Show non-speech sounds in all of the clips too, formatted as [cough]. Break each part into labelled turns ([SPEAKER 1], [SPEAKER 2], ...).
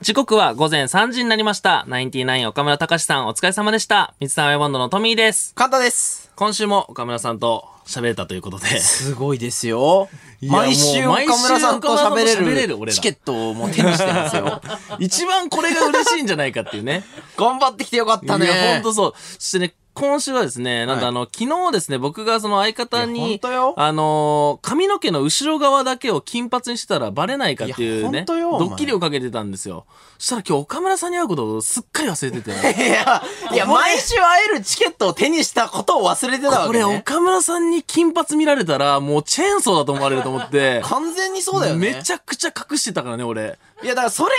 [SPEAKER 1] 時刻は午前3時になりました。ナインティナイン岡村隆史さんお疲れ様でした。水溜りボンドのトミーです。
[SPEAKER 2] 簡単です。
[SPEAKER 1] 今週も岡村さんと喋れたという
[SPEAKER 2] [laughs]
[SPEAKER 1] ことで。
[SPEAKER 2] すごいですよ。
[SPEAKER 1] や
[SPEAKER 2] 毎週
[SPEAKER 1] もう毎
[SPEAKER 2] 岡
[SPEAKER 1] 週
[SPEAKER 2] 村さんと喋
[SPEAKER 1] 岡村さんと喋れ
[SPEAKER 2] れ
[SPEAKER 1] る俺
[SPEAKER 2] る
[SPEAKER 1] ら
[SPEAKER 2] チケットをもう手にしてますよ。
[SPEAKER 1] 一番これが嬉しいんじゃないかっていうね。
[SPEAKER 2] [laughs] 頑張ってきてよかったね。
[SPEAKER 1] いや、ほんとそう。そしてね、今週はですね、なん
[SPEAKER 2] は
[SPEAKER 1] か
[SPEAKER 2] い
[SPEAKER 1] あの、昨日ですね、僕がその相方
[SPEAKER 2] いやほん
[SPEAKER 1] に、
[SPEAKER 2] とよ
[SPEAKER 1] あのー髪の毛の後ろ側だけを金髪にしてたらバレないかっていう
[SPEAKER 2] いやほ
[SPEAKER 1] ね、
[SPEAKER 2] ん
[SPEAKER 1] ド
[SPEAKER 2] とよお前
[SPEAKER 1] ッキリをかけてたんですよ。そしたら今日岡村さんに会うことをすっかり忘れてて。
[SPEAKER 2] いや、いや、毎週会えるチケットを手にしたことを忘れてたわ
[SPEAKER 1] こ
[SPEAKER 2] け
[SPEAKER 1] れ
[SPEAKER 2] ね。
[SPEAKER 1] 岡村さんに金髪見られたら、もうチェーンソーだと思われると思って。
[SPEAKER 2] 完全にそうだよね。
[SPEAKER 1] めちゃくちゃ隠してたからね、俺。
[SPEAKER 2] いや、だからそれが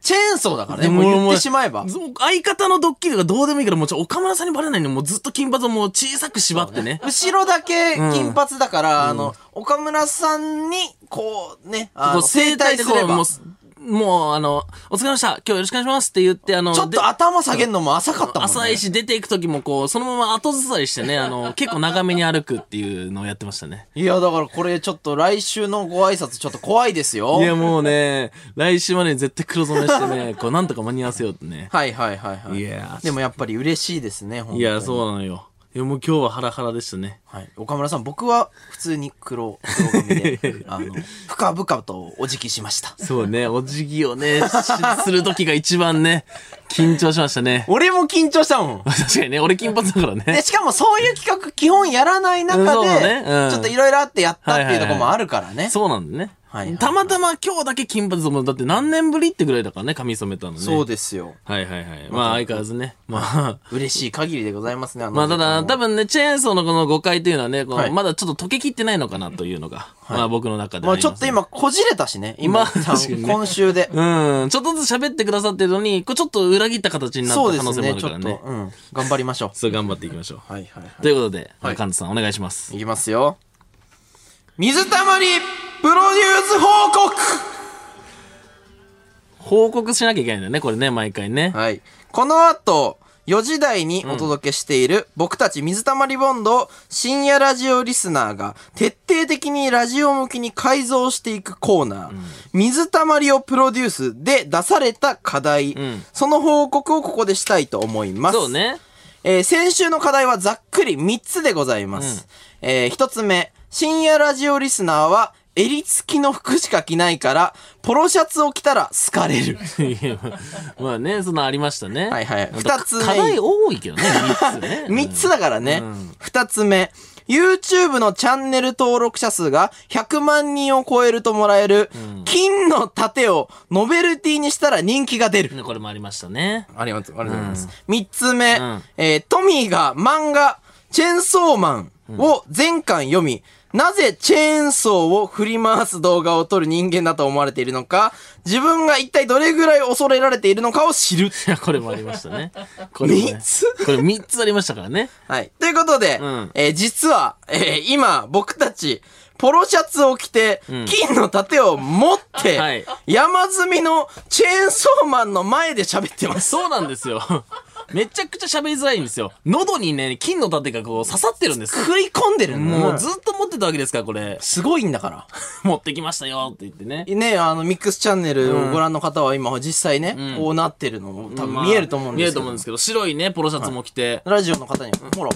[SPEAKER 2] チェーンソーだからね。
[SPEAKER 1] で
[SPEAKER 2] も
[SPEAKER 1] も
[SPEAKER 2] う言ってしまえば。
[SPEAKER 1] ず相方のドッキリがどうでもいいから、もうちょ、岡村さんにバレないように、もうずっと金髪をもう小さく縛ってね。
[SPEAKER 2] 後ろだけ金髪だから、あの、岡村さんに、こうね、
[SPEAKER 1] こ
[SPEAKER 2] あ
[SPEAKER 1] う
[SPEAKER 2] の、
[SPEAKER 1] 整
[SPEAKER 2] 整
[SPEAKER 1] 体
[SPEAKER 2] 体
[SPEAKER 1] ですこ
[SPEAKER 2] れ
[SPEAKER 1] う、も
[SPEAKER 2] ば
[SPEAKER 1] う、。すもう、あの、お疲れ様でした。今日よろしくお願いしますって言って、あの、
[SPEAKER 2] ちょっ
[SPEAKER 1] で
[SPEAKER 2] と頭下げんのも浅かったもんね。
[SPEAKER 1] 浅いし出ていく時もこう、そのまま後ずさりしてね、あ
[SPEAKER 2] [laughs]
[SPEAKER 1] の、結構長めに歩くっていうのをやってましたね。
[SPEAKER 2] いや、だからこれちょっと来週のご挨拶ちょっと怖いですよ。
[SPEAKER 1] いや、もうね、来週までに絶対黒染めしてね、こう、なんとか間に合わせようってね。
[SPEAKER 2] はいはいはいはい。
[SPEAKER 1] いやー
[SPEAKER 2] でもやっぱり嬉しいですね、本当
[SPEAKER 1] い
[SPEAKER 2] に
[SPEAKER 1] や、そうなのよ。いや、もう今日はハラハラでしたね。
[SPEAKER 2] はい。岡村さん、僕は普通に黒、黒髪
[SPEAKER 1] [laughs]
[SPEAKER 2] で、あの、深々とお辞儀しました。
[SPEAKER 1] そうね、お辞儀をね、しする時が一番ね、緊張しましたね。
[SPEAKER 2] 俺も緊張したもん。
[SPEAKER 1] 確かにね、俺金髪だからね
[SPEAKER 2] [laughs] で、。しかもそういう企画基本やらない中
[SPEAKER 1] うんそう
[SPEAKER 2] で、
[SPEAKER 1] ねうん
[SPEAKER 2] ちょっといろいろあってやったっていうところもあるからね。
[SPEAKER 1] そうなんだね。
[SPEAKER 2] はいはい
[SPEAKER 1] たまたま今日だけ金髪だもん。だって何年ぶりってぐらいだからね、髪染めたのね。
[SPEAKER 2] そうですよ。
[SPEAKER 1] はいはいはい。まあ相変わらずね。まあ、
[SPEAKER 2] 嬉しい限りでございますね、あの
[SPEAKER 1] まあただ、多
[SPEAKER 2] 分、
[SPEAKER 1] 分ね、チェーンソーのこの誤解というのはね、この
[SPEAKER 2] はい
[SPEAKER 1] まだちょっと溶けきってないのかなというのが、まあ僕の中では
[SPEAKER 2] まあ
[SPEAKER 1] り
[SPEAKER 2] ちょ
[SPEAKER 1] ま
[SPEAKER 2] っ
[SPEAKER 1] す
[SPEAKER 2] と
[SPEAKER 1] ね、
[SPEAKER 2] 今こじれたしね。今、
[SPEAKER 1] まあ確かにね
[SPEAKER 2] 今週で。
[SPEAKER 1] うん、ちょっとずつ喋ってくださってるのに、これちょっと裏切った形になった
[SPEAKER 2] そう
[SPEAKER 1] 可
[SPEAKER 2] で
[SPEAKER 1] 能
[SPEAKER 2] す
[SPEAKER 1] 性もあ
[SPEAKER 2] ね、
[SPEAKER 1] る
[SPEAKER 2] ち
[SPEAKER 1] か
[SPEAKER 2] ょ
[SPEAKER 1] ら
[SPEAKER 2] っ
[SPEAKER 1] ね
[SPEAKER 2] と。。うん。頑張りましょう。
[SPEAKER 1] そう、頑張っていきましょう。
[SPEAKER 2] はいはいはい。
[SPEAKER 1] ということで、
[SPEAKER 2] はい
[SPEAKER 1] カンツさんお願いします。
[SPEAKER 2] いきますよ。水たまりプロデュース報告
[SPEAKER 1] 報告しなきゃいけないんだよね、これね、毎回ね。
[SPEAKER 2] はい。この後、4時台にお届けしている、僕たち水たまりボンドを深夜ラジオリスナーが徹底的にラジオ向きに改造していくコーナー、水たまりをプロデュースで出された課題、
[SPEAKER 1] ん
[SPEAKER 2] その報告をここでしたいと思います。
[SPEAKER 1] そうね。
[SPEAKER 2] えー先週の課題はざっくり3つでございます。え1つ目、深夜ラジオリスナーは、襟付きの服しか着ないから、ポロシャツを着たら好かれる。
[SPEAKER 1] いや [laughs] まあね、そのありましたね。
[SPEAKER 2] はいはい
[SPEAKER 1] なん
[SPEAKER 2] 二
[SPEAKER 1] か
[SPEAKER 2] つ目。
[SPEAKER 1] 課題多いけどね、三つね
[SPEAKER 2] 3つ [laughs] だからね
[SPEAKER 1] うん。
[SPEAKER 2] 2つ目、YouTube のチャンネル登録者数が100万人を超えるともらえる、金の盾をノベルティにしたら人気が出る。
[SPEAKER 1] ねこれもありましたね。 [laughs]
[SPEAKER 2] ありがとう、あり
[SPEAKER 1] がとうございます。
[SPEAKER 2] 三つ目、
[SPEAKER 1] うん
[SPEAKER 2] えートミーが漫画、チェーンソーマンを全巻読み、なぜチェーンソーを振り回す動画を撮る人間だと思われているのか、自分が一体どれぐらい恐れられているのかを知る。
[SPEAKER 1] いやこれもありましたね。これもね
[SPEAKER 2] 三つ
[SPEAKER 1] これ3つありましたからね。
[SPEAKER 2] はい。ということで、
[SPEAKER 1] うん
[SPEAKER 2] えー実は、えー今、僕たち、ポロシャツを着て、金の盾を持って、
[SPEAKER 1] はい
[SPEAKER 2] 山積みのチェーンソーマンの前で喋ってます。
[SPEAKER 1] そうなんですよ。めちゃくちゃ喋りづらいんですよ。喉にね、金の盾がこう刺さってるんです。
[SPEAKER 2] 食い込んでるんだな
[SPEAKER 1] もうずっと持ってたわけですから、これ。
[SPEAKER 2] すごいんだから。
[SPEAKER 1] 持ってきましたよって言ってね。
[SPEAKER 2] ね、あの、ミックスチャンネルをご覧の方は今、実際ね、こうなってるのも
[SPEAKER 1] ま
[SPEAKER 2] 多分
[SPEAKER 1] あ
[SPEAKER 2] 見えると思うん
[SPEAKER 1] 見える
[SPEAKER 2] です
[SPEAKER 1] と
[SPEAKER 2] け
[SPEAKER 1] 思
[SPEAKER 2] ど
[SPEAKER 1] うんで、すけど、白いね、ポロシャツも着て。
[SPEAKER 2] ラジオの方に、ほら、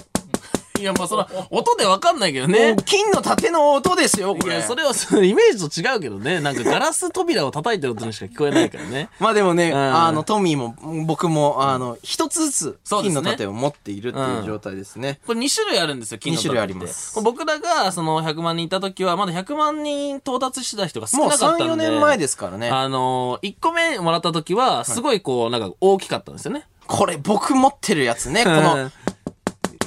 [SPEAKER 1] いや、まあその、音でわかんないけどね
[SPEAKER 2] もう。金の盾の音ですよ、こ
[SPEAKER 1] い
[SPEAKER 2] れ。
[SPEAKER 1] や、それはそのイメージと違うけどね。なんかガラス扉を叩いてる音にしか聞こえないからね。 [laughs]
[SPEAKER 2] まあでもね、
[SPEAKER 1] ん
[SPEAKER 2] あの、トミーも、僕も、あの、一つずつ、
[SPEAKER 1] そうですね
[SPEAKER 2] 金の盾を持っているっていう状態ですね。
[SPEAKER 1] これ2種類あるんですよ、金の
[SPEAKER 2] 二種類あります
[SPEAKER 1] これ僕らがその100万人いた時は、まだ100万人到達してた人が少
[SPEAKER 2] もう
[SPEAKER 1] なかったん
[SPEAKER 2] 3、
[SPEAKER 1] で。
[SPEAKER 2] 4年前ですからね。
[SPEAKER 1] あのー、1個目もらった時は、すごいこう、なんか大きかったんですよね。
[SPEAKER 2] これ、僕持ってるやつね、こ
[SPEAKER 1] う
[SPEAKER 2] の、
[SPEAKER 1] ん、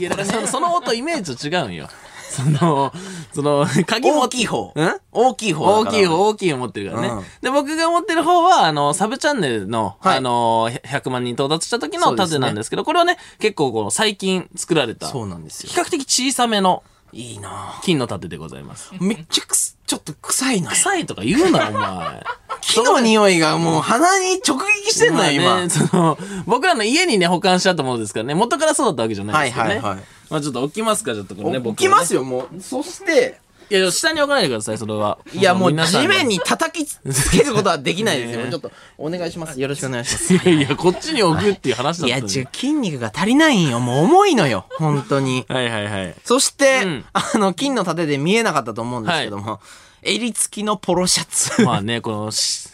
[SPEAKER 1] いや、だからそのその音イメージと違うんよ。その、その、鍵持
[SPEAKER 2] 大
[SPEAKER 1] っ
[SPEAKER 2] きい方。
[SPEAKER 1] ん
[SPEAKER 2] 大きい方
[SPEAKER 1] 大
[SPEAKER 2] だから。
[SPEAKER 1] きい方、大きい方持ってるからね。
[SPEAKER 2] うん
[SPEAKER 1] で、僕が持ってる方は、あの、サブチャンネルの、
[SPEAKER 2] はい
[SPEAKER 1] あの、ひ100万人到達した時の盾なんですけど、これはね、結構この最近作られた、比
[SPEAKER 2] そうなんですよ。
[SPEAKER 1] 較的小さめの
[SPEAKER 2] いいな
[SPEAKER 1] 金の盾でございます。
[SPEAKER 2] ぁめっちゃくす、ちょっと臭いな。
[SPEAKER 1] 臭いとか言うな、お前。
[SPEAKER 2] 木の匂いがもう鼻に直撃してんのよ、
[SPEAKER 1] まあ
[SPEAKER 2] 今
[SPEAKER 1] ね。その、僕らの家にね、保管してあったものですからね、元からそうだったわけじゃないですけどね。
[SPEAKER 2] はいはいはい
[SPEAKER 1] まあちょっと置きますか、ちょっとこれね、
[SPEAKER 2] 置
[SPEAKER 1] 僕
[SPEAKER 2] き
[SPEAKER 1] はね
[SPEAKER 2] ますよ、もう。そして、
[SPEAKER 1] いやでも下に置かないでくださいそれはい
[SPEAKER 2] やもう
[SPEAKER 1] 皆さん
[SPEAKER 2] 地
[SPEAKER 1] の
[SPEAKER 2] 面に叩きつけることはできない
[SPEAKER 1] [laughs]
[SPEAKER 2] ですよ。
[SPEAKER 1] ね
[SPEAKER 2] ちょっとお願いします。よろしくお願いします。
[SPEAKER 1] いやいやこっちに置くっていう話だ
[SPEAKER 2] [laughs] い
[SPEAKER 1] った
[SPEAKER 2] や、
[SPEAKER 1] のに
[SPEAKER 2] ちょ筋肉が足りないんよ。もう重いの
[SPEAKER 1] [laughs]
[SPEAKER 2] よ。本当に。
[SPEAKER 1] はいはいはい
[SPEAKER 2] そして、
[SPEAKER 1] うん
[SPEAKER 2] あの、金の盾で見えなかったと思うんですけども、襟付きのポロシャツ。
[SPEAKER 1] [laughs]
[SPEAKER 2] [laughs]
[SPEAKER 1] まあね、このし、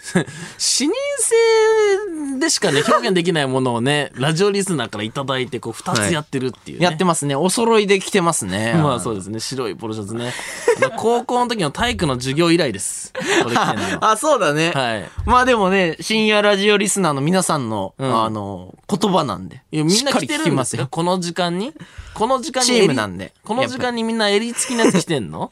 [SPEAKER 1] 視認性でしかね、表現できないものをね、ラジオリスナーからいただいて、こう、二つやってるっていう、ね
[SPEAKER 2] やってますね。お揃いで着てますね。
[SPEAKER 1] まあそうですね、白いポロシャツね。あの高校の時の体育の授業以来です。これ着てるの
[SPEAKER 2] [laughs]
[SPEAKER 1] は。
[SPEAKER 2] あ、そうだね。
[SPEAKER 1] はい。
[SPEAKER 2] まあでもね、深夜ラジオリスナーの皆さんの、
[SPEAKER 1] ん
[SPEAKER 2] あの、言葉なんで。
[SPEAKER 1] いや、みんな
[SPEAKER 2] しっか
[SPEAKER 1] 着
[SPEAKER 2] り
[SPEAKER 1] て
[SPEAKER 2] 聞
[SPEAKER 1] る
[SPEAKER 2] き
[SPEAKER 1] んで
[SPEAKER 2] ますす
[SPEAKER 1] よ。
[SPEAKER 2] よ。
[SPEAKER 1] この時間にこの時間に
[SPEAKER 2] チームなんで
[SPEAKER 1] 襟この時間にみんな襟付きのやつ着てん
[SPEAKER 2] [laughs]
[SPEAKER 1] の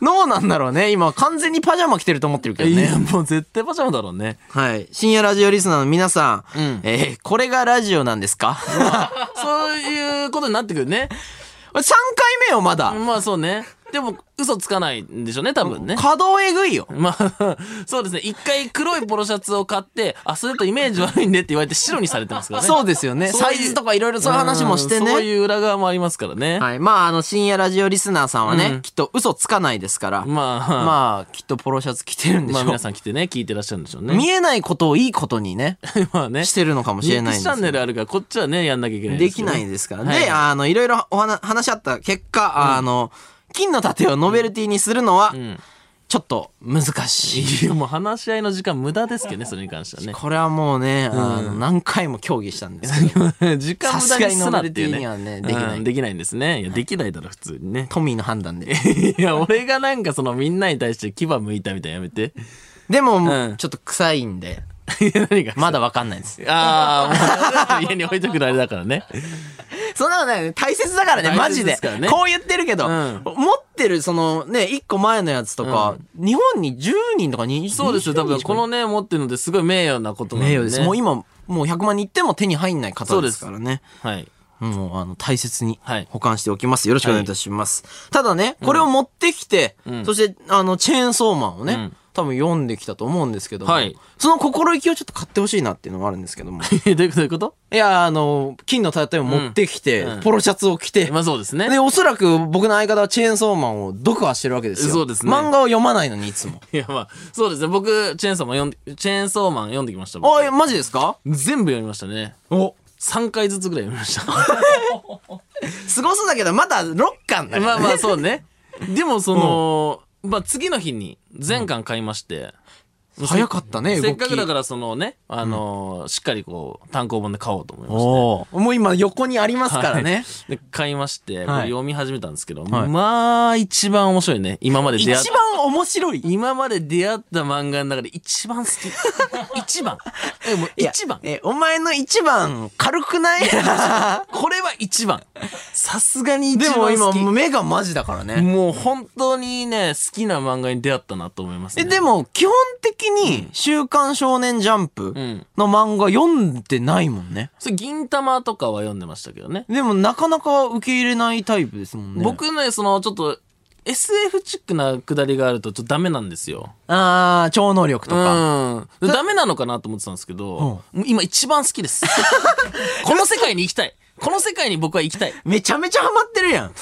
[SPEAKER 2] どうなんだろうね。今、完全にパジャマ着てると思ってるけど
[SPEAKER 1] い
[SPEAKER 2] ね
[SPEAKER 1] や、。もう絶対パジャマだろうね。
[SPEAKER 2] はい。深夜ラジオリスナーの皆さん、
[SPEAKER 1] うん
[SPEAKER 2] えーこれがラジオなんですか ?3
[SPEAKER 1] そういうことになってくるね。
[SPEAKER 2] 回目よ、まだ。
[SPEAKER 1] まあそうね。でも、嘘つかないんでしょうね、多分ね。
[SPEAKER 2] 稼働えぐいよ。
[SPEAKER 1] [laughs] まあ、そうですね。一回黒いポロシャツを買って、あ、それとイメージ悪いんでって言われて白にされてますからね。
[SPEAKER 2] そううですよね。
[SPEAKER 1] そう
[SPEAKER 2] サ
[SPEAKER 1] いう
[SPEAKER 2] イズとかいろいろそういう話もして
[SPEAKER 1] んそう
[SPEAKER 2] ね。
[SPEAKER 1] いう裏側もありますからね。
[SPEAKER 2] はい。まあ、あの、深夜ラジオリスナーさんはね、
[SPEAKER 1] うん
[SPEAKER 2] きっと嘘つかないですから、
[SPEAKER 1] まあ、まあ、
[SPEAKER 2] まあ、きっとポロシャツ着てるんでしょう。
[SPEAKER 1] 皆さん来てね、聞いてらっしゃるんでしょうね。
[SPEAKER 2] 見えないことをいいことにね、
[SPEAKER 1] まあね。
[SPEAKER 2] してるのかもしれないん
[SPEAKER 1] ミックス
[SPEAKER 2] です
[SPEAKER 1] チ
[SPEAKER 2] よ
[SPEAKER 1] ャンネルあるから、こっちはね、やんなきゃいけない
[SPEAKER 2] できな
[SPEAKER 1] よ
[SPEAKER 2] い
[SPEAKER 1] ね
[SPEAKER 2] ですから。
[SPEAKER 1] はい
[SPEAKER 2] で、あの、いろいろお話話し合った結果、あの、金の盾をノベルティにするのは、
[SPEAKER 1] ん
[SPEAKER 2] ちょっと難しい。
[SPEAKER 1] いや、もう話し合いの時間無駄ですけどね、それに関してはね。
[SPEAKER 2] これはもうね、あの何回も協議したんです [laughs] けど、
[SPEAKER 1] [laughs] 時間無駄にすなっていうね。
[SPEAKER 2] さすがにノベルティにはねできない
[SPEAKER 1] うんできないんですね。いや、できないだろ、普通にね。
[SPEAKER 2] トミーの判断で。
[SPEAKER 1] いや、俺がなんかそのみんなに対して牙向いたみたいなやめて。 [laughs]
[SPEAKER 2] でも、
[SPEAKER 1] うん
[SPEAKER 2] ちょっと臭いんで、
[SPEAKER 1] いや、何が
[SPEAKER 2] まだわかんないです。
[SPEAKER 1] あ [laughs] あ、もう家に置いとくのあれだからね。
[SPEAKER 2] そんなことないよね。大切だからね、マ
[SPEAKER 1] 大
[SPEAKER 2] ジ
[SPEAKER 1] 切で
[SPEAKER 2] で。
[SPEAKER 1] すからね
[SPEAKER 2] こう言ってるけど、
[SPEAKER 1] うん
[SPEAKER 2] 持ってる、そのね、一個前のやつとか、日本に10人とか20人
[SPEAKER 1] そうですよ、多分このね、持ってるのですごい名誉なことなんで、
[SPEAKER 2] 名
[SPEAKER 1] ね。
[SPEAKER 2] 誉です。もう今、もう100万人いっても手に入んない方ですからね。
[SPEAKER 1] はい。
[SPEAKER 2] もう、あの、大切に
[SPEAKER 1] はい
[SPEAKER 2] 保管しておきます。よろしくお願いいたします。ただね、これを持ってきて、
[SPEAKER 1] ん
[SPEAKER 2] そして、あの、チェーンソーマンをね、
[SPEAKER 1] うん
[SPEAKER 2] 多分読んできたと思うんですけども、
[SPEAKER 1] はい
[SPEAKER 2] その心意気をちょっと買ってほしいなっていうのもあるんですけ
[SPEAKER 1] [laughs]
[SPEAKER 2] ども。
[SPEAKER 1] [laughs] どういうことどういうこと
[SPEAKER 2] いや、あの、金の盾を持ってきて、
[SPEAKER 1] うんうん
[SPEAKER 2] ポロシャツを着て、
[SPEAKER 1] まあそうですね。
[SPEAKER 2] で、おそらく僕の相方はチェーンソーマンを読破してるわけですよ。
[SPEAKER 1] そうですね
[SPEAKER 2] 漫画を読まないのに
[SPEAKER 1] [laughs]
[SPEAKER 2] いつも。
[SPEAKER 1] いや、まあ、そうですね。僕、チェーンソーマン読んで、チェーンソーマン読んできました。僕
[SPEAKER 2] あ、えマジですか
[SPEAKER 1] 全部読みましたね。
[SPEAKER 2] お、
[SPEAKER 1] 3回ずつぐらい読みま [laughs] した。
[SPEAKER 2] すごそうだけど、まだ6巻だからね
[SPEAKER 1] まあまあ、そうね。でも、その、まあ次の日に全巻買いまして。
[SPEAKER 2] 早かったね、動き。
[SPEAKER 1] せっかくだから、そのね、あのーしっかりこう、単行本で買おうと思いました。
[SPEAKER 2] おお。もう今横にありますからね。
[SPEAKER 1] で買いまして、これ読み始めたんですけど、
[SPEAKER 2] はい
[SPEAKER 1] まあ、一番面白いね。今まで
[SPEAKER 2] 一
[SPEAKER 1] 出会っ
[SPEAKER 2] 番面白い。
[SPEAKER 1] 今まで出会った漫画の中で一番好
[SPEAKER 2] [laughs]
[SPEAKER 1] き。一番。え、もう
[SPEAKER 2] いや
[SPEAKER 1] 一番。
[SPEAKER 2] え、お前の一番軽くない
[SPEAKER 1] [laughs] これは一番。さすがに一
[SPEAKER 2] で
[SPEAKER 1] 番
[SPEAKER 2] も今
[SPEAKER 1] 好き。も
[SPEAKER 2] 目がマジだからね。
[SPEAKER 1] う本当にね、好きな漫画に出会ったなと思いますね。
[SPEAKER 2] え、でも基本的に週刊少年ジャンプ
[SPEAKER 1] ん
[SPEAKER 2] の漫画読んでないもんね。
[SPEAKER 1] それ銀玉とかは読んでましたけどね。
[SPEAKER 2] でもなかなか受け入れないタイプですもんね。
[SPEAKER 1] 僕ね、そのちょっと、SF チックなくだりがあるとちょっとダメなんですよ。
[SPEAKER 2] あー、超能力とか。
[SPEAKER 1] うん。ダメなのかなと思ってたんですけど、もう今一番好き
[SPEAKER 2] [laughs]
[SPEAKER 1] です。この世界に行きたい。この世界に僕は行
[SPEAKER 2] [laughs]
[SPEAKER 1] きたい。
[SPEAKER 2] めちゃめちゃハマってるやん。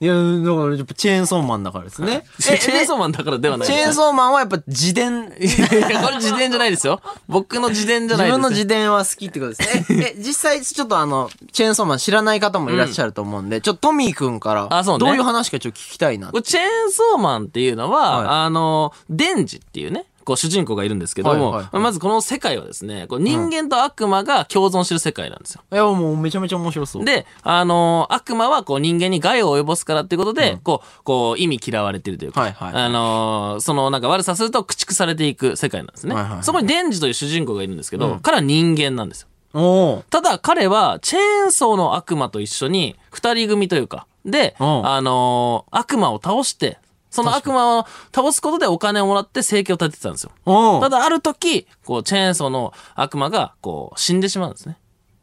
[SPEAKER 2] いや、だからやっぱチェーンソーマンだからですね。
[SPEAKER 1] [laughs] チェーン
[SPEAKER 2] ー
[SPEAKER 1] ソーマンだからではない
[SPEAKER 2] チェーンソーマンはやっぱ
[SPEAKER 1] [laughs]
[SPEAKER 2] 自伝。
[SPEAKER 1] ーマン。いや、これ自伝じゃないですよ。僕の自伝じゃ
[SPEAKER 2] 自
[SPEAKER 1] ないです。
[SPEAKER 2] 分の自伝は好きってことです
[SPEAKER 1] [laughs]
[SPEAKER 2] ね。え、え実際ちょっとあの、チェーンソーマン知らない方もいらっしゃると思うんで、ちょっとトミーくんか
[SPEAKER 1] あ
[SPEAKER 2] ら、
[SPEAKER 1] そ
[SPEAKER 2] ど
[SPEAKER 1] う
[SPEAKER 2] う
[SPEAKER 1] ね
[SPEAKER 2] いう話かちょっと聞きたいな。
[SPEAKER 1] これチェーンソーマンっていうのは、
[SPEAKER 2] はい
[SPEAKER 1] あの、デンジっていうね、こう主人公がいるんですけども、
[SPEAKER 2] はいはいはい
[SPEAKER 1] まずこの世界はですね、こう人間と悪魔が共存してる世界なんですよ。
[SPEAKER 2] いや、もうめちゃめちゃ面白そう。
[SPEAKER 1] で、あの悪魔はこう人間に害を及ぼすからっていうことで、こう、こう、意味嫌われてるというか、
[SPEAKER 2] はいはいはい
[SPEAKER 1] あのそのなんか悪さすると駆逐されていく世界なんですね。
[SPEAKER 2] はいはい
[SPEAKER 1] そこにデンジという主人公がいるんですけど、彼は人間なんですよ。
[SPEAKER 2] おー
[SPEAKER 1] ただ彼はチェーンソーの悪魔と一緒に二人組というか、で、
[SPEAKER 2] うん
[SPEAKER 1] あのー悪魔を倒して、その悪魔を倒すことでお金をもらって生計を立ててたんですよ。
[SPEAKER 2] お
[SPEAKER 1] た
[SPEAKER 2] ー
[SPEAKER 1] だある時、こう、チェーンソーの悪魔が、こう、死んでしまうんですね。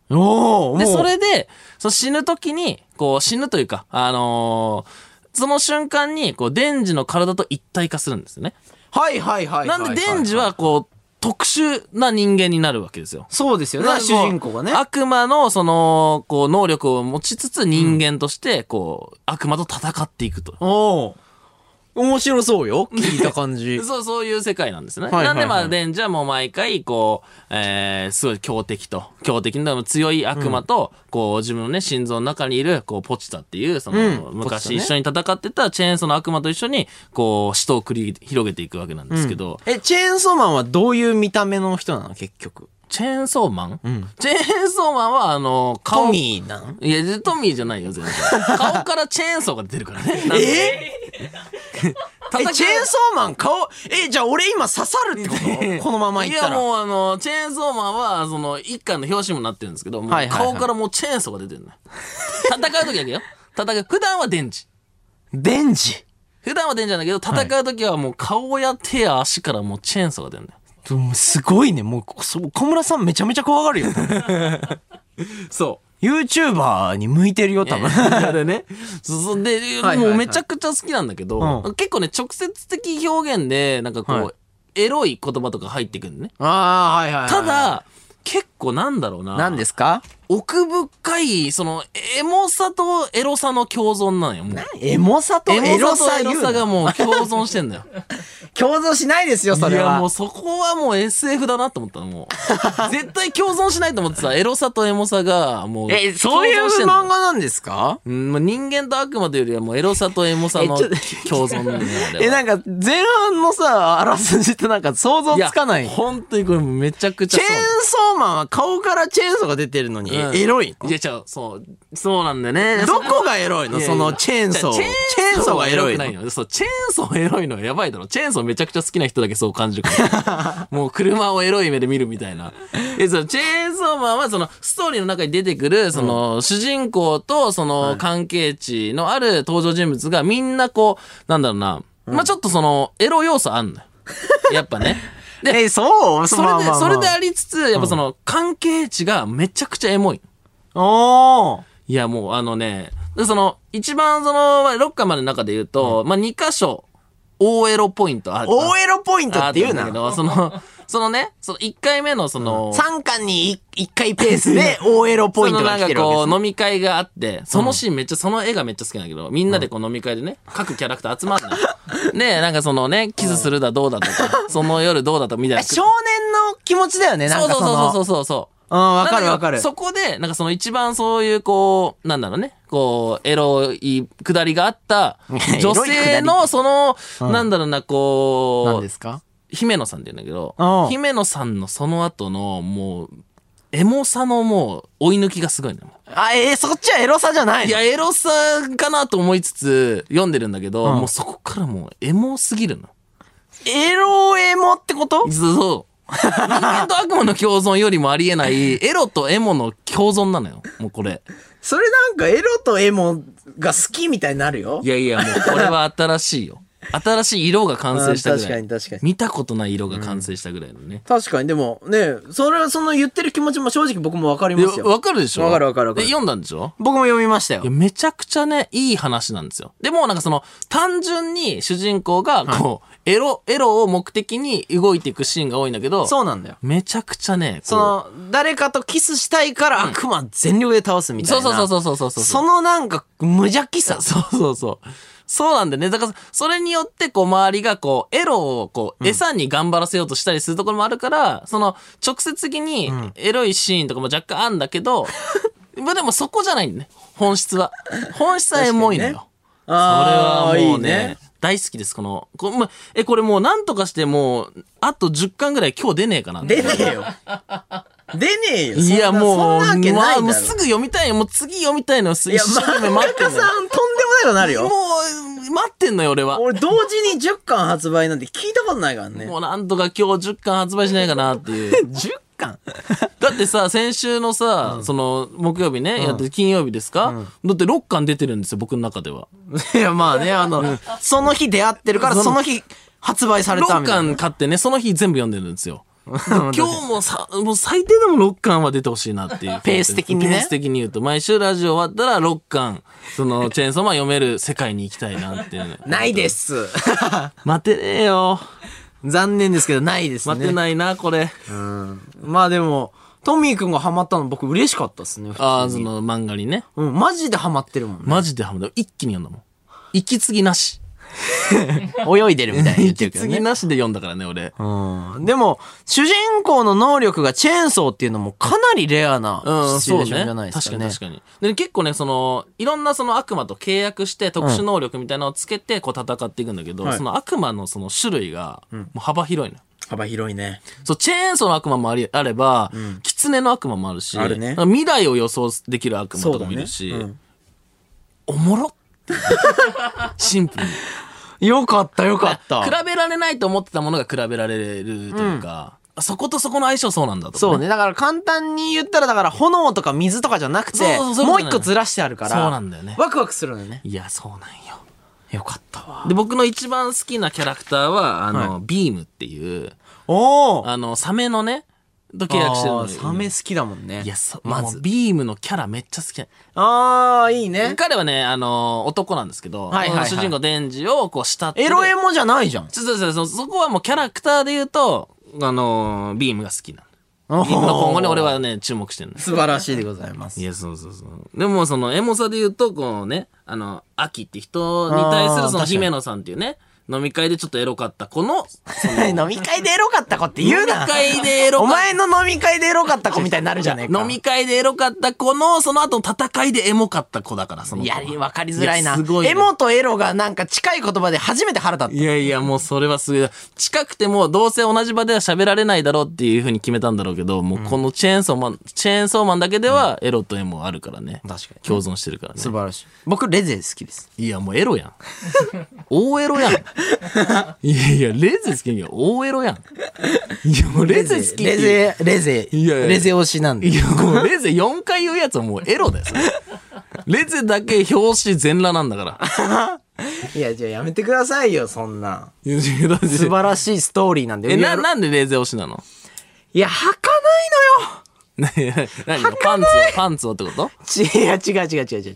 [SPEAKER 2] おー
[SPEAKER 1] で、
[SPEAKER 2] もう
[SPEAKER 1] それで、その死ぬ時に、こう、死ぬというか、あのーその瞬間に、こう、デンジの体と一体化するんですよね。
[SPEAKER 2] はいはいはいはい
[SPEAKER 1] なんで、デンジは、こう、特殊な人間になるわけですよ。
[SPEAKER 2] そうですよね
[SPEAKER 1] だか、ら
[SPEAKER 2] 主人公がね。
[SPEAKER 1] 悪魔の、その、こう、能力を持ちつつ人間として、こう、悪魔と戦っていくと。
[SPEAKER 2] おー面白そう
[SPEAKER 1] [laughs]
[SPEAKER 2] よ。聞いた感じ。
[SPEAKER 1] そう、そういう世界なんですね。
[SPEAKER 3] はいはいはい
[SPEAKER 1] なんでまあ、レンジャーも毎回、こう、えー、すごい強敵と、強敵の強い悪魔と、こう、自分のね、心臓の中にいる、こう、ポチタっていう、その、
[SPEAKER 3] うん
[SPEAKER 1] 昔
[SPEAKER 3] ポ
[SPEAKER 1] 一
[SPEAKER 3] チ
[SPEAKER 1] 緒に戦ってたチェーンソーの悪魔と一緒に、こう、死闘を繰り広げていくわけなんですけど、
[SPEAKER 2] [laughs] え、チェーンソーマンはどういう見た目の人なの結局。
[SPEAKER 1] チェーンソーマン、
[SPEAKER 2] ん
[SPEAKER 1] チェーンソーマンは、あの、顔、
[SPEAKER 2] トミーなん
[SPEAKER 1] いや、トミーじゃないよ、全然。顔からチェーンソーが出るからね。
[SPEAKER 2] え
[SPEAKER 1] 戦い
[SPEAKER 2] え、チェーンソーマン顔、え、じゃあ俺今刺さるってことこのまま
[SPEAKER 1] [laughs]
[SPEAKER 2] い
[SPEAKER 1] い
[SPEAKER 2] った
[SPEAKER 1] や
[SPEAKER 2] ら。
[SPEAKER 1] もうあのチェーンソーマンはその一巻の表紙にもなってるんですけどもう
[SPEAKER 2] はいはいはい
[SPEAKER 1] 顔からもうチェーンソーが出てるのよ戦う時だけよ戦う普段は電池
[SPEAKER 2] デンジ。
[SPEAKER 1] 普段は電池なんだけど戦う時はもう顔や手や足からもうチェーンソーが出るんだよ
[SPEAKER 2] でもすごいね。もうこ、そ小村さんめちゃめちゃ怖 [laughs] がるよ。
[SPEAKER 1] そう
[SPEAKER 2] YouTuber に向いてるよ、多分。
[SPEAKER 1] [laughs] でねそうそうで、
[SPEAKER 2] はいはい
[SPEAKER 1] もうめちゃくちゃ好きなんだけど、
[SPEAKER 2] う
[SPEAKER 1] 結構ね直接的表現でなんかこう、
[SPEAKER 2] はい
[SPEAKER 1] エロい言葉とか入ってくるのね
[SPEAKER 2] ああ、はいはいはい。
[SPEAKER 1] た、だ結構なんだろうな
[SPEAKER 2] 何ですか
[SPEAKER 1] 奥深いそのエモさとエロさの共存なんよもう
[SPEAKER 2] エモさと
[SPEAKER 1] エ
[SPEAKER 2] エ
[SPEAKER 1] ロ
[SPEAKER 2] ロ
[SPEAKER 1] さ
[SPEAKER 2] さ
[SPEAKER 1] エロ
[SPEAKER 2] 言う
[SPEAKER 1] さが
[SPEAKER 2] な。
[SPEAKER 1] もう共存してんだよ。
[SPEAKER 2] 共存しないですよ、 [laughs] そ
[SPEAKER 1] い
[SPEAKER 2] れ
[SPEAKER 1] や
[SPEAKER 2] は
[SPEAKER 1] もう。そこはもう SF だなと思ったのも
[SPEAKER 2] [laughs]
[SPEAKER 1] う。絶対共存しないと思ってたエロさとエモさがもう。
[SPEAKER 2] え、そういう
[SPEAKER 1] 共存してんだよ
[SPEAKER 2] 漫画なんですか
[SPEAKER 1] うん、まあ人間と悪魔というよりはもうエロさとエモさの
[SPEAKER 2] [laughs] えちょっと
[SPEAKER 1] 共存なんだよ。
[SPEAKER 2] え、なんか、前半のさ、あらすじってなんか想像つかない。チェーン
[SPEAKER 1] 本当にこれめちゃくちゃそう。
[SPEAKER 2] ソーマンは顔からチェーンソーが出てるのに、
[SPEAKER 1] うん
[SPEAKER 2] エロい
[SPEAKER 1] いや、違う、そう、そうなんだよね。
[SPEAKER 2] のどこがエロい
[SPEAKER 1] い
[SPEAKER 2] の
[SPEAKER 1] や
[SPEAKER 2] そのチェーンソー。
[SPEAKER 1] チ
[SPEAKER 2] チ
[SPEAKER 1] ェ
[SPEAKER 2] ェ
[SPEAKER 1] ー
[SPEAKER 2] ー
[SPEAKER 1] ンソ
[SPEAKER 2] ンソ
[SPEAKER 1] ー
[SPEAKER 2] ー
[SPEAKER 1] は
[SPEAKER 2] が
[SPEAKER 1] エ
[SPEAKER 2] エ
[SPEAKER 1] ロ
[SPEAKER 2] ロ
[SPEAKER 1] く
[SPEAKER 2] い
[SPEAKER 1] ない
[SPEAKER 2] の。
[SPEAKER 1] の。そう、チェーンソーエロいのはやばいだろ。チェーンソーめちゃくちゃ好きな人だけそう感じる [laughs] から。もう車をエロい目で見るみたいな。え、そのチェーンソーマンはそのストーリーの中に出てくる、その、主人公とその関係値のある登場人物がみんなこう、なんだろうな。まあちょっとその、エロ要素あんのよ。やっぱ [laughs] ね。で、
[SPEAKER 2] え、そう
[SPEAKER 1] それで、それであ
[SPEAKER 2] れ。
[SPEAKER 1] りつつ、やっぱその、関係値がめちゃくちゃエモい。
[SPEAKER 2] おー。
[SPEAKER 1] いや、もうあのね、でその、一番その、6巻までの中で言うと、まあ、2箇所、大エロポイントある。
[SPEAKER 2] 大エロポイント
[SPEAKER 1] あ
[SPEAKER 2] っていうな。
[SPEAKER 1] あったんだけど、その、そのね、その1回目のその、
[SPEAKER 2] 3巻に1回ペースで大エロポイントが来てるわけ
[SPEAKER 1] [laughs] そのなんかこ
[SPEAKER 2] ですね。
[SPEAKER 1] う飲み会があって、そのシーンめっちゃ、その絵がめっちゃ好きなんだけど、みんなでこう飲み会でね、各キャラクター集まるのよ。 [laughs] で、なんかそのね、キスするだどうだとか、その夜どうだとかみたいな。
[SPEAKER 2] え少年の気持ちだよね、なん
[SPEAKER 1] そう
[SPEAKER 2] か
[SPEAKER 1] そう
[SPEAKER 2] その。
[SPEAKER 1] そうそうそうそう。
[SPEAKER 2] うん、わかるわか
[SPEAKER 1] なんだけど。
[SPEAKER 2] る
[SPEAKER 1] そこで、なんかその一番そういうこう、なんだろうね、こう、エロいくだりがあ
[SPEAKER 2] [laughs]
[SPEAKER 1] った、
[SPEAKER 2] い
[SPEAKER 1] 女性のその、なんだろうな、こ
[SPEAKER 2] 何で
[SPEAKER 1] う、
[SPEAKER 2] すか
[SPEAKER 1] 姫野さんって言うんだけど
[SPEAKER 2] あ、あ
[SPEAKER 1] 姫野さんのその後の、もう、エモさのもう、追い抜きがすごいのよ
[SPEAKER 2] あ、えーそっちはエロさじゃない
[SPEAKER 1] い
[SPEAKER 2] の
[SPEAKER 1] や、エロさかなと思いつつ、読んでるんだけど、
[SPEAKER 2] うん
[SPEAKER 1] もうそこからもう、エモすぎるの。
[SPEAKER 2] エロエモってこと
[SPEAKER 1] そうそう。人間と悪魔の共存よりもありえない、エロとエモの共存なのよ。もうこれ。
[SPEAKER 2] それなんかエロとエモが好きみたいになるよ
[SPEAKER 1] い。やいや、もうこれは新しい [laughs] よ。新しい色が完成したぐらい。
[SPEAKER 2] うん確かに確かに
[SPEAKER 1] 見たことない色が完成したぐらいのね。
[SPEAKER 2] 確かに、でもね、それはその言ってる気持ちも正直僕もわかり
[SPEAKER 1] い
[SPEAKER 2] ま
[SPEAKER 1] や
[SPEAKER 2] すよ。
[SPEAKER 1] わかるでしょ
[SPEAKER 2] わかるわかるわかる
[SPEAKER 1] で読んだんでしょ
[SPEAKER 2] 僕も読みましたよ
[SPEAKER 1] いや、。めちゃくちゃね、いい話なんですよ。でもなんかその、単純に主人公が、こう、エロ、エロを目的に動いていくシーンが多いんだけど、
[SPEAKER 2] そうなんだよ。
[SPEAKER 1] めちゃくちゃね、こう
[SPEAKER 2] そ、の、誰かとキスしたいから悪魔全力で倒すみた
[SPEAKER 1] そ
[SPEAKER 2] いな。。
[SPEAKER 1] うそうそううそうそうそう。
[SPEAKER 2] そのなんか無邪気さ。
[SPEAKER 1] [laughs] そうそうそう。そうなんだよね。だから、それによって、こう、周りが、こう、エロを、こう、餌に頑張らせようとしたりするところもあるから、その、直接的に、エロいシーンとかも若干あんだけ
[SPEAKER 2] [laughs]
[SPEAKER 1] ど、まあでもそこじゃないんだね。本質は。本質はエモいのよ。それ
[SPEAKER 2] あ
[SPEAKER 1] は
[SPEAKER 2] ー
[SPEAKER 1] もう
[SPEAKER 2] いい
[SPEAKER 1] ね。大好きです、この。こまえ、これもうなんとかしてもう、あと10巻ぐらい今日出ねえかな。
[SPEAKER 2] 出ねえよ。出ねえよ。
[SPEAKER 1] いや、もう、
[SPEAKER 2] そんなわけないだろ。
[SPEAKER 1] もうすぐ読みたいよ。もう次読みたいの。一
[SPEAKER 2] いや、
[SPEAKER 1] 生懸命
[SPEAKER 2] 漫
[SPEAKER 1] 待
[SPEAKER 2] 画
[SPEAKER 1] って
[SPEAKER 2] 家
[SPEAKER 1] んのよ
[SPEAKER 2] さんとんでもないことになるよ
[SPEAKER 1] も。う、待ってんのよ、俺は。
[SPEAKER 2] 俺同時に10巻発売なんて聞いたことないからね。 [laughs]
[SPEAKER 1] もうなんとか今日10巻発売しないかなっていう。
[SPEAKER 2] 10巻
[SPEAKER 1] だってさ、先週のさ、その、木曜日ね、やって金曜日ですか、だって6巻出てるんですよ、僕の中では。
[SPEAKER 2] いや、まあね、あの、その日出会ってるから、その日発売された
[SPEAKER 1] 6
[SPEAKER 2] みたいな。
[SPEAKER 1] 巻買ってね、その日全部読んでるんですよ。今日もさ、もう最低でも6巻は出てほしいなっていう。
[SPEAKER 2] ペース的にね
[SPEAKER 1] ペース的に言うと、毎週ラジオ終わったら6巻、そ
[SPEAKER 2] [laughs]
[SPEAKER 1] の、チェーンソーマン読める世界に行きたいなっていうね、
[SPEAKER 2] ないです。
[SPEAKER 1] 待てねえよ。
[SPEAKER 2] 残念ですけど、ないですね。
[SPEAKER 1] 待てないな、これ。
[SPEAKER 2] まあでも、トミーくんがハマったの僕嬉しかったですね。
[SPEAKER 1] ああ、
[SPEAKER 2] 普通
[SPEAKER 1] そ
[SPEAKER 2] に
[SPEAKER 1] の漫画にね。
[SPEAKER 2] うん、マジでハマってるもんね。
[SPEAKER 1] [laughs] マジでハマる。一気に読んだもん。息継ぎなし。
[SPEAKER 4] 泳いでるみたいに言ってる
[SPEAKER 2] [laughs]
[SPEAKER 4] けど
[SPEAKER 1] 次
[SPEAKER 4] ね。
[SPEAKER 1] なしで読んだからね、俺。
[SPEAKER 2] うん。でも、主人公の能力がチェーンソーっていうのもかなりレアな
[SPEAKER 1] うん、
[SPEAKER 2] シチュエ
[SPEAKER 1] そ
[SPEAKER 2] ー
[SPEAKER 1] う
[SPEAKER 2] ション
[SPEAKER 1] ね。
[SPEAKER 2] じゃないで
[SPEAKER 1] 確
[SPEAKER 2] す
[SPEAKER 1] か
[SPEAKER 2] か
[SPEAKER 1] に
[SPEAKER 2] ね。
[SPEAKER 1] 確かに。で、結構ね、その、いろんなその悪魔と契約して特殊能力みたいなのをつけて、こう戦っていくんだけど、
[SPEAKER 4] はい
[SPEAKER 1] その悪魔のその種類が、もう幅広いのよ。
[SPEAKER 4] 幅広いね。
[SPEAKER 1] そう、チェーンソーの悪魔もありあれば、狐の悪魔もあるし、
[SPEAKER 4] あるね
[SPEAKER 1] 未来を予想できる悪魔とかもいるし、おも
[SPEAKER 2] [laughs]
[SPEAKER 1] ろシンプルに。
[SPEAKER 2] よかったよかった。
[SPEAKER 1] 比べられないと思ってたものが比べられるというか、そことそこの相性そうなんだとか、
[SPEAKER 2] そうね。だから簡単に言ったら、だから炎とか水とかじゃなくて、
[SPEAKER 1] そうそうそういう
[SPEAKER 2] も
[SPEAKER 1] こ
[SPEAKER 2] う
[SPEAKER 1] となの
[SPEAKER 2] 一個ずらしてあるから、
[SPEAKER 1] そうなんだよね
[SPEAKER 2] ワクワクするのね。
[SPEAKER 1] いや、そうなんよ。
[SPEAKER 2] よかったわ。
[SPEAKER 1] で、僕の一番好きなキャラクターは、あの、ビームっていう、
[SPEAKER 2] おー
[SPEAKER 1] あの、サメのね、と契約してるの
[SPEAKER 2] あ
[SPEAKER 1] よ
[SPEAKER 2] ーサメ好きだもんね。
[SPEAKER 1] いや、そ
[SPEAKER 2] ま
[SPEAKER 1] ま
[SPEAKER 2] ず
[SPEAKER 1] ず、ビームのキャラめっちゃ好きなの
[SPEAKER 2] ああ、いいね。
[SPEAKER 1] 彼はね、あの、男なんですけど、
[SPEAKER 2] はいはいはい
[SPEAKER 1] 主人公デンジをこう慕ってる。
[SPEAKER 2] エロエモじゃないじゃん。
[SPEAKER 1] ちょっとちょっとそそこはもうキャラクターで言うと、あのービームが好きな
[SPEAKER 2] [laughs]
[SPEAKER 1] の。ビームの今後に俺はね、注目してるの。
[SPEAKER 2] 素晴らしいでございます [laughs]
[SPEAKER 1] い。や、そうそうそう。でも、その、エモさで言うと、こうね、あの、秋って人に対す
[SPEAKER 2] あ
[SPEAKER 1] る、そ
[SPEAKER 2] ー確
[SPEAKER 1] の、
[SPEAKER 2] かに
[SPEAKER 1] 姫野さんっていうね、飲み会でちょっとエロかった子の、
[SPEAKER 2] 飲み会でエロかった子って言うな
[SPEAKER 1] 飲み会でエロか
[SPEAKER 2] [laughs] お前の飲み会でエロかった子みたいになるじゃねえ [laughs] か。
[SPEAKER 1] 飲み会でエロかった子の、その後の戦いでエモかった子だから、その
[SPEAKER 2] い
[SPEAKER 1] 子は。
[SPEAKER 2] や、わかりづらいな。
[SPEAKER 1] やすごいね
[SPEAKER 2] エモとエロがなんか近い言葉で初めて腹立っ
[SPEAKER 1] いやいや、もうそれはすごい。近くても、どうせ同じ場では喋られないだろうっていうふうに決めたんだろうけど、もうこのチェーンソーマン、チェーンソーマンだけでは、エロとエモあるからね。
[SPEAKER 2] た。確かに。
[SPEAKER 1] 共存してるからね。
[SPEAKER 2] 素晴らしい。僕、レゼ好きです。
[SPEAKER 1] いや、もうエロやん。大エロ [laughs] やん。いやいや、レゼ好きやん。大エロやん。いや、もうレゼ好きって
[SPEAKER 2] レゼ、レゼ、
[SPEAKER 1] いやいや
[SPEAKER 2] レゼ推しなんで
[SPEAKER 1] い。や、もうレゼ4回言うやつはもうエロだよ。それレゼだけ表紙全裸なんだから。
[SPEAKER 2] [laughs] いや、じゃあやめてくださいよ、そんな。
[SPEAKER 1] いやいやだって
[SPEAKER 2] [laughs] 素晴らしいストーリーなんで。
[SPEAKER 1] え、
[SPEAKER 2] いや
[SPEAKER 1] な、なんでレゼ推しな
[SPEAKER 2] [laughs]
[SPEAKER 1] の
[SPEAKER 2] いや、履か
[SPEAKER 1] な何がパンツを、パンツをってこと
[SPEAKER 2] ないのよ。 [laughs] ちいや、違う違う違う違う違う。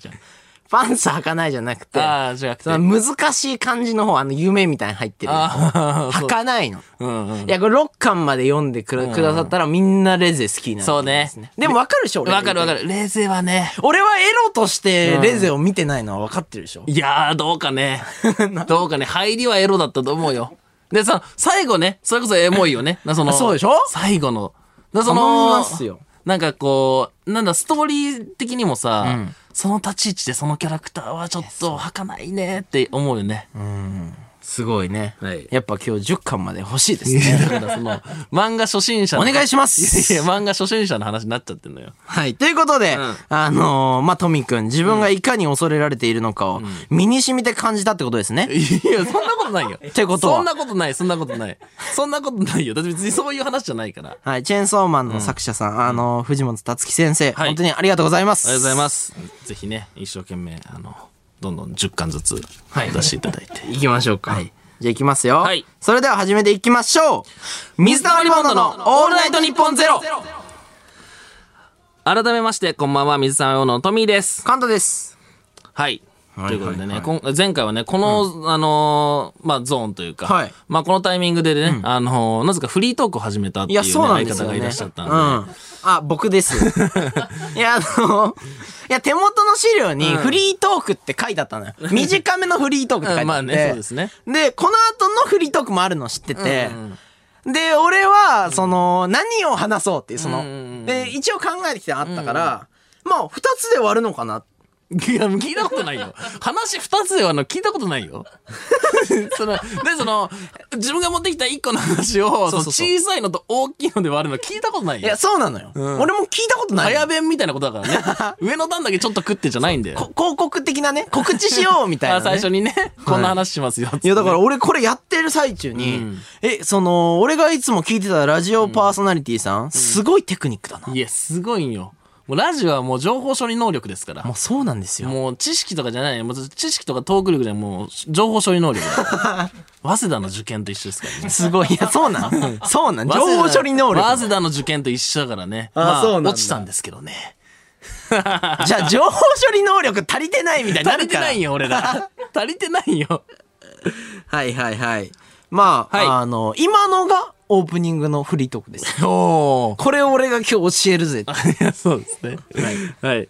[SPEAKER 2] パンツ履かないじゃなくて、
[SPEAKER 1] ああ、違くて。
[SPEAKER 2] その難しい漢字の方、あの、夢みたいに入ってる。
[SPEAKER 1] ああ、
[SPEAKER 2] 履かないの。
[SPEAKER 1] [laughs] うんうん。
[SPEAKER 2] いや、これ6巻まで読んでく,、くださったらみんなレゼ好きになると思います
[SPEAKER 1] そうね。
[SPEAKER 2] でもわかるでしょ俺の
[SPEAKER 1] わ
[SPEAKER 2] 言
[SPEAKER 1] か
[SPEAKER 2] い
[SPEAKER 1] る
[SPEAKER 2] たい
[SPEAKER 1] わかる。レゼはね。
[SPEAKER 2] 俺はエロとしてレゼを見てないのは分かってるでしょ、
[SPEAKER 1] いやー、どうかね。
[SPEAKER 2] [laughs]
[SPEAKER 1] どうかね。入りはエロだったと思うよ。で、さ、最後ね、それこそエモいよね。なその
[SPEAKER 2] あそうでしょ
[SPEAKER 1] 最後の。なそ
[SPEAKER 2] 頼
[SPEAKER 1] の
[SPEAKER 2] みますよ、
[SPEAKER 1] なんかこう、なんだ、ストーリー的にもさ、その立ち位置でそのキャラクターはちょっと儚いねって思うよね。
[SPEAKER 2] すごいね。
[SPEAKER 1] はい
[SPEAKER 2] やっぱ今日10巻まで欲しいですね。
[SPEAKER 1] だからその、漫画初心者 [laughs]
[SPEAKER 2] お
[SPEAKER 1] の
[SPEAKER 2] 願いし
[SPEAKER 1] い
[SPEAKER 2] ま
[SPEAKER 1] や
[SPEAKER 2] す。
[SPEAKER 1] 漫画初心者の話になっちゃってんのよ。
[SPEAKER 2] はい。ということで、
[SPEAKER 1] ん
[SPEAKER 2] あのー、まあ、トミーくん、自分がいかに恐れられているのかを身に染みて感じたってことですね。
[SPEAKER 1] [laughs] いや、そんなことないよ。って
[SPEAKER 2] ことは
[SPEAKER 1] そんなことない、そんなことない。そんなことないよ。だって別にそういう話じゃないから。あり
[SPEAKER 2] はい。チェーンソーマンの作者さん、あのー、藤本達樹先生、
[SPEAKER 1] はい
[SPEAKER 2] 本当にありがとうございます。
[SPEAKER 1] がとうございます。ぜひね、一生懸命、あの、どんどん10巻ずつ出していただいて。
[SPEAKER 2] 行きましょうか。じゃあ行きますよ。
[SPEAKER 1] はい
[SPEAKER 2] それでは始めていきましょう水溜りボンドのオールナイトニッポンゼロ
[SPEAKER 1] 改めまして、こんばんは、水沢用のトミーです。
[SPEAKER 2] カンタです。
[SPEAKER 1] はい。
[SPEAKER 2] はい
[SPEAKER 1] ということでね、
[SPEAKER 2] はい
[SPEAKER 1] こん前回はね、この、あのーまあ、ゾーンというか、
[SPEAKER 2] はい
[SPEAKER 1] まあ、このタイミングでね、あのーなぜかフリートークを始めたって
[SPEAKER 2] い
[SPEAKER 1] いう,、
[SPEAKER 2] や、
[SPEAKER 1] ね、
[SPEAKER 2] そうなんですよ、
[SPEAKER 1] 相
[SPEAKER 2] ね。
[SPEAKER 1] 方がいらっしゃったん
[SPEAKER 2] う
[SPEAKER 1] で、
[SPEAKER 2] ん。あ、僕です。
[SPEAKER 1] [laughs]
[SPEAKER 2] いや、あの、いや、手元の資料にフリートークって書いてあったのよ。短めのフリートークって書いてあって。
[SPEAKER 1] まあね、そうですね。
[SPEAKER 2] で、この後のフリートークもあるの知ってて、で、俺は、その、何を話そうっていう、その、
[SPEAKER 1] うんうんうん
[SPEAKER 2] で、一応考えてきてあったから、まあ、二つで終わるのかな。
[SPEAKER 1] いや、聞いたことないよ。話二つではあの、聞いたことないよ。 [laughs] その、で、その、自分が持ってきた一個の話を、
[SPEAKER 2] そ
[SPEAKER 1] そうの
[SPEAKER 2] そうそう
[SPEAKER 1] 小さいのと大きいので割るの聞いたことない
[SPEAKER 2] いや、
[SPEAKER 1] よ。
[SPEAKER 2] そうなのよ。俺も聞いたことないの。
[SPEAKER 1] 早弁みたいなことだ
[SPEAKER 2] [laughs]
[SPEAKER 1] からね。上の段だけちょっと食ってじゃないんだよ。
[SPEAKER 2] こ広告的なね、告知しようみたい
[SPEAKER 1] [laughs]
[SPEAKER 2] な、
[SPEAKER 1] あ
[SPEAKER 2] ね。
[SPEAKER 1] 最初にね、こんな話しますよ。
[SPEAKER 2] いや、だから俺これやってる最中に、
[SPEAKER 1] うん
[SPEAKER 2] え、その、俺がいつも聞いてたラジオパーソナリティさん、すごいテクニックだな。
[SPEAKER 1] いや、すごいんよ。もうラジオはもう情報処理能力ですから
[SPEAKER 2] も。うそうなんですよ。
[SPEAKER 1] もう知識とかじゃない。もう知識とかトーク力じゃないもう情報処理
[SPEAKER 2] [laughs]
[SPEAKER 1] 能力だから。早稲田の受験と一緒ですからね。
[SPEAKER 2] すごい。いや、そうなん。そうなん。情報処理能
[SPEAKER 1] [laughs] 早
[SPEAKER 2] 力。
[SPEAKER 1] 稲田の受験と一緒だからね。
[SPEAKER 2] あー
[SPEAKER 1] まあ
[SPEAKER 2] そうなんだ
[SPEAKER 1] 落ちたんですけどね。
[SPEAKER 2] じゃあ、情報処理能力足りてないみたいにな
[SPEAKER 1] 足
[SPEAKER 2] る
[SPEAKER 1] り
[SPEAKER 2] か
[SPEAKER 1] て
[SPEAKER 2] ら。
[SPEAKER 1] ない
[SPEAKER 2] よ。
[SPEAKER 1] よ、俺ら。 [laughs] 足りてない
[SPEAKER 2] [laughs]
[SPEAKER 1] よ。
[SPEAKER 2] はいはいはい。まあ、
[SPEAKER 1] はい
[SPEAKER 2] あの、今のがオープニングのフリートークです。
[SPEAKER 1] お [laughs]
[SPEAKER 2] これを俺が今日教えるぜ。
[SPEAKER 1] いや、そうですね。はい。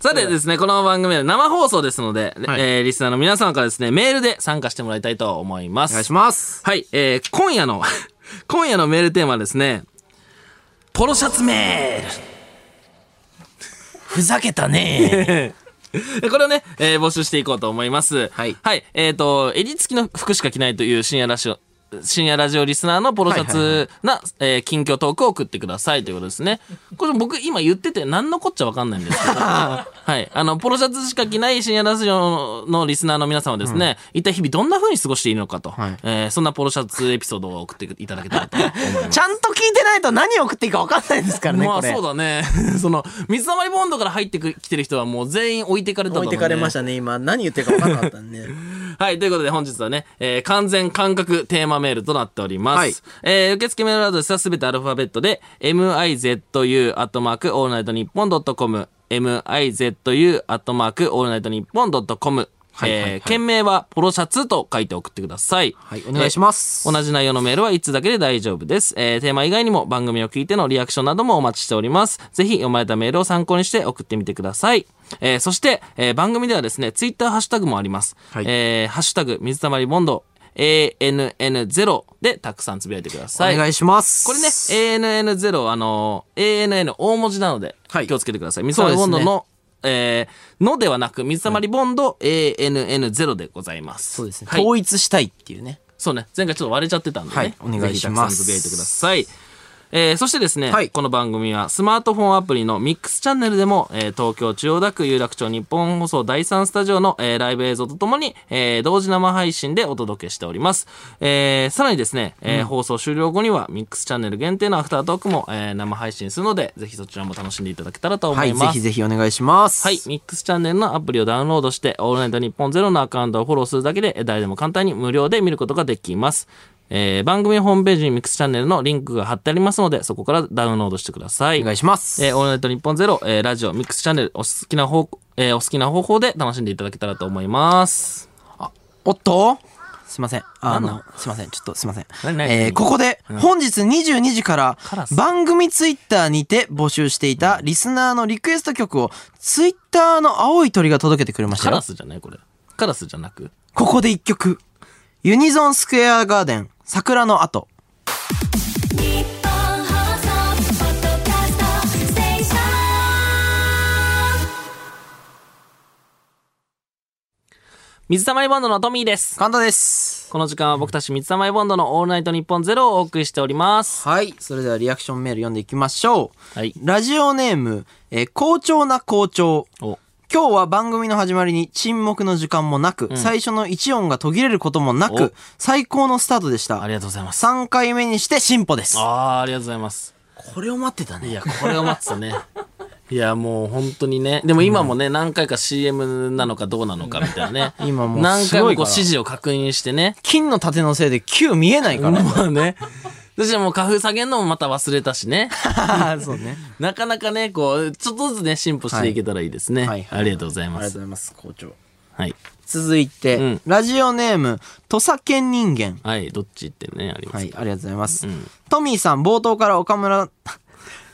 [SPEAKER 1] さてですね、この番組は生放送ですので、
[SPEAKER 2] はい
[SPEAKER 1] えーリスナーの皆様からですね、メールで参加してもらいたいと思います。
[SPEAKER 2] お願いします。
[SPEAKER 1] はい、えー今夜の、 [laughs] 今夜のメールテーマはですね、ポロシャツメ
[SPEAKER 4] ふざけたね
[SPEAKER 1] ールこれをね、えー募集していこうと思います。
[SPEAKER 2] はい
[SPEAKER 1] はい、えっ、と、襟付きの服しか着ないという深夜ラジオ、深夜ラジオリスナーのポロシャツな、えー近況トークを送ってくださいということですね。これ僕今言ってて何のこっちゃわかんないんですけ
[SPEAKER 4] [laughs]
[SPEAKER 1] ど、はい。あの、ポロシャツしか着ない深夜ラジオのリスナーの皆さんはですね、一体日々どんな風に過ごしているのかと、
[SPEAKER 2] はい
[SPEAKER 1] えーそんなポロシャツエピソードを送っていただけたらと思い
[SPEAKER 4] [laughs]
[SPEAKER 1] ます。
[SPEAKER 4] ちゃんと聞いてないと何を送っていいか分かんないですからね
[SPEAKER 1] ま
[SPEAKER 4] こ
[SPEAKER 1] あ
[SPEAKER 4] れ
[SPEAKER 1] そうだね [laughs] その水溜りボンドから入ってくきてる人はもう全員置いてかれただろ
[SPEAKER 4] 置い
[SPEAKER 1] うね
[SPEAKER 4] てかれましたね今何言ってるか分かんなかったんで
[SPEAKER 1] はいということで本日はね、えー完全感覚テーマメールとなっております、
[SPEAKER 2] はい
[SPEAKER 1] えー受付メールアドレスはすべてアルファベットで mizu アットマークオールナイトニッポンドットコム mizu アットマークオールナイトニッポンドットコム
[SPEAKER 2] はいはいはい
[SPEAKER 1] えー件名はポロシャツと書いて送ってください
[SPEAKER 2] [laughs] はい、お願いします。
[SPEAKER 1] 同じ内容のメールは1通だけで大丈夫です。えーテーマ以外にも番組を聞いてのリアクションなどもお待ちしております。ぜひ読まれたメールを参考にして送ってみてください。えーそして、えー番組ではですね、ツイッターハッシュタグもあります。
[SPEAKER 2] はい
[SPEAKER 1] えーハッシュタグ、水溜りボンド、ANN0 でたくさんつぶやいてください。
[SPEAKER 2] お願いします。
[SPEAKER 1] これね、ANN0、あのー ANN 大文字なので、
[SPEAKER 2] はい
[SPEAKER 1] 気をつけてください。水溜りボンドの、えーのではなく、水溜りボンド、ANN0 でございます。
[SPEAKER 2] そうですね。
[SPEAKER 1] はい
[SPEAKER 2] 統一したいっていうね。
[SPEAKER 1] そうね。前回ちょっと割れちゃってたんでね。
[SPEAKER 2] はいお願いしま
[SPEAKER 1] ぜひたくさん
[SPEAKER 2] す
[SPEAKER 1] つぶやいてください。えーそしてですね、
[SPEAKER 2] はい
[SPEAKER 1] この番組はスマートフォンアプリのミックスチャンネルでも、えー東京千代田区有楽町日本放送第3スタジオの、えーライブ映像とともに、えー同時生配信でお届けしております。えーさらにですね、えー放送終了後にはミックスチャンネル限定のアフタートークも、えー生配信するので、ぜひそちらも楽しんでいただけたらと思
[SPEAKER 2] はいい、
[SPEAKER 1] ます。
[SPEAKER 2] ぜひぜひお願いします。
[SPEAKER 1] はい。ミックスチャンネルのアプリをダウンロードして、オールナイトニッポンゼロのアカウントをフォローするだけで、誰でも簡単に無料で見ることができます。えー番組ホームページにミックスチャンネルのリンクが貼ってありますので、そこからダウンロードしてください。
[SPEAKER 2] お願いします。
[SPEAKER 1] えーオールナイトニッポンゼロ、えーラジオ、ミックスチャンネル、お好きな方、えーお好きな方法で楽しんでいただけたらと思います。
[SPEAKER 2] おっとすいません。あ
[SPEAKER 1] 何
[SPEAKER 2] の、すいません。ちょっとすいません。
[SPEAKER 1] 何何
[SPEAKER 2] えーここで、本日22時から
[SPEAKER 1] ラ、ス
[SPEAKER 2] 番組ツイッターにて募集していたリスナーのリクエスト曲を、ツイッターの青い鳥が届けてくれまし
[SPEAKER 1] カ
[SPEAKER 2] た
[SPEAKER 1] ラ
[SPEAKER 2] よ。
[SPEAKER 1] スじゃないこれ。カラスじゃなく。
[SPEAKER 2] ここで一曲。ユニゾンスクエアガーデン、桜の後。
[SPEAKER 5] 日本放送ポッドキャストステーション
[SPEAKER 1] 水溜りボンドのトミーです。
[SPEAKER 2] 神田です。
[SPEAKER 1] この時間は僕たち水溜りボンドのオールナイトニッポンゼロをお送りしております。
[SPEAKER 2] はい。それではリアクションメール読んでいきましょう。
[SPEAKER 1] はい
[SPEAKER 2] ラジオネーム、えー校長な校長。
[SPEAKER 1] お、
[SPEAKER 2] 今日は番組の始まりに沈黙の時間もなく、最初の一音が途切れることもな
[SPEAKER 1] お
[SPEAKER 2] く、最高のスタートでした
[SPEAKER 1] あ。りがとうございます。
[SPEAKER 2] 3回目にして進歩です。
[SPEAKER 1] あー、ありがとうございます。
[SPEAKER 2] これを待ってたね。
[SPEAKER 1] いや、これを待ってたね。いや、もう本当にね。でも今もね、何回か CM なのかどうなのかみたいなね。
[SPEAKER 2] [laughs] 今もう
[SPEAKER 1] 何
[SPEAKER 2] す
[SPEAKER 1] 回も
[SPEAKER 2] ご
[SPEAKER 1] こう
[SPEAKER 2] いから
[SPEAKER 1] 指示を確認してね。
[SPEAKER 2] 金の盾のせいで9見えないから。
[SPEAKER 1] まあね。そしてもう花粉下げんのもまた忘れたしね。
[SPEAKER 2] [laughs] [laughs] そうね。
[SPEAKER 1] なかなかね、こう、ちょっとずつね、進歩していけたらいいですね。
[SPEAKER 2] はいはいはい
[SPEAKER 1] ありがとうござい
[SPEAKER 2] あり
[SPEAKER 1] ま
[SPEAKER 2] がとうご
[SPEAKER 1] す。
[SPEAKER 2] ざいます、校長。
[SPEAKER 1] はい。
[SPEAKER 2] 続いて、
[SPEAKER 1] うん
[SPEAKER 2] ラジオネーム、土佐犬人間。
[SPEAKER 1] はい、どっちってね、ありま
[SPEAKER 2] は
[SPEAKER 1] す。
[SPEAKER 2] い、ありがとうございます。トミーさん、冒頭から岡村、 [laughs]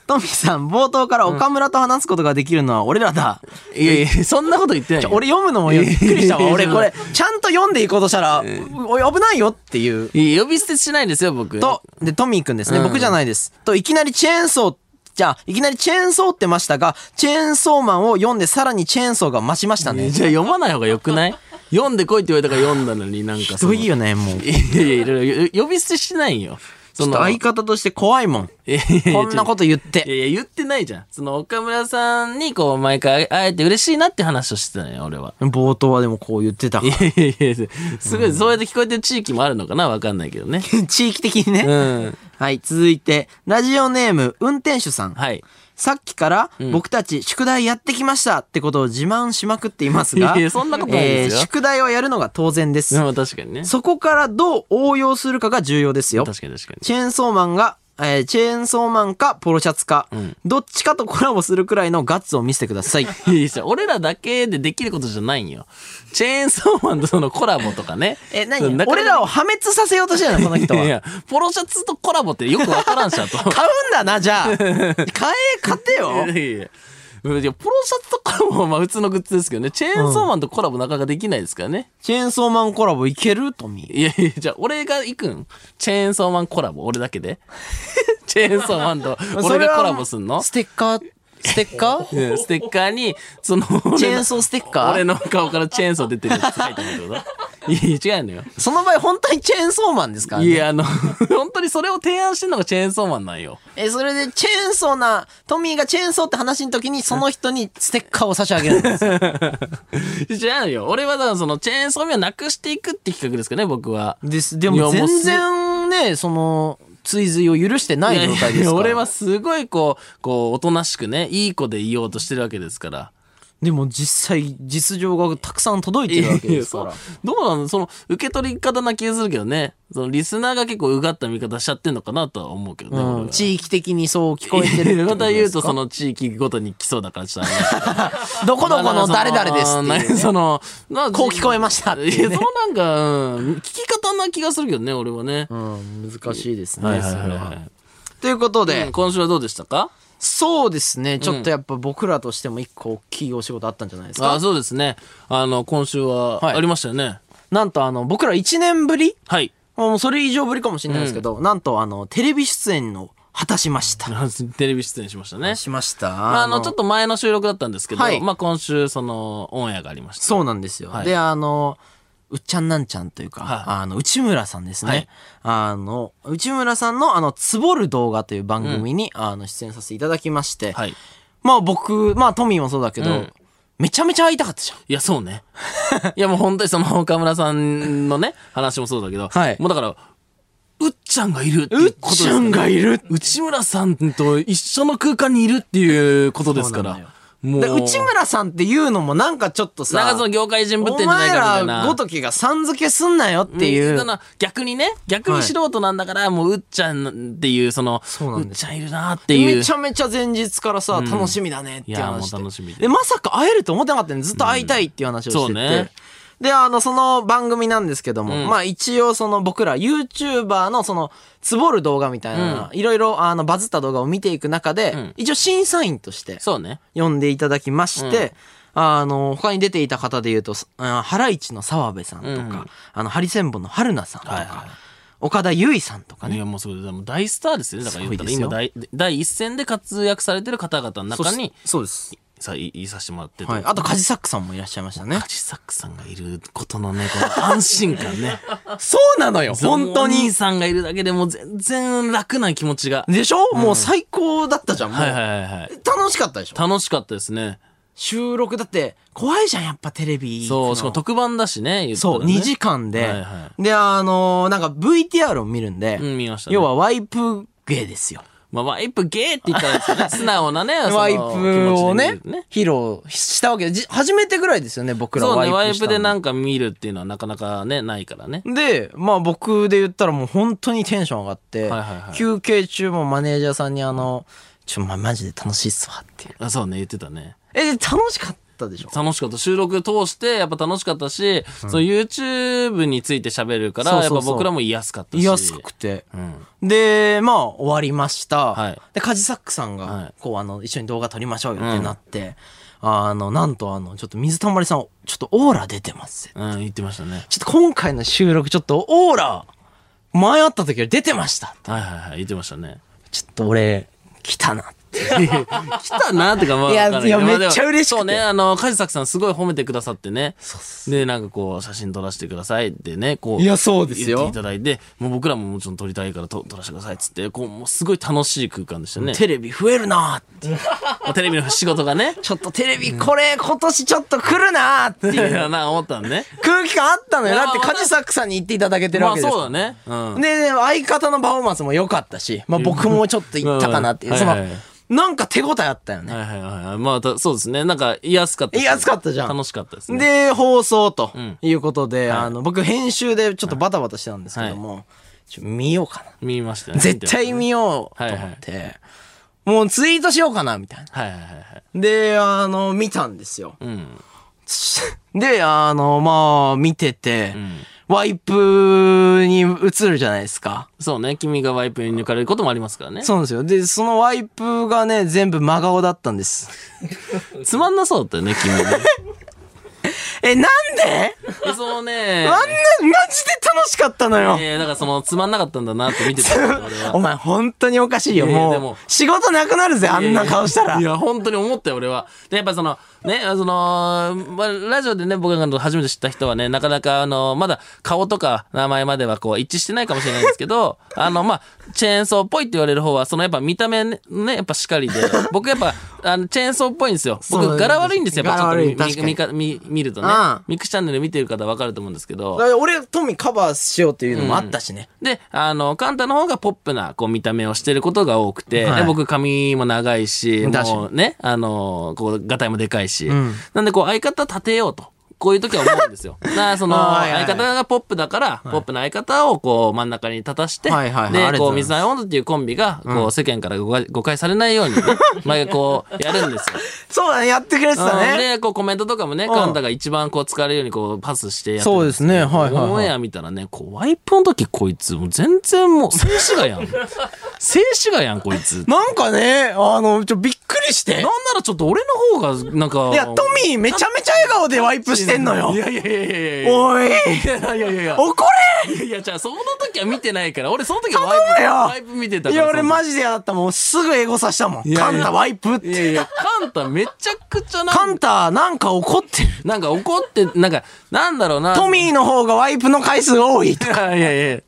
[SPEAKER 2] トミーさん、冒頭から岡村と話すことができるのは俺らだ。
[SPEAKER 1] い、やいや、そんなこと言ってないよ。
[SPEAKER 2] 俺読むのもびっくりしたわ。俺
[SPEAKER 1] [laughs]
[SPEAKER 2] これ、ちゃんと読んでいこうとしたら、おい危ないよっていう。
[SPEAKER 1] いや呼び捨てしないですよ、僕。
[SPEAKER 2] と、で、トミーくんですね。
[SPEAKER 1] うん
[SPEAKER 2] 僕じゃないです。と、いきなりチェーンソー、じゃあ、いきなりチェーンソーってましたが、チェーンソーマンを読んでさらにチェーンソーが増しましたね。
[SPEAKER 1] じゃあ読まない方がよくない読んでこいって言われたから読んだのになんか
[SPEAKER 2] ひどいよね、もう。
[SPEAKER 1] いやいやいやいやよ呼び捨てしないよ。
[SPEAKER 2] ち
[SPEAKER 1] そ
[SPEAKER 2] ょっ
[SPEAKER 1] の
[SPEAKER 2] と相方として怖いもん。
[SPEAKER 1] いやいやいや
[SPEAKER 2] こんなこと言っ
[SPEAKER 1] い
[SPEAKER 2] て。
[SPEAKER 1] やいや、言ってないじゃん。その、岡村さんに、こう、毎回会えて嬉しいなって話をしてたのよ、俺は。 [laughs]
[SPEAKER 2] 冒頭はでもこう言ってたか
[SPEAKER 1] い
[SPEAKER 2] ら。
[SPEAKER 1] やいやいや、すごい、そうやって聞こえてる地域もあるのかなわかんないけど
[SPEAKER 2] [laughs]
[SPEAKER 1] ね。
[SPEAKER 2] 地域的にね。
[SPEAKER 1] うん。
[SPEAKER 2] はい、続いて、ラジオネーム、運転手さん。
[SPEAKER 1] はい。
[SPEAKER 2] さっきから、僕たち宿題やってきましたってことを自慢しまくっていますが、
[SPEAKER 1] いやそんなことないですよ
[SPEAKER 2] えー宿題をやるのが当然です。
[SPEAKER 1] まあ確かにね。
[SPEAKER 2] そこからどう応用するかが重要ですよ。
[SPEAKER 1] 確かに確かに。
[SPEAKER 2] チェーンソーマンが、えーチェーンソーマンかポロシャツか、どっちかとコラボするくらいのガッツを見せてく
[SPEAKER 1] [laughs]
[SPEAKER 2] ださい。。
[SPEAKER 1] いやいや俺らだけでできることじゃないんよ。チェーンソーマンとそのコラボとかね
[SPEAKER 2] え、何
[SPEAKER 1] なかなか
[SPEAKER 2] 俺らを破滅させようとしてるのこの人
[SPEAKER 1] [laughs]
[SPEAKER 2] は。
[SPEAKER 1] いや、ポロシャツとコラボってよくわからんし、あと。 [laughs]
[SPEAKER 2] 買うんだな、じゃあ。買え、買ってよ。
[SPEAKER 1] いやいやうんいや、ポロシャツとかも、まあ、普通のグッズですけどね。チェーンソーマンとコラボなかなかできないですからね。
[SPEAKER 2] チェーンソーマンコラボいけるトミー。
[SPEAKER 1] いやいや、じゃあ、俺が行くんチェーンソーマンコラボ、俺だけで。 [laughs] チェーンソーマン
[SPEAKER 2] [laughs]
[SPEAKER 1] と俺がコラボすんの
[SPEAKER 2] ステッカー、ステッカー
[SPEAKER 1] うんステッカーに、その、
[SPEAKER 2] チェーンソーステッ
[SPEAKER 1] [laughs]
[SPEAKER 2] カ
[SPEAKER 1] 俺
[SPEAKER 2] ー
[SPEAKER 1] の顔からチェーンソー出てるやつ書いてあるって
[SPEAKER 2] [laughs]
[SPEAKER 1] こといや、違うのよ。
[SPEAKER 2] その場合本当にチェーンソーマンですから
[SPEAKER 1] い
[SPEAKER 2] ね。
[SPEAKER 1] や、あの、 [laughs] 本当にそれを提案してんのがチェーンソーマンなんよ。
[SPEAKER 2] え、それでチェーンソーな、トミーがチェーンソーって話の時にその人にステッカーを差し上げるんですよ。
[SPEAKER 1] 違うのよ。俺はだからそのチェーンソーマンをなくしていくって企画ですかね、僕は。
[SPEAKER 2] です。で
[SPEAKER 1] いやも
[SPEAKER 2] も
[SPEAKER 1] うす
[SPEAKER 2] 全然ね、その、追随を許してない
[SPEAKER 1] いやい
[SPEAKER 2] 状態です
[SPEAKER 1] や
[SPEAKER 2] から。
[SPEAKER 1] 俺はすごいこう、こう、おとなしくね、いい子でいようとしてるわけですから。
[SPEAKER 2] でも実際、実情がたくさん届いてるわけですから。
[SPEAKER 1] そうどうなのその、受け取り方な気がするけどね。その、リスナーが結構うがった見方しちゃってんのかなとは思うけどね。俺
[SPEAKER 2] うん、
[SPEAKER 1] は
[SPEAKER 2] 地域的にそう聞こえてるってこ
[SPEAKER 1] ま
[SPEAKER 2] と
[SPEAKER 1] た
[SPEAKER 2] で
[SPEAKER 1] 言う
[SPEAKER 2] すか
[SPEAKER 1] とその地域ごとに来そうだからちょっとあれ
[SPEAKER 2] どこどこの誰々ですっていうね
[SPEAKER 1] なんかその、なんか
[SPEAKER 2] こう聞こえましたっていうね
[SPEAKER 1] いやそうなんか、うん聞き方な気がするけどね、俺はね。
[SPEAKER 2] うん、難しいですね、
[SPEAKER 1] はいはい
[SPEAKER 2] そ
[SPEAKER 1] はい
[SPEAKER 2] れ
[SPEAKER 1] は。
[SPEAKER 2] はいということで、
[SPEAKER 1] で、今週はどうでしたか
[SPEAKER 2] そうですね、ちょっとやっぱ僕らとしても一個大きいお仕事あったんじゃないですか。
[SPEAKER 1] あ、そうですね。あの、今週は、
[SPEAKER 2] はい
[SPEAKER 1] ありましたよね。
[SPEAKER 2] なんとあの、僕ら1年ぶり
[SPEAKER 1] はい。
[SPEAKER 2] もうそれ以上ぶりかもしれないですけど、なんとあの、テレビ出演を果たしました。 [laughs]
[SPEAKER 1] テレビ出演しましたね。
[SPEAKER 2] しました。
[SPEAKER 1] まあ、あの、ちょっと前の収録だったんですけど、
[SPEAKER 2] はい
[SPEAKER 1] まあ、今週、その、オンエアがありました。
[SPEAKER 2] そうなんですよ。
[SPEAKER 1] はい
[SPEAKER 2] で、あの、うっちゃんなんちゃんというか、
[SPEAKER 1] はい
[SPEAKER 2] あの、内村さんですね。
[SPEAKER 1] はい
[SPEAKER 2] あの、内村さんのあの、つぼる動画という番組に、あの、出演させていただきまして、
[SPEAKER 1] はい。
[SPEAKER 2] まあ僕、まあトミーもそうだけど、
[SPEAKER 1] うん
[SPEAKER 2] めちゃめちゃ会いたかったじゃん。
[SPEAKER 1] いや、そうね。 [laughs] いや、もう本当にその、岡村さん
[SPEAKER 2] [laughs]
[SPEAKER 1] のね、話もそうだけど、
[SPEAKER 2] はい
[SPEAKER 1] もうだから、うっちゃんがいるっていうことですから
[SPEAKER 2] うっちゃんがいる
[SPEAKER 1] 内村さんと一緒の空間にいるっていうことですか
[SPEAKER 2] そうな
[SPEAKER 1] ら
[SPEAKER 2] のよ。
[SPEAKER 1] も
[SPEAKER 2] で内村さんっていうのもなんかちょっとさ、
[SPEAKER 1] なんかその業界人ぶってんじ
[SPEAKER 2] お
[SPEAKER 1] ゃない
[SPEAKER 2] 前
[SPEAKER 1] かみたいな。
[SPEAKER 2] らごときがさん付けすんなよっていう。
[SPEAKER 1] だから逆にね、逆に素人なんだから、もううっちゃんっていう、その、
[SPEAKER 2] そうなんです
[SPEAKER 1] っちゃんいるなっていう。
[SPEAKER 2] めちゃめちゃ前日からさ、楽しみだねっていう
[SPEAKER 1] いやも
[SPEAKER 2] 話
[SPEAKER 1] う
[SPEAKER 2] で
[SPEAKER 1] 楽しみで
[SPEAKER 2] でまさか会えると思ってなかったねずっと会いたいっていう話をしてて、
[SPEAKER 1] うんそうね
[SPEAKER 2] であのその番組なんですけども、
[SPEAKER 1] うん
[SPEAKER 2] まあ一応その僕ら YouTuber のそのつぼる動画みたいな、いろいろあのバズった動画を見ていく中で、
[SPEAKER 1] ん
[SPEAKER 2] 一応審査員として
[SPEAKER 1] そうね。
[SPEAKER 2] 呼んでいただきまして、あの他に出ていた方で言うとあハライチの澤部さんとか、
[SPEAKER 1] うん
[SPEAKER 2] あのハリセンボンの春菜さんとか、
[SPEAKER 1] はいはい
[SPEAKER 2] 岡田結衣さんとかね
[SPEAKER 1] いやもうそうですもう大スターですよね。だから言ったら
[SPEAKER 2] すご
[SPEAKER 1] 今
[SPEAKER 2] い
[SPEAKER 1] 第第一線で活躍されてる方々の中に
[SPEAKER 2] そうです、
[SPEAKER 1] さいいさせてもらってる。
[SPEAKER 2] はい、あとカジサックさんもいらっしゃいましたね
[SPEAKER 1] カジサックさんがいることのね、この安心感ね。
[SPEAKER 2] [laughs] そうなのよ、 [laughs] 本当
[SPEAKER 1] お兄
[SPEAKER 2] に。
[SPEAKER 1] さんがいるだけでもう全然楽な気持ちが。
[SPEAKER 2] でしょ、もう最高だったじゃん、もう。
[SPEAKER 1] はいはいはいはい。
[SPEAKER 2] 楽しかったでしょ
[SPEAKER 1] 楽しかったですね。
[SPEAKER 2] 収録だって怖いじゃん、やっぱテレビ行くの。
[SPEAKER 1] そう、しかも特番だしね、言ったら
[SPEAKER 2] そう、
[SPEAKER 1] ね
[SPEAKER 2] 2時間で。
[SPEAKER 1] はいは
[SPEAKER 2] で、あのーなんか VTR を見るんで、
[SPEAKER 1] うん見ましたね
[SPEAKER 2] 要はワイプ芸ですよ。
[SPEAKER 1] まあ、ワイプゲーって言ったらですよ
[SPEAKER 2] [laughs]
[SPEAKER 1] ね、素直なね、その
[SPEAKER 2] ワイプを
[SPEAKER 1] 気
[SPEAKER 2] ね
[SPEAKER 1] 持ちで見る、
[SPEAKER 2] 披露したわけで、じ初めてぐらいですよね、僕ら
[SPEAKER 1] そう
[SPEAKER 2] ワイ
[SPEAKER 1] ね、
[SPEAKER 2] プ
[SPEAKER 1] ワイ
[SPEAKER 2] した
[SPEAKER 1] プ
[SPEAKER 2] の
[SPEAKER 1] でなんか見るっていうのはなかなかね、ないからね。
[SPEAKER 2] で、まあ僕で言ったらもう本当にテンション上がって、
[SPEAKER 1] はいはいはい
[SPEAKER 2] 休憩中もマネージャーさんにあの、ちょ、ま、マジで楽しいっすわっていう。
[SPEAKER 1] あそうね、言ってたね。
[SPEAKER 2] え、楽しかったでしょ
[SPEAKER 1] 楽しかった。収録通して、やっぱ楽しかったし、その YouTube について喋るから、
[SPEAKER 2] そうそ
[SPEAKER 1] やっ
[SPEAKER 2] うそう
[SPEAKER 1] ぱ僕らも言いやすかったし。
[SPEAKER 2] 言いやすくて。
[SPEAKER 1] うん。
[SPEAKER 2] で、まあ、終わりました。
[SPEAKER 1] はい
[SPEAKER 2] で、カジサックさんが、
[SPEAKER 1] はい
[SPEAKER 2] こう、あの、一緒に動画撮りましょうよってなって、あの、なんとあの、ちょっと水たまりさん、ちょっとオーラ出てます。
[SPEAKER 1] うん、言ってましたね。
[SPEAKER 2] ちょっと今回の収録、ちょっとオーラ、前会った時より出てました。
[SPEAKER 1] はいはいはい、言ってましたね。
[SPEAKER 2] ちょっと俺、来たなって。
[SPEAKER 1] 来たなってか、まあ、
[SPEAKER 2] いや
[SPEAKER 1] わかんなけど
[SPEAKER 2] いや
[SPEAKER 1] まあでも
[SPEAKER 2] めっちゃ嬉しくて
[SPEAKER 1] そうね、あの、カジサクさんすごい褒めてくださってね。で、なんかこう、写真撮らせてくださいってね、こう。
[SPEAKER 2] いやそうですよ
[SPEAKER 1] 言っていただいて、もう僕らももちろん撮りたいからと撮らせてくださいっつって、こう、もうすごい楽しい空間でしたね。
[SPEAKER 2] テレビ増えるなって。
[SPEAKER 1] まあテレビの仕事がね。
[SPEAKER 2] ちょっとテレビこれ、今年ちょっと来るなって
[SPEAKER 1] い
[SPEAKER 2] いう
[SPEAKER 1] や、な、思ったんね。
[SPEAKER 2] 空気感あったのよ。
[SPEAKER 1] いや
[SPEAKER 2] だってカジサックさんに言っていただ [laughs] けてる
[SPEAKER 1] ま
[SPEAKER 2] わ
[SPEAKER 1] あ
[SPEAKER 2] けです
[SPEAKER 1] そ
[SPEAKER 2] か
[SPEAKER 1] う
[SPEAKER 2] ら
[SPEAKER 1] だね。うん。
[SPEAKER 2] で、で相方のパフォーマンスも良かったし、まあ僕もちょっと行ったかなっていう、
[SPEAKER 1] うん
[SPEAKER 2] その
[SPEAKER 1] はいはい、
[SPEAKER 2] なんか手応えあったよね。
[SPEAKER 1] はいはいはいはい。まあ、たそうですね。なんか、言いやすかったし
[SPEAKER 2] 言いやすかったじゃん
[SPEAKER 1] 楽しかったですね。
[SPEAKER 2] で、放送と
[SPEAKER 1] ん
[SPEAKER 2] いうことで、あの、僕編集でちょっとバタバタしてたんですけども、ちょ見ようか
[SPEAKER 1] 見ましたね。
[SPEAKER 2] な。絶対見ようと思って、もうツイートしようかな、みたいな。
[SPEAKER 1] はいはいはいはい。
[SPEAKER 2] で、あの、
[SPEAKER 1] [laughs]
[SPEAKER 2] 見たんですよ。
[SPEAKER 1] うん。
[SPEAKER 2] で、あの、まあ、見てて、
[SPEAKER 1] ん
[SPEAKER 2] ワイプに映るじゃないですか。
[SPEAKER 1] そうね。君がワイプに抜かれることもありますからね。
[SPEAKER 2] そうなんですよ。で、そのワイプがね、全部真顔だったんです。
[SPEAKER 1] つまんなそうだったよね、君ね。
[SPEAKER 2] え、なんで
[SPEAKER 1] えそのね。
[SPEAKER 2] [laughs] あんな、マジで楽しかったのよ。
[SPEAKER 1] えー、だからその、つまんなかったんだなって見てた俺は。
[SPEAKER 2] [laughs] お前、本当におかしいよ。
[SPEAKER 1] いやいや
[SPEAKER 2] も
[SPEAKER 1] で
[SPEAKER 2] う
[SPEAKER 1] も、
[SPEAKER 2] 仕事なくなるぜ、あんな顔したら
[SPEAKER 1] い。や、本当に思ったよ、俺は。で、やっぱその、ね、あその、まあ、ラジオでね、僕が初めて知った人はね、なかなか、あの、まだ顔とか名前まではこう、一致してないかもしれないんですけど、 [laughs] あの、まあ、チェーンソーっぽいって言われる方は、そのやっぱ見た目ね、ねやっぱし
[SPEAKER 2] [laughs]
[SPEAKER 1] かりで、僕やっぱ、あの、チェーンソーっぽいんですよ。
[SPEAKER 2] そう
[SPEAKER 1] 僕、柄悪いんですよ、やっぱちょっと
[SPEAKER 2] 柄悪
[SPEAKER 1] 見
[SPEAKER 2] い確かに
[SPEAKER 1] 見か見見るとね
[SPEAKER 2] うん。
[SPEAKER 1] ミクチャンネル見てる方わかると思うんですけど
[SPEAKER 2] だ。から俺、トミーカバーしようっていうのもあったしね。
[SPEAKER 1] で、あの、カンタの方がポップな、こう、見た目をしてることが多くて、
[SPEAKER 2] はい
[SPEAKER 1] で僕、髪も長いし、
[SPEAKER 2] 確かに
[SPEAKER 1] もうね、あの、こう、ガタイもでかいし、なんで、こう、相方立てようと。こういう時は思うん
[SPEAKER 2] [laughs]
[SPEAKER 1] ですよ。だからその、
[SPEAKER 2] あーはいはい
[SPEAKER 1] 相方がポップだから、ポップな相方をこう、真ん中に立たして、
[SPEAKER 2] はいはいはいありが
[SPEAKER 1] で、
[SPEAKER 2] とう
[SPEAKER 1] こ
[SPEAKER 2] ご
[SPEAKER 1] う、
[SPEAKER 2] ざいます
[SPEAKER 1] 水谷温度っていうコンビが、こう、世間から誤解誤解されないよ
[SPEAKER 2] [laughs]
[SPEAKER 1] うに、ね、毎回こう、やるんですよ。
[SPEAKER 2] そうだね、やってくれてた
[SPEAKER 1] うん
[SPEAKER 2] ね。
[SPEAKER 1] で、こうコメントとかもね、
[SPEAKER 2] ん
[SPEAKER 1] カンタが一番こう使われるようにこうパスしてやって
[SPEAKER 2] そうですねはいはいはい
[SPEAKER 1] オンエア見たらね、こうワイプの時こいつ、もう全然もう静止画
[SPEAKER 2] [laughs]
[SPEAKER 1] やん。静止画やん、こいつ。なん
[SPEAKER 2] なんかね、あの、ちょ、びっくりし
[SPEAKER 1] な
[SPEAKER 2] て。
[SPEAKER 1] らちょっと俺の方が、なんか。
[SPEAKER 2] いや、トミーめちゃめちゃ笑顔でワイプしてんのよ。
[SPEAKER 1] いやいやいやいやいや。
[SPEAKER 2] おい、
[SPEAKER 1] いやいやいや。
[SPEAKER 2] 怒
[SPEAKER 1] いやいや、じゃあその時は見てないから、俺その時はワイプ、
[SPEAKER 2] 頼むよ
[SPEAKER 1] ワイプ見てた
[SPEAKER 2] れ
[SPEAKER 1] か
[SPEAKER 2] い
[SPEAKER 1] ら。
[SPEAKER 2] や、俺マ
[SPEAKER 1] ジ
[SPEAKER 2] ジで嫌だった。もうすぐエゴさしたもん。
[SPEAKER 1] やいや
[SPEAKER 2] カンタワイプっ
[SPEAKER 1] いやい
[SPEAKER 2] て。
[SPEAKER 1] や、カンタめちゃくちゃな
[SPEAKER 2] カン
[SPEAKER 1] ん
[SPEAKER 2] タなんか怒ってる。
[SPEAKER 1] なんか怒って、なんか、なんだろうな。
[SPEAKER 2] トミーの方がワイプの回数多い。
[SPEAKER 1] いやいやいや。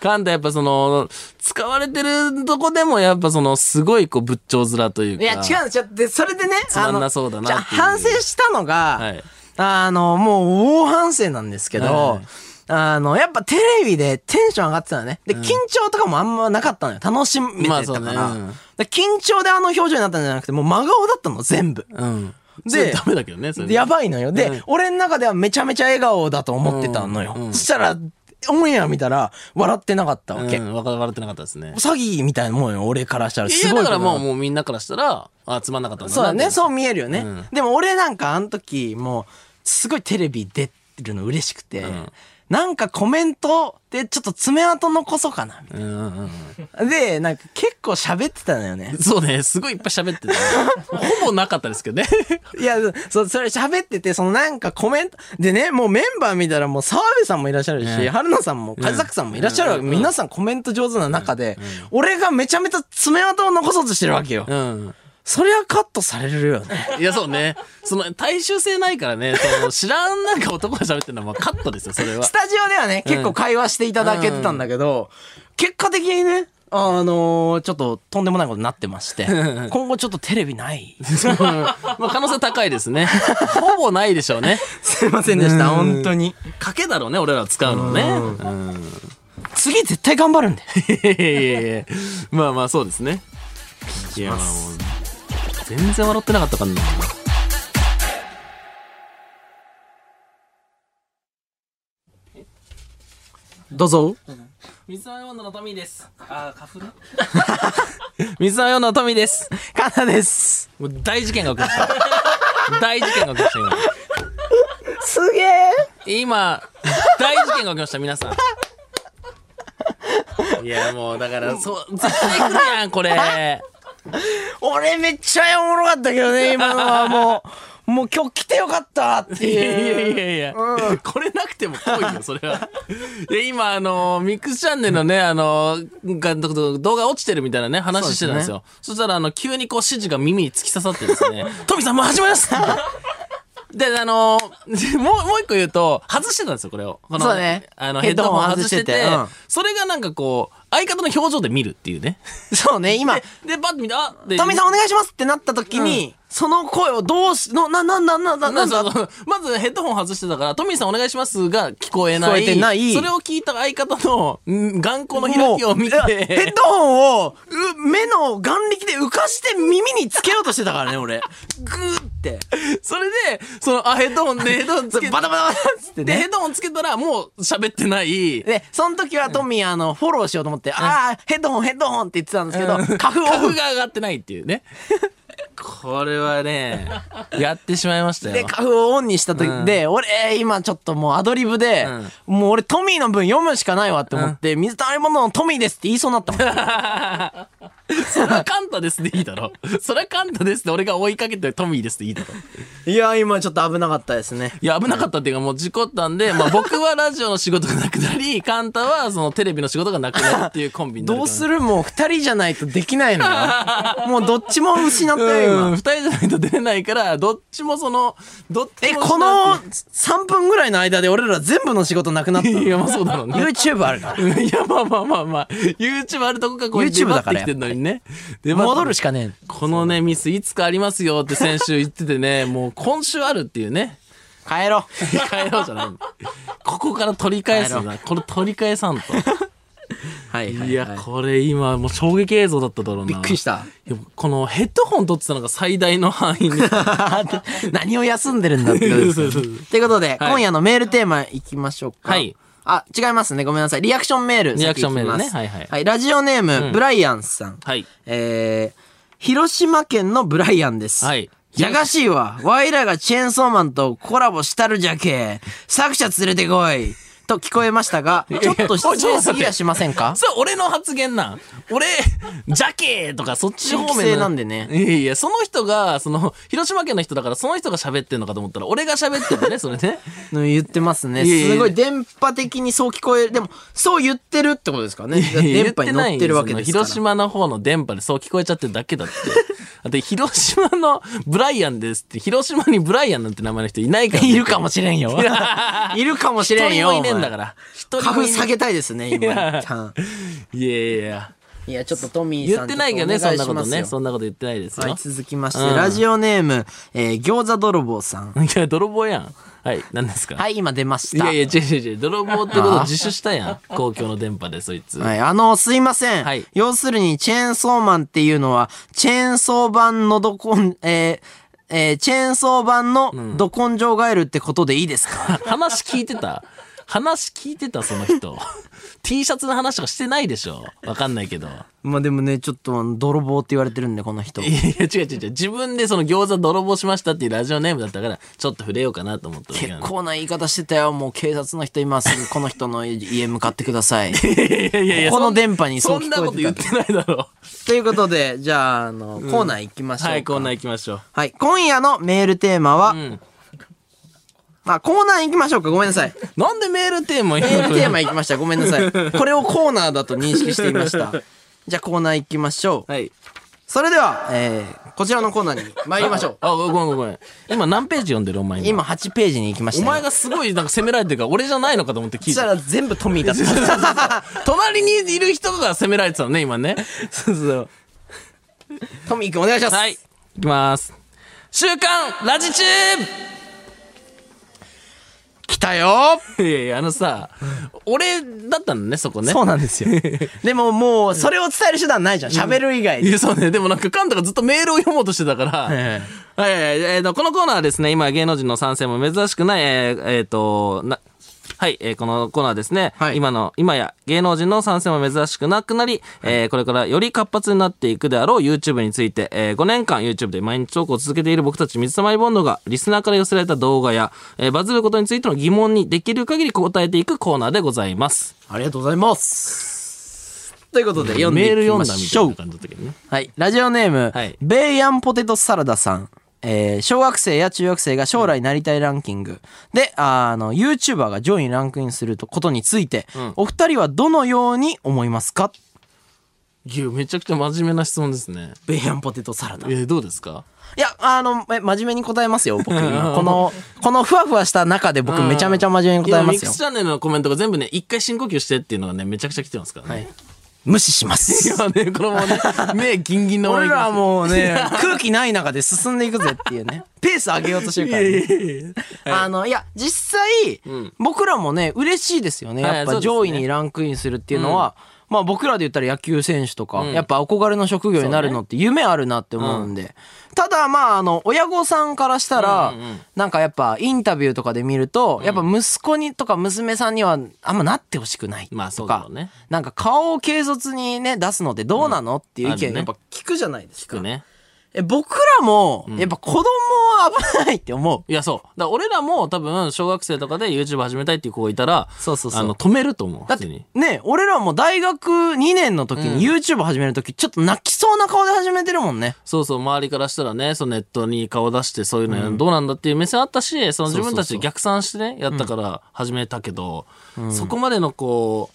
[SPEAKER 1] カンタやっぱその、使われてるとこでもやっぱその、すごいこう、仏頂面というか。
[SPEAKER 2] いや、違うんですよ。で、それでね、
[SPEAKER 1] まんなそうだな
[SPEAKER 2] じゃあ
[SPEAKER 1] っていう
[SPEAKER 2] 反省したのが、
[SPEAKER 1] はい
[SPEAKER 2] あの、もう大反省なんですけど、
[SPEAKER 1] はい
[SPEAKER 2] あの、やっぱテレビでテンション上がってたのね。で、緊張とかもあんまなかったのよ。楽しめてたから。
[SPEAKER 1] まあそうねうん
[SPEAKER 2] で緊張であの表情になったんじゃなくて、もう真顔だったの、全部。
[SPEAKER 1] うん。
[SPEAKER 2] で
[SPEAKER 1] それダメだけどね、それ。
[SPEAKER 2] でやばいのよ。で、
[SPEAKER 1] うん
[SPEAKER 2] 俺の中ではめちゃめちゃ笑顔だと思ってたのよ。
[SPEAKER 1] うんうん
[SPEAKER 2] そしたら、オンエア見たら、笑ってなかったわけ。
[SPEAKER 1] うん、わか笑ってなかったですね。
[SPEAKER 2] 詐欺みたいなもんよ、俺からしたら。
[SPEAKER 1] い
[SPEAKER 2] す
[SPEAKER 1] や、
[SPEAKER 2] ごい
[SPEAKER 1] だ
[SPEAKER 2] こ
[SPEAKER 1] か
[SPEAKER 2] と
[SPEAKER 1] ら
[SPEAKER 2] だな
[SPEAKER 1] もう、もうみんなからしたら、あ、つまんなかったんだな。
[SPEAKER 2] そうだね、
[SPEAKER 1] う。
[SPEAKER 2] そう見えるよね。
[SPEAKER 1] うん
[SPEAKER 2] でも俺なんかあの時、もう、すごいテレビ出るの嬉しくて、
[SPEAKER 1] ん
[SPEAKER 2] なんかコメントでちょっと爪痕残そうかな。
[SPEAKER 1] うんうんうん。
[SPEAKER 2] で、なんか結構喋ってたのよね。
[SPEAKER 1] そうね、すごいいっぱい喋ってたね。ほぼなかったですけどね。
[SPEAKER 2] いや、そ、それ喋ってて、そのなんかコメント、でね、もうメンバー見たらもう澤部さんもいらっしゃるし、
[SPEAKER 1] ね
[SPEAKER 2] 春菜さんも、カザクさんもいらっしゃるわけ、皆さんコメント上手な中で、俺がめちゃめちゃ爪痕を残そうとしてるわけよ。
[SPEAKER 1] うん。
[SPEAKER 2] そりゃカットされるよね。
[SPEAKER 1] いや、そうね。その、大衆性ないからね、その、知らんなんか男が喋ってるのはまあカットですよ、それは [laughs]
[SPEAKER 2] ス。タジオではね、結構会話していただけてたんだけど、結果的にね、あのーちょっととんでもないことになってまして、今後ちょっとテレビない。
[SPEAKER 1] まあ、可能性高いですね。ほぼないでしょうね。
[SPEAKER 2] すいませんでした、本当に。
[SPEAKER 1] 賭けだろうね、俺らは使うのね。
[SPEAKER 2] 次絶対頑張るんで。
[SPEAKER 1] いやいやいやまあまあそうですねいやまあもう全然笑ってなかったからな
[SPEAKER 2] どうぞ。
[SPEAKER 1] 水沢ヨンのトミーですああ花粉水沢ヨンのトミーです
[SPEAKER 2] カナです。
[SPEAKER 1] もう大事件が起きました大事件が起きました今
[SPEAKER 2] すげえ
[SPEAKER 1] 今大事件が起きました皆さんいやもうだからそう絶対来るやんこれ
[SPEAKER 2] 俺めっちゃおもろかったけどね、今のはもう。もう今日来てよかったって
[SPEAKER 1] いやいや
[SPEAKER 2] いう。
[SPEAKER 1] いやいや、これなくても来いよ、それは。 [laughs] いや、今、あの、ミックスチャンネルのね、あの、監督と動画落ちてるみたいなね、話してたんですよ。そしたら、あの、急にこう、指示が耳に突き刺さってですね、 [laughs] トミーさんもう始まりますで、あの、も [laughs] う、もう一個言うと、外してたんですよ、これを。この
[SPEAKER 2] そうね
[SPEAKER 1] あの、ヘ
[SPEAKER 2] ヘ
[SPEAKER 1] ッ
[SPEAKER 2] ッ
[SPEAKER 1] ド
[SPEAKER 2] ド
[SPEAKER 1] ホ
[SPEAKER 2] ホ
[SPEAKER 1] ン
[SPEAKER 2] ン
[SPEAKER 1] 外してて、
[SPEAKER 2] 外しててうん
[SPEAKER 1] それがなんかこう、相方の表情で見るっていうね。
[SPEAKER 2] そうね、今、
[SPEAKER 1] [laughs] で、バッと見て、あで、
[SPEAKER 2] トミーさんお願いしますってなった時に、その声をどうし、の、な、な、な、
[SPEAKER 1] [laughs]
[SPEAKER 2] な、な、
[SPEAKER 1] ま
[SPEAKER 2] な
[SPEAKER 1] ず
[SPEAKER 2] んだ
[SPEAKER 1] まずヘッドホン外してたから、トミーさんお願いしますが聞こえない。
[SPEAKER 2] 聞こえてない
[SPEAKER 1] それを聞いた相方の、ん眼光の開きを見て、
[SPEAKER 2] もういやヘッドホンを、う目の眼力で浮かして耳につけようとしてたからね、俺。グーって。
[SPEAKER 1] それで、その、あ、ヘッドホンで、ヘッドホンつけて、
[SPEAKER 2] バタバタバタ [laughs] っつって
[SPEAKER 1] で、ヘ
[SPEAKER 2] ね。
[SPEAKER 1] ッドホンつけたら、もう喋ってない。
[SPEAKER 2] で、その時はトミー、あの、フォローしようと思って、ああ、ヘッドホン、ヘッドホンって言ってたんですけど、 [laughs]
[SPEAKER 1] うん
[SPEAKER 2] カフオ
[SPEAKER 1] 株
[SPEAKER 2] フ。 [laughs]
[SPEAKER 1] が上がってないっていうね。ここれはね、やってしまいました
[SPEAKER 2] で、
[SPEAKER 1] よ。
[SPEAKER 2] カフをオンにした時で、俺、今ちょっともうアドリブで、もう俺トミーの分読むしかないわって思って、水溜りボンドのトミーですって言いそうになったもん。
[SPEAKER 1] そらカンタですでいいだろ。そらカンタですって俺が追いかけてトミーですでいい
[SPEAKER 2] [laughs]
[SPEAKER 1] だろ。
[SPEAKER 2] [laughs] いや、今ちょっと危なかったですね。
[SPEAKER 1] いや、危なかったっていうか、もう事故ったんで、まあ僕はラジオの仕事がなくなり、カンタはそのテレビの仕事がなくなるっていうコンビになる
[SPEAKER 2] ど
[SPEAKER 1] から
[SPEAKER 2] うするもう二人じゃないとできない
[SPEAKER 1] [laughs]
[SPEAKER 2] のよ。もうどっちも失ったよ、
[SPEAKER 1] うん
[SPEAKER 2] 今。
[SPEAKER 1] 二人じゃないと出れないから、どっちもその、どっち
[SPEAKER 2] え、
[SPEAKER 1] も
[SPEAKER 2] この3分ぐらいの間で俺ら全部の仕事なくなったの
[SPEAKER 1] いや、まあそうだろうね。
[SPEAKER 2] YouTube あるから。
[SPEAKER 1] いや、まあまあまあまあ、YouTube あるとこがこう、
[SPEAKER 2] YouTube だか
[SPEAKER 1] 出
[SPEAKER 2] ら
[SPEAKER 1] 張ってきてんのにね。出張って
[SPEAKER 2] 戻るしかねえ。
[SPEAKER 1] このね、ミスいつかありますよって先週言ってて
[SPEAKER 2] [laughs]
[SPEAKER 1] ね、もう今週あるっていうね。
[SPEAKER 2] 帰ろう。
[SPEAKER 1] 帰ろうじゃないのここから取り返すんだ。これ取り返さんと。
[SPEAKER 2] はいはい
[SPEAKER 1] や、これ今、もう衝撃映像だっただろうな。
[SPEAKER 2] びっくりした。
[SPEAKER 1] いやこのヘッドホン取ってたのが最大の範
[SPEAKER 2] [laughs]
[SPEAKER 1] 囲に。
[SPEAKER 2] 何を休んでるんだってことですよ
[SPEAKER 1] そうそうそう
[SPEAKER 2] ということで、今夜のメールテーマいきましょうか。
[SPEAKER 1] はい。
[SPEAKER 2] あ、違いますね。ごめんなさい。リアクションメール。
[SPEAKER 1] リアクションメールね
[SPEAKER 2] 先行きます
[SPEAKER 1] はいはい
[SPEAKER 2] はい。ラジオネーム、ブライアンさん。
[SPEAKER 1] はい。
[SPEAKER 2] えー、広島県のブライアンです。
[SPEAKER 1] はい
[SPEAKER 2] やがしいわ。わいらがチェーンソーマンとコラボしたるじゃけ。作者連れてこい。と聞こえまし
[SPEAKER 1] [laughs]
[SPEAKER 2] たが、ちょっと失礼 [laughs] すぎやしませんか
[SPEAKER 1] それ俺の発言なん。俺、ジャケーとかそっち方
[SPEAKER 2] 地域性
[SPEAKER 1] 面
[SPEAKER 2] なんでね
[SPEAKER 1] いやいや、その人が、その、広島県の人だからその人が喋ってんのかと思ったら、俺が喋ってるね、それ
[SPEAKER 2] [laughs]
[SPEAKER 1] ね。
[SPEAKER 2] の言ってますね。
[SPEAKER 1] いやいやいや
[SPEAKER 2] すごい電波的にそう聞こえる。でも、そう言ってるってことですからね。電波に乗ってるわけですから。
[SPEAKER 1] 広島の方の電波でそう聞こえちゃってるだけだって。だって広島のブライアンですって、広島にブライアンなんて名前の人いない
[SPEAKER 2] [laughs]
[SPEAKER 1] から、
[SPEAKER 2] いるかもしれんよ。いるかもしれん
[SPEAKER 1] 一人
[SPEAKER 2] よ。
[SPEAKER 1] もいねえんだから。一人
[SPEAKER 2] 花
[SPEAKER 1] も
[SPEAKER 2] 粉
[SPEAKER 1] いね
[SPEAKER 2] 下げたいですね、今
[SPEAKER 1] や
[SPEAKER 2] 一旦。
[SPEAKER 1] え。いやいやいや。
[SPEAKER 2] いや、ちょっとトミー
[SPEAKER 1] 言
[SPEAKER 2] さ
[SPEAKER 1] っ
[SPEAKER 2] ん
[SPEAKER 1] てないけどね、
[SPEAKER 2] ち
[SPEAKER 1] そ
[SPEAKER 2] ょっ
[SPEAKER 1] ん
[SPEAKER 2] お願
[SPEAKER 1] ない
[SPEAKER 2] し
[SPEAKER 1] こ
[SPEAKER 2] ま
[SPEAKER 1] と
[SPEAKER 2] す
[SPEAKER 1] ね。
[SPEAKER 2] よ
[SPEAKER 1] そんなこと言ってないです
[SPEAKER 2] は
[SPEAKER 1] よ
[SPEAKER 2] い、。続きまして、
[SPEAKER 1] うん
[SPEAKER 2] ラジオネーム、えー餃子泥棒さん。
[SPEAKER 1] いや、泥棒やん。はい、何ですか
[SPEAKER 2] はい、今出ま
[SPEAKER 1] い
[SPEAKER 2] した。
[SPEAKER 1] やいや、違う違う違う。泥棒ってことを自首したやん。公共の電波で、そいつ。
[SPEAKER 2] はい、あの、すいません。
[SPEAKER 1] はい
[SPEAKER 2] 要するに、チェーンソーマンっていうのは、チェーンソー版のどこん、えーえーチェーンソー版のど根性ガエルってことでいいで
[SPEAKER 1] [laughs]
[SPEAKER 2] すか、
[SPEAKER 1] 話聞いてた話聞いてたその人。T [laughs] シャツの話とかしてないでしょわかんないけど。
[SPEAKER 2] まあでもね、ちょっとあの、泥棒って言われてるんで、この人。
[SPEAKER 1] いやいや、違う違う違う。自分でその餃子泥棒しましたっていうラジオネームだったから、ちょっと触れようかなと思っただけな
[SPEAKER 2] 結
[SPEAKER 1] んで
[SPEAKER 2] 構な言い方してたよ。もう警察の人今す
[SPEAKER 1] [laughs]
[SPEAKER 2] ぐこの人の家向かってください。
[SPEAKER 1] いやいやいや、
[SPEAKER 2] ここの
[SPEAKER 1] そん
[SPEAKER 2] 電波にそう
[SPEAKER 1] そ
[SPEAKER 2] 聞
[SPEAKER 1] ん
[SPEAKER 2] こえてた
[SPEAKER 1] なこと言ってないだろ
[SPEAKER 2] ということで、じゃあ、あの、コーナー行きましょ
[SPEAKER 1] う。
[SPEAKER 2] うか。
[SPEAKER 1] はい、コーナー行きましょう。
[SPEAKER 2] はい、今夜のメールテーマは、
[SPEAKER 1] ん
[SPEAKER 2] あ、コーナー行きましょうか。ごめんなさい。
[SPEAKER 1] なんでメールテーマメ
[SPEAKER 2] メールテーマ行きました。ごめんなさい。これをコーナーだと認識していま [laughs] した。じゃあコーナー行きましょう。
[SPEAKER 1] はい。
[SPEAKER 2] それでは、えー、こちらのコーナーに参りましょう。
[SPEAKER 1] あ、ごめんごめんごめん。今何ページ読んでるお前
[SPEAKER 2] [laughs] 今8ページに行きまし
[SPEAKER 1] お
[SPEAKER 2] た、
[SPEAKER 1] 前
[SPEAKER 2] が
[SPEAKER 1] がすごいなんか責められてるから俺じゃないのかと思って聞
[SPEAKER 2] そ
[SPEAKER 1] い
[SPEAKER 2] した
[SPEAKER 1] た。
[SPEAKER 2] ら全部トミーだ [laughs] った。
[SPEAKER 1] 隣にいる人が責められてたのね、今ね。そうそう。
[SPEAKER 2] トミー君お願いします。
[SPEAKER 1] はい。いきます。週刊ラジチュ
[SPEAKER 2] 来たよ
[SPEAKER 1] ーブいやいや、あのさ、俺だったのね、そこね。
[SPEAKER 2] そうなんですよ。でももう、それを伝える手段ないじゃん。喋る以外
[SPEAKER 1] い
[SPEAKER 2] で。
[SPEAKER 1] や、そうね。でもなんか、カンタがずっとメールを読もうとしてたから。はい
[SPEAKER 2] え
[SPEAKER 1] はいはいえーとこのコーナーはですね、今、芸能人の参戦も珍しくない、えっ、えーと、な、はい、えーこのコーナーですね、
[SPEAKER 2] はい
[SPEAKER 1] 今の、今や芸能人の参戦も珍しくなくなり、えーこれからより活発になっていくであろう YouTube について、え5年間 YouTube で毎日投稿を続けている僕たち水溜りボンドが、リスナーから寄せられた動画や、えーバズることについての疑問にできる限り答えていくコーナーでございます。
[SPEAKER 2] ありがとうございます。ということで、読んで
[SPEAKER 1] メール
[SPEAKER 2] いき
[SPEAKER 1] 読
[SPEAKER 2] ま
[SPEAKER 1] んだみ
[SPEAKER 2] した
[SPEAKER 1] い
[SPEAKER 2] ょ
[SPEAKER 1] うな。感じだったけどね。
[SPEAKER 2] はい。ラジオネーム、
[SPEAKER 1] はい
[SPEAKER 2] ベイアンポテトサラダさん。えー小学生や中学生が将来なりたいランキングで、あーあの、YouTuber が上位にランクインするとことについて、お二人はどのように思いますか
[SPEAKER 1] いや、めちゃくちゃ真面目な質問ですね。
[SPEAKER 2] ベイアンポテトサラダ。い
[SPEAKER 1] えーどうですか
[SPEAKER 2] や、あの、え真面目に答えますよ、僕。今 [laughs] この、このふわふわした中で僕めちゃめちゃ真面目に答えま
[SPEAKER 1] いやミッ
[SPEAKER 2] す
[SPEAKER 1] ク
[SPEAKER 2] よ
[SPEAKER 1] ス。チャンネルのコメントが全部ね、一回深呼吸してっていうのがね、めちゃくちゃ来てますからね。い、
[SPEAKER 2] 無視します。
[SPEAKER 1] やね、このままね、目ギンギンのまま
[SPEAKER 2] [laughs] 俺
[SPEAKER 1] 行き
[SPEAKER 2] ら
[SPEAKER 1] ま
[SPEAKER 2] はもうね、空気ない中で進んでいくぜっていうね。 [laughs] ペース上げようとしてるから、ね。あの、いや、実際、僕らもね、嬉しいですよね。
[SPEAKER 1] はい
[SPEAKER 2] やっ
[SPEAKER 1] そ
[SPEAKER 2] ぱ
[SPEAKER 1] うですね
[SPEAKER 2] 上位にランクインするっていうのは、まあ僕らで言ったら野球選手とか、やっぱ憧れの職業になるのって夢あるなって思うんで。ただまああの親御さんからしたら、なんかやっぱインタビューとかで見ると、やっぱ息子にとか娘さんにはあんまなってほしくないとか、
[SPEAKER 1] まあそうだろうね
[SPEAKER 2] なんか顔を軽率にね出すのってどうなのっていう意
[SPEAKER 1] ある
[SPEAKER 2] 見
[SPEAKER 1] ね
[SPEAKER 2] やっぱ聞くじゃないです
[SPEAKER 1] す
[SPEAKER 2] か。
[SPEAKER 1] ね。
[SPEAKER 2] え僕らも、やっぱ子供は危ないって思う。
[SPEAKER 1] いや、そう。だから俺らも多分、小学生とかで YouTube 始めたいっていう子がいたら、
[SPEAKER 2] そうそうそう
[SPEAKER 1] あの、止めると思う。
[SPEAKER 2] だっ
[SPEAKER 1] 普通
[SPEAKER 2] て
[SPEAKER 1] に。
[SPEAKER 2] ね、俺らも大学2年の時に YouTube 始める時、ちょっと泣きそうな顔で始めてるもんね。
[SPEAKER 1] そうそう、周りからしたらね、そのネットに顔出して、そういうのやるどうなんだっていう目線あったし、その自分たちで逆算してね、やったから始めたけど、そこまでのこう、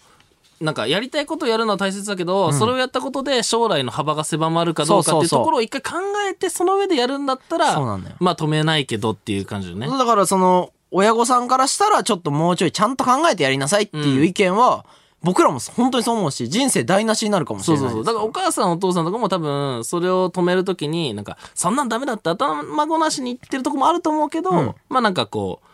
[SPEAKER 1] なんかやりたいことをやるのは大切だけど、それをやったことで将来の幅が狭まるかどうか
[SPEAKER 2] そ
[SPEAKER 1] って
[SPEAKER 2] うそう
[SPEAKER 1] いう
[SPEAKER 2] そう
[SPEAKER 1] ところを一回考えて、その上でやるんだったら
[SPEAKER 2] そうなんだよ、
[SPEAKER 1] まあ止めないけどっていう感じでね。
[SPEAKER 2] だからその、親御さんからしたらちょっともうちょいちゃんと考えてやりなさいっていう意見は、僕らも本当にそう思うし、人生台無しになるかもし
[SPEAKER 1] そう
[SPEAKER 2] れない
[SPEAKER 1] そう
[SPEAKER 2] で
[SPEAKER 1] そ
[SPEAKER 2] す。
[SPEAKER 1] う。だからお母さんお父さんとかも多分、それを止めるときに、なんか、そんなんダメだって頭ごなしに言ってるとこもあると思うけど、まあなんかこう、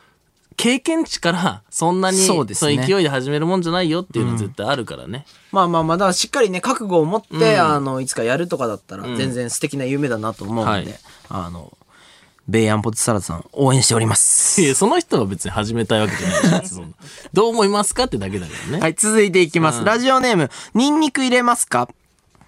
[SPEAKER 1] 経験値からそんなに
[SPEAKER 2] そうですね
[SPEAKER 1] の勢いで始めるもんじゃないよっていうのは絶対あるからね。
[SPEAKER 2] まあまあまあ、だからしっかりね、覚悟を持って、あの、いつかやるとかだったら、全然素敵な夢だなと思うんで、
[SPEAKER 1] はい
[SPEAKER 2] あの、ベイアンポテサラダさん、応援しております。
[SPEAKER 1] いやその人は別に始めたいわけじゃないし、
[SPEAKER 2] [laughs]
[SPEAKER 1] そんなどう思いますかってだけだからね。
[SPEAKER 2] はい、続いていきます。ラジオネーム、ニンニク入れますか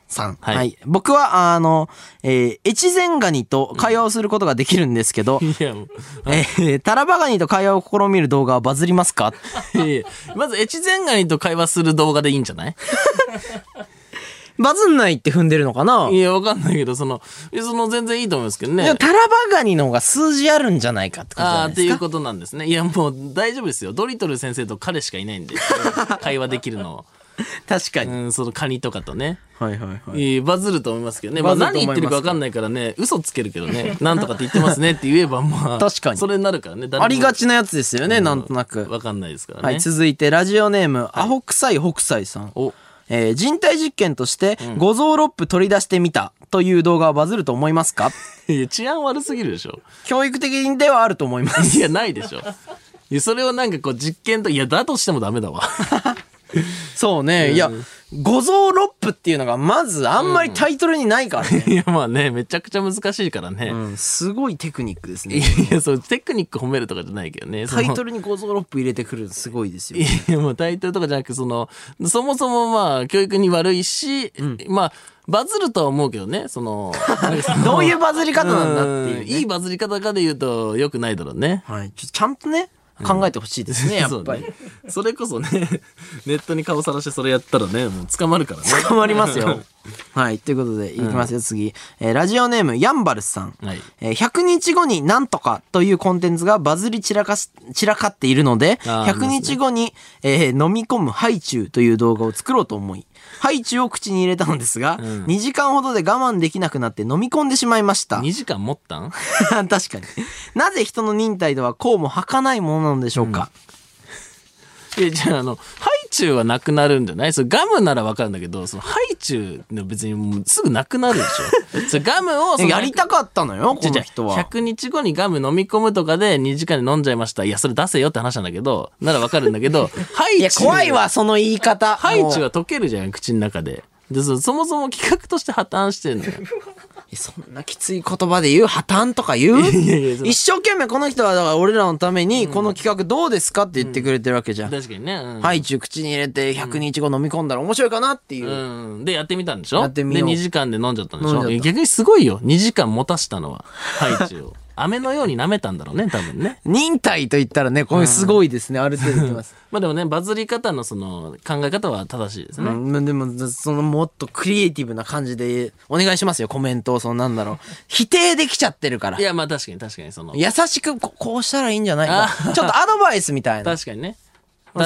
[SPEAKER 2] さん、は。
[SPEAKER 1] はいい
[SPEAKER 2] 僕は、あの、えー、越前ガニと会話をすることができるんですけ
[SPEAKER 1] [laughs]
[SPEAKER 2] ど、
[SPEAKER 1] いやもう
[SPEAKER 2] えー、タラバガニと会話を試みる動画はバズりますか
[SPEAKER 1] いやまず、越前ガニと会話する動画でいいんじゃない
[SPEAKER 2] バズんないって踏んでるのかない
[SPEAKER 1] や、わかんないけど、その、いやその全然いいと思うんですけどね。
[SPEAKER 2] でもタラバガニの方が数字あるんじゃないかってことじゃ
[SPEAKER 1] あ
[SPEAKER 2] な
[SPEAKER 1] あ
[SPEAKER 2] い
[SPEAKER 1] ー、っ
[SPEAKER 2] で
[SPEAKER 1] て
[SPEAKER 2] す
[SPEAKER 1] い
[SPEAKER 2] か
[SPEAKER 1] うことなんですね。いや、もう大丈夫ですよ。ドリトル先生と彼しかいないんで、会話できるの。
[SPEAKER 2] 確か
[SPEAKER 1] う
[SPEAKER 2] に。
[SPEAKER 1] ん、そのカニとかとね。
[SPEAKER 2] はいはいはい。
[SPEAKER 1] いいバズると思いますけどね。まあ
[SPEAKER 2] バズると
[SPEAKER 1] 何
[SPEAKER 2] 思い
[SPEAKER 1] 言
[SPEAKER 2] ま
[SPEAKER 1] っ
[SPEAKER 2] す
[SPEAKER 1] てるか分かんないからね、嘘つけるけどね、なんとかって言ってますねって言えば、まあ、
[SPEAKER 2] [laughs] 確かに
[SPEAKER 1] それになるからね。
[SPEAKER 2] ありがちなやつですよね、
[SPEAKER 1] うん
[SPEAKER 2] なんとなく。
[SPEAKER 1] 分かんないですからね。
[SPEAKER 2] はい、続いて、ラジオネーム、アホ臭い北斎さん。
[SPEAKER 1] お
[SPEAKER 2] えー人体実験として、五臓六腑取り出してみたという動画はバズると思いますか [laughs]
[SPEAKER 1] いや治安悪すぎるでしょ。
[SPEAKER 2] 教育的ではあると思います。
[SPEAKER 1] いや、ないでしょ。いやそれをなんかこう実験と、いや、だとしてもダメだわ。
[SPEAKER 2] [laughs] そうね。いや、五臓六腑っていうのが、まずあんまりタイトルにないからね。
[SPEAKER 1] いや、まあね、めちゃくちゃ難しいからね。
[SPEAKER 2] うんすごいテクニックです
[SPEAKER 1] い
[SPEAKER 2] ね。
[SPEAKER 1] や、そう、テクニック褒めるとかじゃないけどね。そ
[SPEAKER 2] タ
[SPEAKER 1] の
[SPEAKER 2] イトルに五臓六腑入れてくるのすごいですよ
[SPEAKER 1] い。やもうタイトルとかじゃなくそのそもそもまあ教育に悪いし、まあバズるとは思うけどねそ
[SPEAKER 2] [laughs]
[SPEAKER 1] のなんかその
[SPEAKER 2] どういうバズり方なんだっていううね、
[SPEAKER 1] んいいバズり方かで言うとよくないだろうね。
[SPEAKER 2] はい。ちょっとちゃんとね、考えてほしいですね、やっぱり。
[SPEAKER 1] そうねそれこそねネットに顔さらしてそれやったらねもう捕まるからね。
[SPEAKER 2] 捕まりますよ。 [laughs] はい。ということで、いきますよ、次。えーラジオネーム、ヤンバルスさん。
[SPEAKER 1] はい
[SPEAKER 2] えー100日後になんとかというコンテンツがバズり散らかし、散らかっているので、
[SPEAKER 1] あー
[SPEAKER 2] 100日後に、えー飲み込むハイチュウという動画を作ろうと思い、ハイチュウを口に入れたのですが、2時間ほどで我慢できなくなって飲み込んでしまいました。
[SPEAKER 1] 2時間持ったん
[SPEAKER 2] [laughs] 確かに。なぜ人の忍耐ではこうも儚いものなのでしょうか。
[SPEAKER 1] いやじゃああのハイチュウはなくなるんじゃないそれガムならわかるんだけどそのハイチュウの別にもうすぐなくなるで
[SPEAKER 2] [laughs]
[SPEAKER 1] しょそれガムをその
[SPEAKER 2] やりたかったのよ、こ
[SPEAKER 1] じ
[SPEAKER 2] の
[SPEAKER 1] ゃ
[SPEAKER 2] 人は。
[SPEAKER 1] 100日後にガム飲み込むとかで2時間で飲んじゃいました。いや、それ出せよって話なんだけど、ならわかるんだけ
[SPEAKER 2] [laughs]
[SPEAKER 1] ど、ハイチュウ
[SPEAKER 2] いや、怖い。わ、その言い方。
[SPEAKER 1] ハイチュウ
[SPEAKER 2] もう
[SPEAKER 1] は溶けるじゃん、口の中で。でそそもそも企画として破綻してん
[SPEAKER 2] [laughs]
[SPEAKER 1] のよ。
[SPEAKER 2] えそんなきつい言葉で言う破綻とか言う
[SPEAKER 1] やいやその
[SPEAKER 2] 一生懸命この人はだから俺らのためにこの企画どうですかって言ってくれてるわけじゃん。
[SPEAKER 1] 確かにね。うん、
[SPEAKER 2] ハイチュウ口に入れて100日後飲み込んだら面白いかなっていう。
[SPEAKER 1] うん。で、やってみたんでしょ
[SPEAKER 2] やってみよう
[SPEAKER 1] で、2時間で飲んじゃったんでし
[SPEAKER 2] 飲んじゃ
[SPEAKER 1] ょ
[SPEAKER 2] った
[SPEAKER 1] いや逆にすごいよ。2時間持たしたのは、ハイチュウを。飴のように舐めたんだろうね、多分ね。
[SPEAKER 2] 忍耐と言ったらね、これすごいですね。ある程度言ってます。
[SPEAKER 1] まあでもね、バズり方のその考え方は正しいですね。
[SPEAKER 2] うん、でも、そのもっとクリエイティブな感じでお願いしますよ、コメントを。そのな
[SPEAKER 1] [laughs]
[SPEAKER 2] んだろう。否定できちゃってるから
[SPEAKER 1] い。や、まあ確かに確かにその。
[SPEAKER 2] 優しくここうしたらいいんじゃない
[SPEAKER 1] あ
[SPEAKER 2] か。ちょっとアドバイスみた
[SPEAKER 1] [laughs]
[SPEAKER 2] いな。
[SPEAKER 1] 確かにね。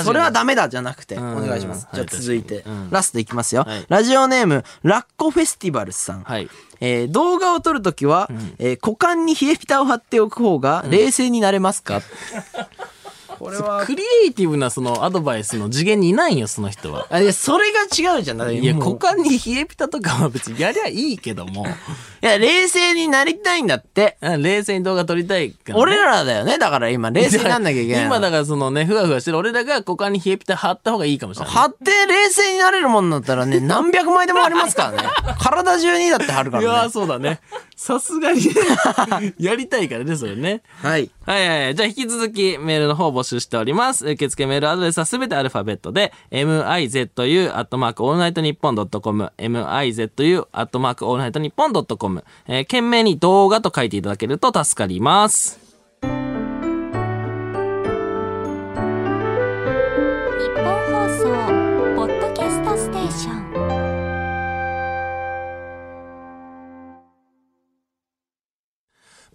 [SPEAKER 2] それは
[SPEAKER 1] ダ
[SPEAKER 2] ダメだじゃなくて、お
[SPEAKER 1] ん
[SPEAKER 2] 願いします。じゃ
[SPEAKER 1] は
[SPEAKER 2] あ
[SPEAKER 1] い
[SPEAKER 2] 続いて
[SPEAKER 1] 確かにう、ん
[SPEAKER 2] ラストいきますよ
[SPEAKER 1] はい。
[SPEAKER 2] ラジオネーム、ラッコフェスティバルスさん。
[SPEAKER 1] はい。
[SPEAKER 2] えー動画を撮るときは、えー股間に冷えピタを貼っておく方が冷静になれま
[SPEAKER 1] [laughs]
[SPEAKER 2] すか、これは、
[SPEAKER 1] クリエイティブなそのアドバイスの次元にいないよ、その人は。
[SPEAKER 2] あいやそれが違うじゃない
[SPEAKER 1] いや、
[SPEAKER 2] も
[SPEAKER 1] 股
[SPEAKER 2] う
[SPEAKER 1] 間に冷えピタとかは別にやりゃいいけども、
[SPEAKER 2] [laughs] いや、冷静になりたいんだって。
[SPEAKER 1] うん冷静に動画撮りたいからね、
[SPEAKER 2] 俺らだよね。だから今、冷静になんなきゃいけないの。
[SPEAKER 1] 今だからそのね、ふわふわしてる俺らが股間に冷えピタ貼った方がいいかもしれ
[SPEAKER 2] [laughs]
[SPEAKER 1] ない。
[SPEAKER 2] 貼って冷静になれるもんだったらね、何百枚でもありますから
[SPEAKER 1] [laughs]
[SPEAKER 2] ね。体中にだって貼るか
[SPEAKER 1] いや
[SPEAKER 2] ら
[SPEAKER 1] ー
[SPEAKER 2] ね。
[SPEAKER 1] そうだね。さ [laughs] すがに、やりたいからね、それね。
[SPEAKER 2] はい。
[SPEAKER 1] はいはいはい。じゃあ引き続きメールの方募集しております。受付メールアドレスはすべてアルファベットで、mizu.allnightnippon.com、mizu.allnightnippon.com、えー、懸命に動画と書いていただけると助かります。
[SPEAKER 5] 日本放送ポッドキャストステーション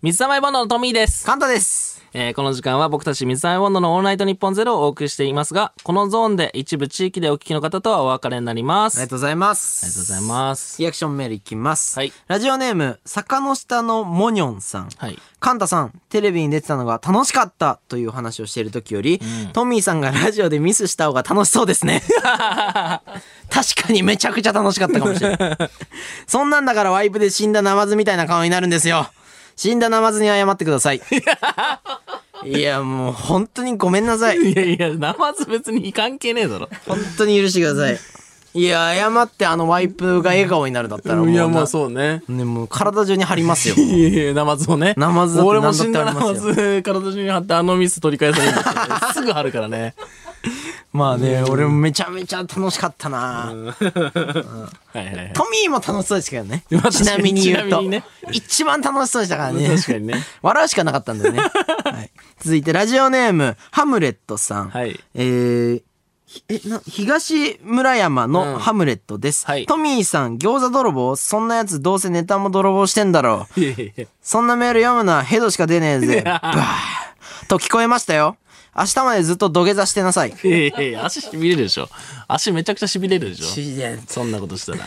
[SPEAKER 1] 水溜りボンドのトミーです。
[SPEAKER 2] 簡単です。
[SPEAKER 1] えーこの時間は僕たち水溜りボンドのオールナイトニッポンゼロをお送りしていますが、このゾーンで一部地域でお聞きの方とはお別れになります。
[SPEAKER 2] ありが
[SPEAKER 1] あ
[SPEAKER 2] とうございます。
[SPEAKER 1] りがとうございます。
[SPEAKER 2] リアクションメールいきます。
[SPEAKER 1] はい
[SPEAKER 2] ラジオネーム、坂の下のモニョンさん。
[SPEAKER 1] はい。
[SPEAKER 2] カンタさん、テレビに出てたのが楽しかったという話をしている時より、トミーさんがラジオでミスした方が楽しそうで
[SPEAKER 1] [laughs]
[SPEAKER 2] すね。確かにめちゃくちゃ楽しかったかもしれ
[SPEAKER 1] [laughs]
[SPEAKER 2] ない。そんなんだからワイプで死んだナマズみたいな顔になるんですよ。死んだナマズに謝ってく
[SPEAKER 1] [laughs]
[SPEAKER 2] ださい。いや、もう本当にごめんなさい。
[SPEAKER 1] いやいや、ナマズ別に関係ねえだろ。
[SPEAKER 2] 本当に許してください。いや、謝ってあのワイプが笑顔になるだったらもうな。
[SPEAKER 1] いや、まあそうね。
[SPEAKER 2] ね、もう体中に張りますよ。
[SPEAKER 1] いやいや、ナマズをね。
[SPEAKER 2] ナマズだって
[SPEAKER 1] 俺も死んだナ
[SPEAKER 2] 何だ
[SPEAKER 1] マ
[SPEAKER 2] ってあります
[SPEAKER 1] ズ、体中に貼ってあのミス取り返されるんだけどすぐ貼るから
[SPEAKER 2] [laughs]
[SPEAKER 1] ね。
[SPEAKER 2] [laughs] まあね、俺もめちゃめちゃ楽しかったな、
[SPEAKER 1] はいはいはい。
[SPEAKER 2] トミーも楽しそうでしたけど [laughs] ね
[SPEAKER 1] まあ。確
[SPEAKER 2] ち
[SPEAKER 1] かに
[SPEAKER 2] なみに言う
[SPEAKER 1] ちな
[SPEAKER 2] と、
[SPEAKER 1] みにね
[SPEAKER 2] 一番楽しそうでしたからね。
[SPEAKER 1] 確かにね。
[SPEAKER 2] [laughs] 笑うしかなかったんだ [laughs] よね。はい、続いて、ラジオネーム、ハムレットさん。
[SPEAKER 1] はい
[SPEAKER 2] えーひえな東村山
[SPEAKER 1] うん
[SPEAKER 2] のハムレットです、
[SPEAKER 1] はい
[SPEAKER 2] トミーさん、餃子泥棒そんなやつどうせネタも泥棒してんだろう。
[SPEAKER 1] いやいやい
[SPEAKER 2] そんなメール読むのはヘドしか出ねえぜ。バーと聞こえましたよ。明日までずっと土下座してなさい。
[SPEAKER 1] やいやいや、足しびれるでしょ。足めちゃくちゃしびれるでしょ。そんなことしたら。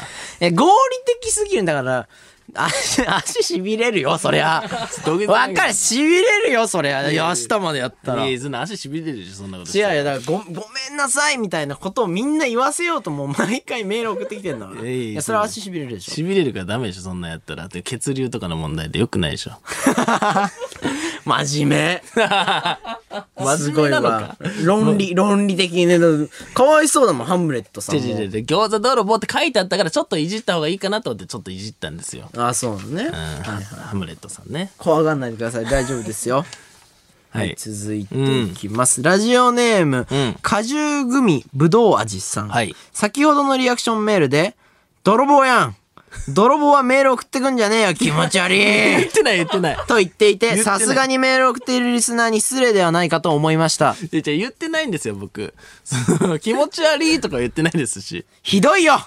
[SPEAKER 2] え、合理的すぎるんだから、 [laughs] 足、足しびれるよ、そりゃ。
[SPEAKER 1] 土下座
[SPEAKER 2] わかる、しびれるよ、そりゃ。いや明日までやったら。
[SPEAKER 1] い
[SPEAKER 2] 違
[SPEAKER 1] や
[SPEAKER 2] う
[SPEAKER 1] そんな足しびれるでしょ、そんなことし
[SPEAKER 2] い
[SPEAKER 1] たら。
[SPEAKER 2] や、だからご、ごめんなさい、みたいなことをみんな言わせようと、もう毎回メール送ってきてんだから。
[SPEAKER 1] いやいや
[SPEAKER 2] いや、それは足しびれるでし
[SPEAKER 1] しびれるからダメでしょ、そんなんやったら。で血流とかの問題でよくないでしょ。
[SPEAKER 2] [laughs]
[SPEAKER 1] [laughs]
[SPEAKER 2] ょ。真面目。すご
[SPEAKER 1] 真面目
[SPEAKER 2] い
[SPEAKER 1] なの
[SPEAKER 2] わ。論理、論理的にね、だからかわいそうだもん、ハムレットさん
[SPEAKER 1] 違う
[SPEAKER 2] も。
[SPEAKER 1] 違う違う餃子泥棒って書いてあったから、ちょっといじった方がいいかなと思って、ちょっといじったんですよ。
[SPEAKER 2] あ、そうなのね。
[SPEAKER 1] うんハムレットさんね。
[SPEAKER 2] 怖がんないでください。大丈夫ですよ。
[SPEAKER 1] [laughs] は
[SPEAKER 2] はいい、。続いていきます。ラジオネーム、
[SPEAKER 1] うん
[SPEAKER 2] 果汁グミぶどう味さん、
[SPEAKER 1] はい
[SPEAKER 2] 先ほどのリアクションメールで、泥棒やん泥棒はメール送ってくんじゃねえ
[SPEAKER 1] [laughs]
[SPEAKER 2] よ気持ち悪
[SPEAKER 1] 言
[SPEAKER 2] い
[SPEAKER 1] ってない言ってない。
[SPEAKER 2] と言ってい
[SPEAKER 1] 言
[SPEAKER 2] て、
[SPEAKER 1] ってない
[SPEAKER 2] さすがにメールを送っているリスナーに失礼ではないかと思いました。
[SPEAKER 1] いやいや言ってないんですよ、僕。その気持ち悪いとか言ってないですし。
[SPEAKER 2] ひどいよ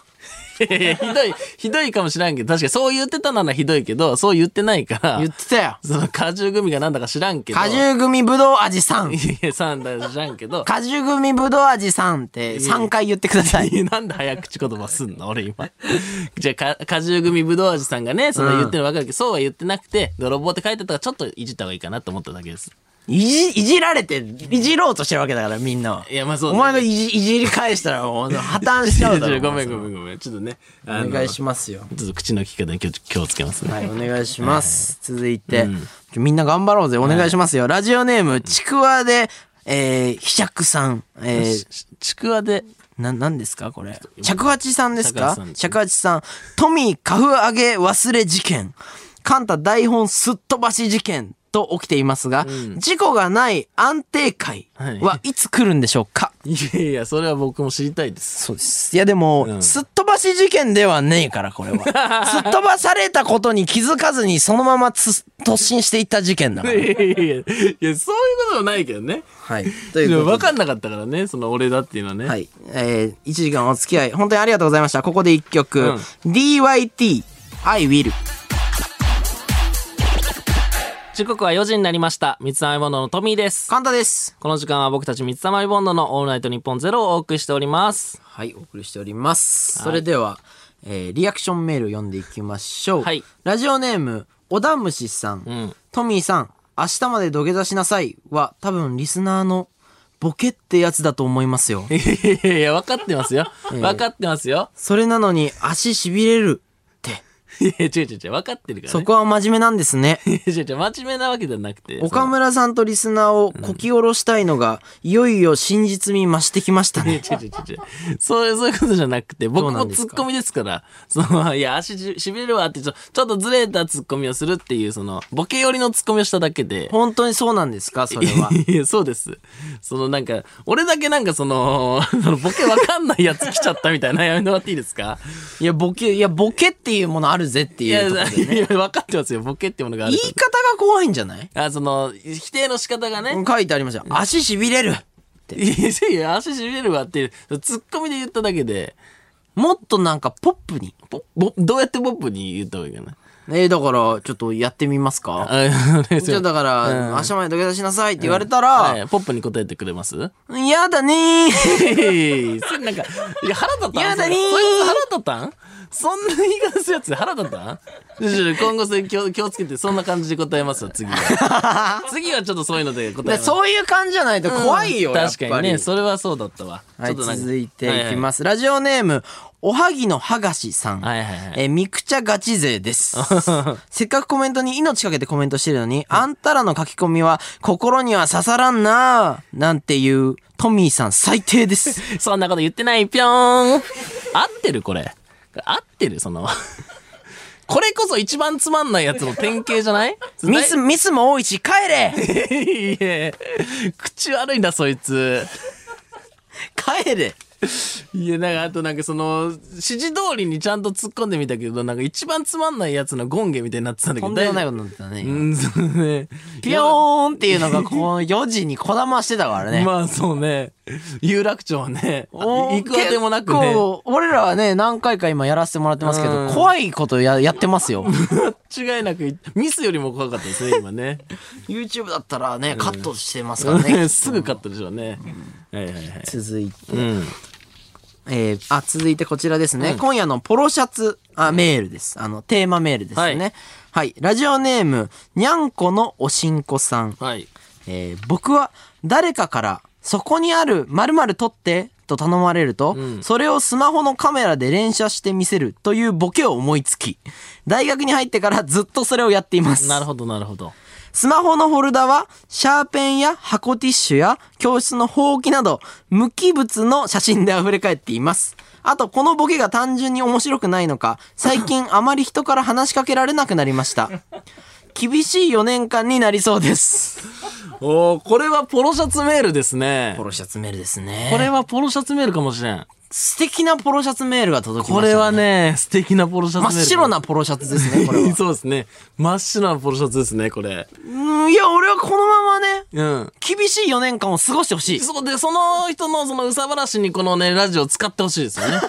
[SPEAKER 1] いやいや、ひどい、ひどいかもしらんけど、確かにそう言ってたならひどいけど、そう言ってないから
[SPEAKER 2] 言っ、てたよ
[SPEAKER 1] その果汁組がなんだか知らんけど。
[SPEAKER 2] 果汁グミぶどう味さん
[SPEAKER 1] いやいや、さんだよ知らんけど。
[SPEAKER 2] 果汁グミぶどう味さんって3回言ってください。
[SPEAKER 1] いやなんで早口言葉すんの俺今。じゃあ、か果汁組ぶどう味さんがね、その言ってるの分かるけど、そうは言ってなくて、泥棒って書いてたからちょっといじった方がいいかなと思っただけです。
[SPEAKER 2] いじ、いじられて、いじろうとしてるわけだから、みんなは。
[SPEAKER 1] いやまあそう
[SPEAKER 2] お
[SPEAKER 1] ね
[SPEAKER 2] 前がいじ、いじり返したら、もう破綻しちゃうだ
[SPEAKER 1] [laughs] いや
[SPEAKER 2] ろ
[SPEAKER 1] いや。ごめん
[SPEAKER 2] お
[SPEAKER 1] ごめんごめん。ちょっとね。
[SPEAKER 2] 前
[SPEAKER 1] あ
[SPEAKER 2] お
[SPEAKER 1] の
[SPEAKER 2] 願いしますよ。
[SPEAKER 1] ちょっと口の利き方に気を気をつけますね。
[SPEAKER 2] はい、お願いします。
[SPEAKER 1] [laughs]
[SPEAKER 2] 続いて、みんな頑張ろうぜ。お願いしますよ。ラジオネーム、ちくわで、えー、ひしゃくさん。えー、
[SPEAKER 1] ちちくわで、
[SPEAKER 2] な、なんですかこれ。尺八さんです
[SPEAKER 1] 尺八
[SPEAKER 2] か
[SPEAKER 1] さんです
[SPEAKER 2] 尺八さん。トミー花粉上げ忘れ事件。カンタ台本すっ飛ばし事件と起きていますが、事故がない安定会はいつ来るんでしょうか、
[SPEAKER 1] いやいや、それは僕も知りたいです。
[SPEAKER 2] そうです。いやでも、
[SPEAKER 1] ん
[SPEAKER 2] すっ飛ばし事件ではねえから、これ [laughs] は。すっ飛ばされたことに気づかずに、そのままつ突進していった事件だから。
[SPEAKER 1] [laughs] いやいやいや、いやそういうことはないけどね。
[SPEAKER 2] はい。と
[SPEAKER 1] で
[SPEAKER 2] いう
[SPEAKER 1] も
[SPEAKER 2] こと
[SPEAKER 1] 分
[SPEAKER 2] で。
[SPEAKER 1] かんなかったからね、その俺だっていうのはね。
[SPEAKER 2] はい。えー、1時間お付き合い、本当にありがとうございました。ここで1曲、
[SPEAKER 1] うん
[SPEAKER 2] DYT、I Will。
[SPEAKER 1] 時刻は4時になりました。三つ編みボンドのトミーです。
[SPEAKER 2] 簡単です。
[SPEAKER 1] この時間は僕たち三つ編みボンドのオールナイトニッポンゼロをお送りしております。
[SPEAKER 2] はい、お送りしております。それでは、えーリアクションメール読んでいきましょう。
[SPEAKER 1] はい
[SPEAKER 2] ラジオネーム、おだむしさん,、
[SPEAKER 1] ん
[SPEAKER 2] トミーさん、明日まで土下座しなさいは、多分リスナーのボケってやつだと思いますよ。
[SPEAKER 1] いやいやいや、分かってますよ。分かってますよ。
[SPEAKER 2] それなのに足しびれるって
[SPEAKER 1] いや、違う違う違う、分かってるから、ね。
[SPEAKER 2] そこは真面目なんですね。
[SPEAKER 1] いや [laughs] 違う違う、真面目なわけじゃなくて。
[SPEAKER 2] 岡村さんとリスナーをこき下ろしたいのが、いよいよ真実味増してきました
[SPEAKER 1] そのいや
[SPEAKER 2] ね。
[SPEAKER 1] 違う違う違う違う。そういう、そういうことじゃなくて、僕
[SPEAKER 2] うな
[SPEAKER 1] も
[SPEAKER 2] んです
[SPEAKER 1] ツッ
[SPEAKER 2] か
[SPEAKER 1] コミですから、その、いや、足ししびれるわってちょ、ちょっとずれたツッコミをするっていう、その、ボケ寄りのツッコミをしただけで。
[SPEAKER 2] [laughs] 本当にそうなんですかそれは。
[SPEAKER 1] いや、そうです。そのなんか、俺だけなんかその、 [laughs] そのボケわかんないやつ来ちゃったみたいな、やめてもらっていいですか
[SPEAKER 2] いや、ボ
[SPEAKER 1] [laughs]
[SPEAKER 2] ケ、いや、ボケっていうものあるぜって
[SPEAKER 1] い
[SPEAKER 2] い
[SPEAKER 1] や、
[SPEAKER 2] う
[SPEAKER 1] い
[SPEAKER 2] とこ
[SPEAKER 1] や、
[SPEAKER 2] ろでね。
[SPEAKER 1] 分かってますよ、ボケってものがあ
[SPEAKER 2] 言
[SPEAKER 1] る
[SPEAKER 2] い
[SPEAKER 1] か
[SPEAKER 2] 方が怖いんじゃない
[SPEAKER 1] ら。あ、その、否定の仕方がね。
[SPEAKER 2] 書いてありましたよ。足しびれる。
[SPEAKER 1] いやいや、足しびれるわっていう、ツッコミで言っただけで、
[SPEAKER 2] もっとなんかポップに。
[SPEAKER 1] ポぼどうやってポップに言った方がいいかな。
[SPEAKER 2] えーだから、ちょっとやってみますか
[SPEAKER 1] あお願いし
[SPEAKER 2] じ
[SPEAKER 1] ます
[SPEAKER 2] ゃあだから、明日まで土下座しなさいって言われたら、
[SPEAKER 1] はいポップに答えてくれますい
[SPEAKER 2] やだねー。
[SPEAKER 1] やいやそれなんか、いや腹立ったん
[SPEAKER 2] やだねー
[SPEAKER 1] それそいつ腹立ったんそんな言い方するやつ腹立ったんちょちょ今後それ気を気をつけて、そんな感じで答えますわ、次は。 [laughs] 次はちょっとそういうので答え
[SPEAKER 2] で
[SPEAKER 1] ます。
[SPEAKER 2] そういう感じじゃないと怖いよ、やっぱ
[SPEAKER 1] 確
[SPEAKER 2] り。
[SPEAKER 1] かにね、それはそうだったわ。
[SPEAKER 2] はい、
[SPEAKER 1] ちょっとなんか
[SPEAKER 2] 続いていき
[SPEAKER 1] は
[SPEAKER 2] ます。ラジオネーム、おはぎのはがしさん。
[SPEAKER 1] はいはいはい
[SPEAKER 2] えーみくちゃガチ勢です。
[SPEAKER 1] [laughs]
[SPEAKER 2] せっかくコメントに命かけてコメントしてるのに、あんたらの書き込みは心には刺さらんなぁなんていうトミーさん最
[SPEAKER 1] [laughs]
[SPEAKER 2] 低です。
[SPEAKER 1] いはいそんなこと言ってない、ぴょーん。合ってるこれ。合ってるその。これこそ一番つまんないやつの典型じゃ [laughs] ない
[SPEAKER 2] ミス、ミスも多いし帰れ
[SPEAKER 1] [laughs] いや口悪いんだそいつ
[SPEAKER 2] 帰れ
[SPEAKER 1] いやなんかあとなんかその指示通りにちゃんと突っ込んでみたけどなんか一番つまんないやつのゴンゲみたいになってたんだけ
[SPEAKER 2] と
[SPEAKER 1] ど
[SPEAKER 2] んでもない
[SPEAKER 1] 大
[SPEAKER 2] こ
[SPEAKER 1] 丈
[SPEAKER 2] とになってたね。
[SPEAKER 1] 夫うんそうね
[SPEAKER 2] ピヨーンっていうのがこの4時にこだましてたからね。
[SPEAKER 1] まあそうね有楽町はね
[SPEAKER 2] お
[SPEAKER 1] 行くあてもなくね
[SPEAKER 2] 結構俺らはね、何回か今やらせてもらってますけ
[SPEAKER 1] うん
[SPEAKER 2] ど、怖いことややってま
[SPEAKER 1] [laughs]
[SPEAKER 2] すよ。
[SPEAKER 1] 間違いなくミスよりも怖かったですね今ね
[SPEAKER 2] YouTube だったらね、カットしてますから
[SPEAKER 1] [laughs]
[SPEAKER 2] ね。
[SPEAKER 1] すぐ勝ったでしょうね、はいはいはい
[SPEAKER 2] 続いて、
[SPEAKER 1] うん
[SPEAKER 2] えーあ、続いてこちらですね。今夜のポロシャツ、あ、メールです。あの、テーマメールですね。
[SPEAKER 1] は
[SPEAKER 2] はい、ラジオネーム、にゃんこのおしんこさん。
[SPEAKER 1] はい
[SPEAKER 2] えー僕は誰かから、そこにある〇〇取って、と頼まれると、それをスマホのカメラで連写して見せるというボケを思いつき、大学に入ってからずっとそれをやっています。
[SPEAKER 1] なるほどなるほど
[SPEAKER 2] スマホのフォルダは、シャーペンや箱ティッシュや教室のほうきなど、無機物の写真で溢れ返っています。あと、このボケが単純に面白くないのか、最近あまり人から話しかけられなくなりました。厳しい4年間になりそうです。
[SPEAKER 1] おおこれはポロシャツメールですね
[SPEAKER 2] ポロシャツメールですね。
[SPEAKER 1] これはポロシャツメールかもしれん。
[SPEAKER 2] 素敵なポロシャツメールが届きま
[SPEAKER 1] こ
[SPEAKER 2] した、ね。
[SPEAKER 1] れは。ね、素敵なポロシャツメ
[SPEAKER 2] 真
[SPEAKER 1] ー
[SPEAKER 2] っ
[SPEAKER 1] ル。
[SPEAKER 2] 白なポロシャツですね、これは。
[SPEAKER 1] そうですね。真っ白なポロシャツですね、これ。
[SPEAKER 2] [laughs] うん、いや、俺はこのままね、
[SPEAKER 1] うん。
[SPEAKER 2] 厳しい4年間を過ごしてほしい。
[SPEAKER 1] そうで、その人のそのうさばらしにこのね、ラジオ使ってほしいですよね。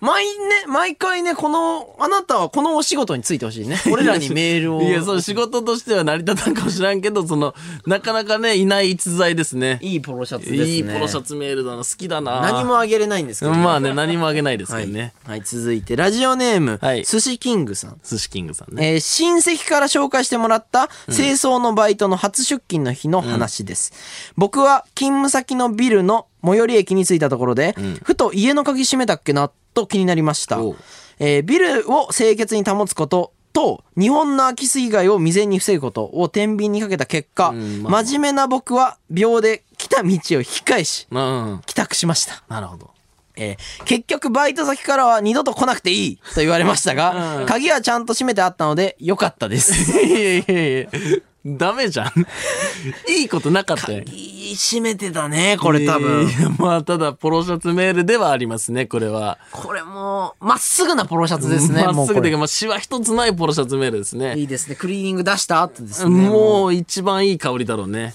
[SPEAKER 2] 毎ね、毎回ね、この、あなたはこのお仕事についてほ [laughs] しいね。 [laughs] 俺らにメールを。
[SPEAKER 1] いや、そう、仕事としては成り立たんかもしらんけど、その、なかなかね、いない逸材ですね。
[SPEAKER 2] いいポロシャツですね。
[SPEAKER 1] いいポロシャ。ツメールだな、好きだな。
[SPEAKER 2] 何もあげれないんですけど、
[SPEAKER 1] まあね、何もあげないですけどね。
[SPEAKER 2] はい、続いて、ラジオネーム、
[SPEAKER 1] はい
[SPEAKER 2] 寿司キングさん。
[SPEAKER 1] 寿司キングさんね。
[SPEAKER 2] えー親戚から紹介してもらった清掃のバイトの初出勤の日の話です、僕は勤務先のビルの最寄り駅に着いたところで、ふと家の鍵閉めたっけなと気になりました
[SPEAKER 1] おう、
[SPEAKER 2] えービルを清潔に保つことと日本の空き巣以外を未然に防ぐことを天秤にかけた結果、
[SPEAKER 1] んまあ
[SPEAKER 2] 真面目な僕は秒で来た道を引き返し
[SPEAKER 1] うん。
[SPEAKER 2] 帰宅しました
[SPEAKER 1] なるほど。
[SPEAKER 2] えー結局バイト先からは二度と来なくていいと言われましたが、鍵はちゃんと閉めてあったので良かったです。
[SPEAKER 1] いやいやいやダメ
[SPEAKER 2] [laughs]
[SPEAKER 1] じゃん。いいことなかったよ。
[SPEAKER 2] 閉めてたね、これ多分
[SPEAKER 1] い。やまあただポロシャツメールではありますねこれは
[SPEAKER 2] これもう、まっすぐなポロシャツですね。
[SPEAKER 1] まっす
[SPEAKER 2] も
[SPEAKER 1] ぐ
[SPEAKER 2] うこ
[SPEAKER 1] で
[SPEAKER 2] れ
[SPEAKER 1] まあシワ一つないポロシャツメールです
[SPEAKER 2] い
[SPEAKER 1] ね
[SPEAKER 2] いですね。クリーニング出した後ですね。もう、
[SPEAKER 1] もう一番いい香りだろうね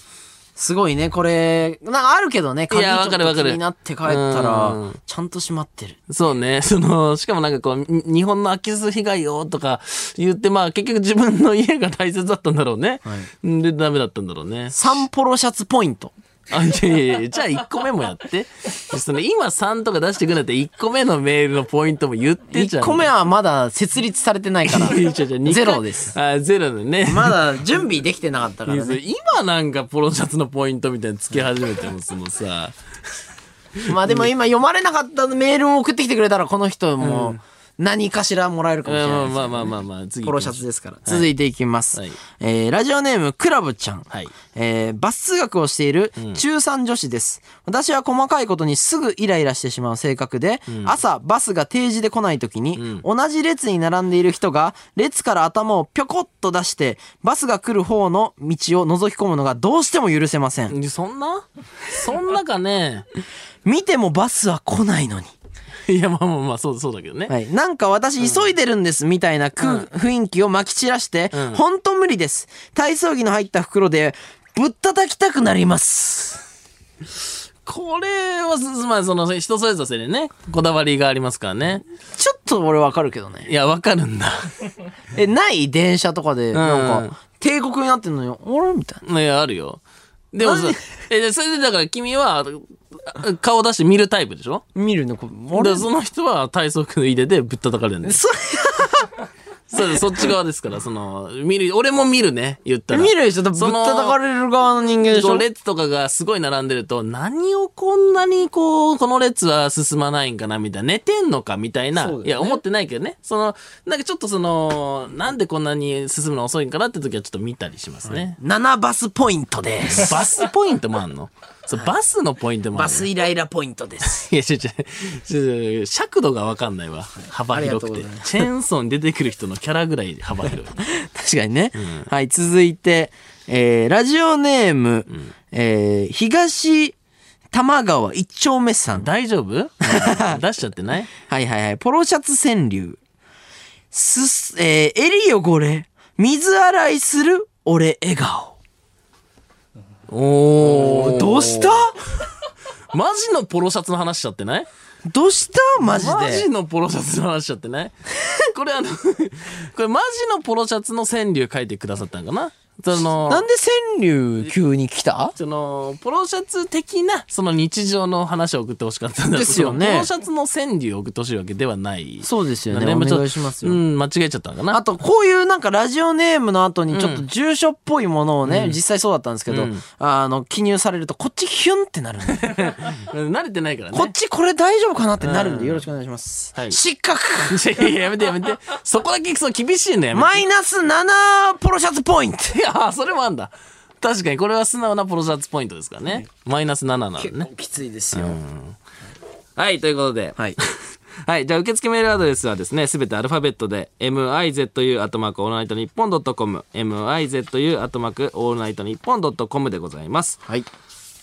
[SPEAKER 2] すごいね、これ、なんかあるけどね、鍵
[SPEAKER 1] い
[SPEAKER 2] ち
[SPEAKER 1] や
[SPEAKER 2] ょ
[SPEAKER 1] わ
[SPEAKER 2] っ
[SPEAKER 1] かるわ
[SPEAKER 2] と
[SPEAKER 1] か
[SPEAKER 2] 気
[SPEAKER 1] る
[SPEAKER 2] になって帰った
[SPEAKER 1] う
[SPEAKER 2] ら
[SPEAKER 1] ん、
[SPEAKER 2] ちゃんと閉まってる。
[SPEAKER 1] そうね [laughs] そのしかもなんかこうに日本の空き巣被害よとか言ってまあ結局自分の家が大切だったんだろうね、でダメだったんだろうね
[SPEAKER 2] 3ポロシャツポイント。
[SPEAKER 1] あいやいやいやじゃあ1個目もやってその今3とか出してくんだって1個目のメールのポイントも言ってじゃ
[SPEAKER 2] 1
[SPEAKER 1] ん
[SPEAKER 2] 個目はまだ設立されてないから、
[SPEAKER 1] いやいやいや二回
[SPEAKER 2] ゼロです。
[SPEAKER 1] あゼロだね
[SPEAKER 2] まだ準備できてなかったか
[SPEAKER 1] い
[SPEAKER 2] ら
[SPEAKER 1] やそ
[SPEAKER 2] ね
[SPEAKER 1] れ。今なんかポロシャツのポイントみたいにつけ始めてもその
[SPEAKER 2] [laughs]
[SPEAKER 1] さ
[SPEAKER 2] まあでも今読まれなかったメールを送ってきてくれたらこの人も、何かしらもらえるかもしれないです、
[SPEAKER 1] まあまあまあまあ、次。
[SPEAKER 2] ポロシャツですから。続いていきます。
[SPEAKER 1] はい
[SPEAKER 2] えーラジオネーム、クラブちゃん。
[SPEAKER 1] はい
[SPEAKER 2] えーバス通学をしている中3女子です。私は細かいことにすぐイライラしてしまう性格で、朝、バスが定時で来ない時に、同じ列に並んでいる人が、列から頭をぴょこっと出して、バスが来る方の道を覗き込むのがどうしても許せません。
[SPEAKER 1] んそん
[SPEAKER 2] [laughs]
[SPEAKER 1] なそんなかね。
[SPEAKER 2] 見てもバスは来ないのに。
[SPEAKER 1] いや、まあまあまあ、そうそうだけどね。
[SPEAKER 2] はい、なんか私急いでるんですみたいな空、雰囲気をまき散らして、
[SPEAKER 1] ん
[SPEAKER 2] ほんと無理です体操着の入った袋でぶったたきたくなります
[SPEAKER 1] これは、すまあ、その、人それぞれでね、こだわりがありますからね。
[SPEAKER 2] ちょっと俺わかるけどね
[SPEAKER 1] いや、わかるんだ。 [laughs]
[SPEAKER 2] えない電車とかでなん
[SPEAKER 1] うん
[SPEAKER 2] か帝国になってんのにあれみたいない
[SPEAKER 1] や、あるよ。でもさ、え、でそれでだから君は、あ顔出して見るタイプでしょ
[SPEAKER 2] 見るのこう
[SPEAKER 1] で
[SPEAKER 2] 俺
[SPEAKER 1] その人は体操服入れてぶったたかれるんです。
[SPEAKER 2] そ
[SPEAKER 1] [laughs] そうそっち側ですから、その、見る、俺も見るね、言ったら。
[SPEAKER 2] 見る人とぶったたかれる側の人間でし
[SPEAKER 1] そ
[SPEAKER 2] ょ
[SPEAKER 1] の列とかがすごい並んでると、何をこんなにこう、この列は進まないんかな、みたいな。寝てんのか、みたいな。いや、思ってないけどね。その、なんかちょっとその、なんでこんなに進むの遅いんかなって時はちょっと見たりしますね。
[SPEAKER 2] 7バスポイントです
[SPEAKER 1] バスポイントもあんのそう、バスのポイントもあ
[SPEAKER 2] バ
[SPEAKER 1] るの
[SPEAKER 2] スイライラポイントです
[SPEAKER 1] いや、ちょ、ちょ、ちょ、ちょ尺度がわかんないわ。幅広く
[SPEAKER 2] ありがとう
[SPEAKER 1] て
[SPEAKER 2] ござい。
[SPEAKER 1] チェーンソーに出てくる人のキャラぐらい幅広
[SPEAKER 2] [laughs]
[SPEAKER 1] い。
[SPEAKER 2] 確かにね、はい続いて、えーラジオネーム、えー東玉川一丁目さん
[SPEAKER 1] 大丈夫うん出しちゃってない
[SPEAKER 2] はいはいはい。ポロシャツ川柳。すす、えー、襟汚れ。水洗いする俺笑顔。
[SPEAKER 1] お
[SPEAKER 2] どうした
[SPEAKER 1] マジのポロシャツの話しちゃってない
[SPEAKER 2] どうしたマジで。
[SPEAKER 1] マジのポロシャツの話しちゃってないこれあの、 [laughs] これマジのポロシャツの川柳書いてくださったんかなその、
[SPEAKER 2] なんで川柳急に来た
[SPEAKER 1] その、ポロシャツ的な、その日常の話を送ってほしかったんだ
[SPEAKER 2] ですよね
[SPEAKER 1] そのポロシャツの川柳を送ってほしいわけではない。
[SPEAKER 2] そうですよね
[SPEAKER 1] なんでちょっと
[SPEAKER 2] お願いしますよ
[SPEAKER 1] うん、間違えちゃったのかな。
[SPEAKER 2] あと、こういうなんかラジオネームの後にちょっと住所っぽいものをね、実際そうだったんですけど、
[SPEAKER 1] うん
[SPEAKER 2] あの、記入されるとこっちヒュンってなるんで、
[SPEAKER 1] うん慣れてないからね。
[SPEAKER 2] こっちこれ大丈夫かなってなるんでよろしくお願いします。
[SPEAKER 1] はい
[SPEAKER 2] 失格
[SPEAKER 1] ち。 [laughs] いややめてやめて。そこだけその厳しいのやめて。
[SPEAKER 2] マイナス7ポロシャツポイント
[SPEAKER 1] いや、それもあんだ。確かにこれは素直なポロシャツポイントですからね。マイナス7なのね。
[SPEAKER 2] きついですよ。
[SPEAKER 1] はい、ということで。
[SPEAKER 2] はい。
[SPEAKER 1] はい。じゃあ、受付メールアドレスはですね、すべてアルファベットで、mizu アトマークオールナイトニッポンドットコム、mizu アトマークオールナイトニッポンドットコムでございます。
[SPEAKER 2] はい。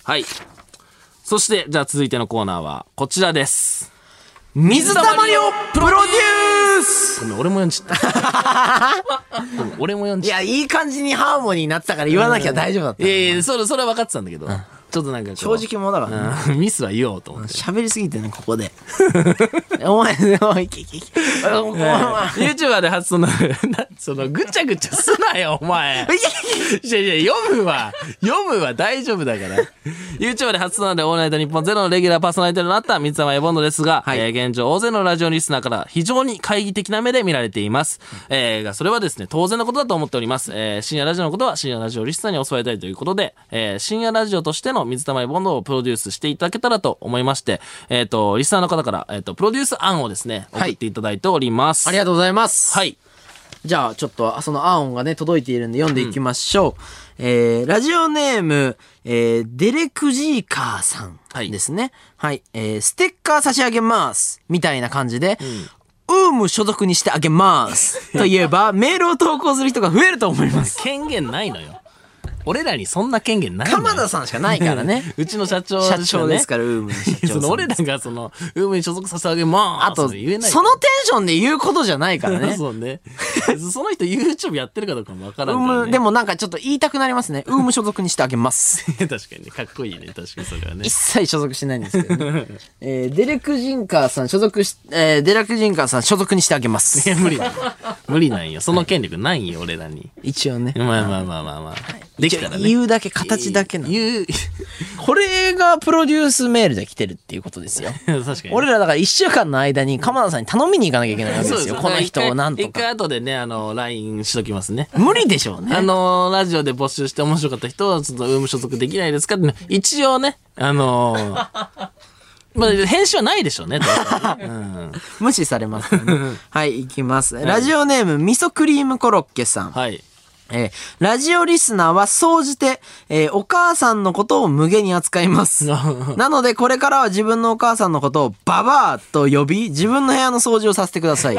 [SPEAKER 1] はい。そして、じゃあ続いてのコーナーは、こちらです。
[SPEAKER 2] 水溜りをプロデュース
[SPEAKER 1] ごめん、俺も読んじゃった。 [laughs] ごめん俺も読ん
[SPEAKER 2] い
[SPEAKER 1] じゃっ。
[SPEAKER 2] や、いい感じにハーモニーになってたから言わなきゃ大丈夫だったた。
[SPEAKER 1] いやいや、それ、それは分かってたんだけど、ちょっとなんかこう、
[SPEAKER 2] 正直もだからね。
[SPEAKER 1] うんミスは言おうと思
[SPEAKER 2] [laughs]
[SPEAKER 1] って。
[SPEAKER 2] 喋りすぎてね、ここで。 [laughs] お前、お前、いけいけいけ。お前、
[SPEAKER 1] [laughs]
[SPEAKER 2] お前
[SPEAKER 1] YouTuber で [laughs] 初となる、なその、ぐちゃぐちゃすなよ、お前。いやいや、読むわ。読むわ、大丈夫だから。YouTuber で初となるオールナイト日本ゼロのレギュラーパーソナリティとなった三沢エボンドですが、えー現状、大勢のラジオリスナーから非常に懐疑的な目で見られています。えーが、それはですね、当然のことだと思っております。えー深夜ラジオのことは深夜ラジオリスナーに教わりたいということで、えー深夜ラジオとしての水溜りボンドをプロデュースしていただけたらと思いまして、えっ、と、リスナーの方から、えっ、と、プロデュース案をですね、送っていただいております。
[SPEAKER 2] ありがとうございます。
[SPEAKER 1] はい。
[SPEAKER 2] じゃあ、ちょっと、そのアーオンがね、届いているんで読んでいきましょう。えー、ラジオネーム、えー、デレクジーカーさん
[SPEAKER 1] はい
[SPEAKER 2] ですね。はい。えー、ステッカー差し上げます。みたいな感じで、ウーム所属にしてあげます。と言え [laughs] ば、メールを投稿する人が増えると思います。
[SPEAKER 1] 権限ないのよ。俺らにそんな権限ないのよ。
[SPEAKER 2] 鎌田さんしかないからね。
[SPEAKER 1] [laughs] うちの社長
[SPEAKER 2] 社長ですからら、ウームの社
[SPEAKER 1] ね。
[SPEAKER 2] 長さ
[SPEAKER 1] そ
[SPEAKER 2] ん
[SPEAKER 1] の俺らがその、ウームに所属させてあげまー
[SPEAKER 2] あ
[SPEAKER 1] す
[SPEAKER 2] と、
[SPEAKER 1] って言えない
[SPEAKER 2] そのテンションで言うことじゃないから
[SPEAKER 1] らね。
[SPEAKER 2] [laughs] ね。
[SPEAKER 1] そうね。 [laughs] その人 YouTube やってるかどうかもわから
[SPEAKER 2] ウ
[SPEAKER 1] ん
[SPEAKER 2] ー
[SPEAKER 1] から、
[SPEAKER 2] ム、
[SPEAKER 1] ね。
[SPEAKER 2] でもなんかちょっと言いたくなりますね。ウーム所属にしてあげます。
[SPEAKER 1] [laughs] 確かにね、かっこいいね。確かにそれはね
[SPEAKER 2] 一。切所属してないんですけど、ねえーデレク・ジンカーさん所属し、えーデレク・ジンカーさん所属にしてあげま
[SPEAKER 1] い
[SPEAKER 2] す
[SPEAKER 1] や、。無理だよ。無理なんよ。その権力ないよ、俺らに。
[SPEAKER 2] 一応ね。
[SPEAKER 1] まあまあまあまあまあ。できたらね。
[SPEAKER 2] 言うだけ、形だけなの。
[SPEAKER 1] 言う、
[SPEAKER 2] これがプロデュースメールで来てるっていうことですよ。
[SPEAKER 1] [laughs] 確かに。
[SPEAKER 2] 俺らだから一週間の間に鎌田さんに頼みに行かなきゃいけないわけ
[SPEAKER 1] そ
[SPEAKER 2] で
[SPEAKER 1] う
[SPEAKER 2] すよ。この人をなんと
[SPEAKER 1] 一回一回
[SPEAKER 2] か。
[SPEAKER 1] 後でね、あの、LINE しときますね。
[SPEAKER 2] 無理でしょう
[SPEAKER 1] [laughs]
[SPEAKER 2] ね。
[SPEAKER 1] あのーラジオで募集して面白かった人は、ちょっとウーム所属できないですかってね、一応ね、あのー [laughs] まあ、編集はないでしょうね。多分うん
[SPEAKER 2] [laughs] 無視されますからね [laughs] はい、いきます。ラジオネーム、味噌クリームコロッケさん。
[SPEAKER 1] はい。 [laughs]
[SPEAKER 2] えーラジオリスナーは総じて、えーお母さんのことを無限に扱います。 [laughs] なので、これからは自分のお母さんのことをババアと呼び、自分の部屋の掃除をさせてくだ [laughs] さい。
[SPEAKER 1] い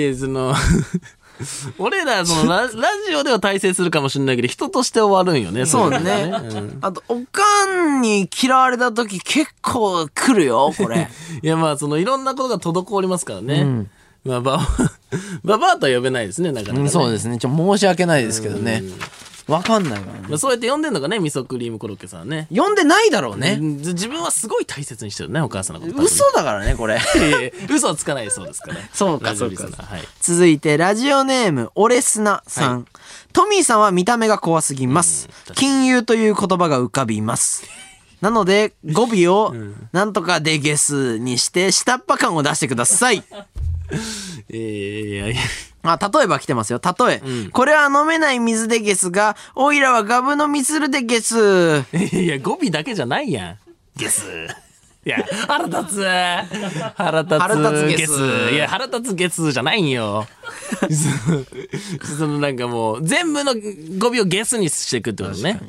[SPEAKER 1] え、その、 [laughs] 俺ら、そのラ、ラジオでは対戦するかもしれないけど、人として終わるんよね。
[SPEAKER 2] そう
[SPEAKER 1] れ
[SPEAKER 2] ね
[SPEAKER 1] が。
[SPEAKER 2] あと、おかんに嫌われた時結構来るよ、これ。
[SPEAKER 1] いや、まあ、その、いろんなことが滞りますからね。まあ、ば、 [laughs] ばばあとは呼べないですね、なかなか、ね。
[SPEAKER 2] [laughs] そうですね。ちょ、申し訳ないですけどね。わかんないわ、
[SPEAKER 1] まあ、そうやって呼んでんのがね、味噌クリームコロッケさんはね。
[SPEAKER 2] 呼んでないだろうね。
[SPEAKER 1] うん自分はすごい大切にしてるね、お母さんのこと。
[SPEAKER 2] 嘘だからね、これ。
[SPEAKER 1] いやいや嘘はつかないそうですから。
[SPEAKER 2] そうか
[SPEAKER 1] ラジオリスナー
[SPEAKER 2] そうか
[SPEAKER 1] はい。
[SPEAKER 2] 続いてラジオネームオレスナさん、トミーさんは見た目が怖すぎます金融という言葉が浮か
[SPEAKER 1] [laughs]
[SPEAKER 2] びますなので語尾をなんとかでゲスにして下っ端感を出してくだ
[SPEAKER 1] [laughs]
[SPEAKER 2] さい
[SPEAKER 1] えー、いやいや。
[SPEAKER 2] あ例えば来てますよ例え、これは飲めない水でゲスがおいらはガブ飲みするでゲス
[SPEAKER 1] いや、語尾だけじゃないやん。ゲス。いや、腹立つ。腹立つ。
[SPEAKER 2] 腹立つゲス
[SPEAKER 1] いや、腹立つゲスじゃないんよ。そのそのなんかもう、全部の語尾をゲスにしていくってことね。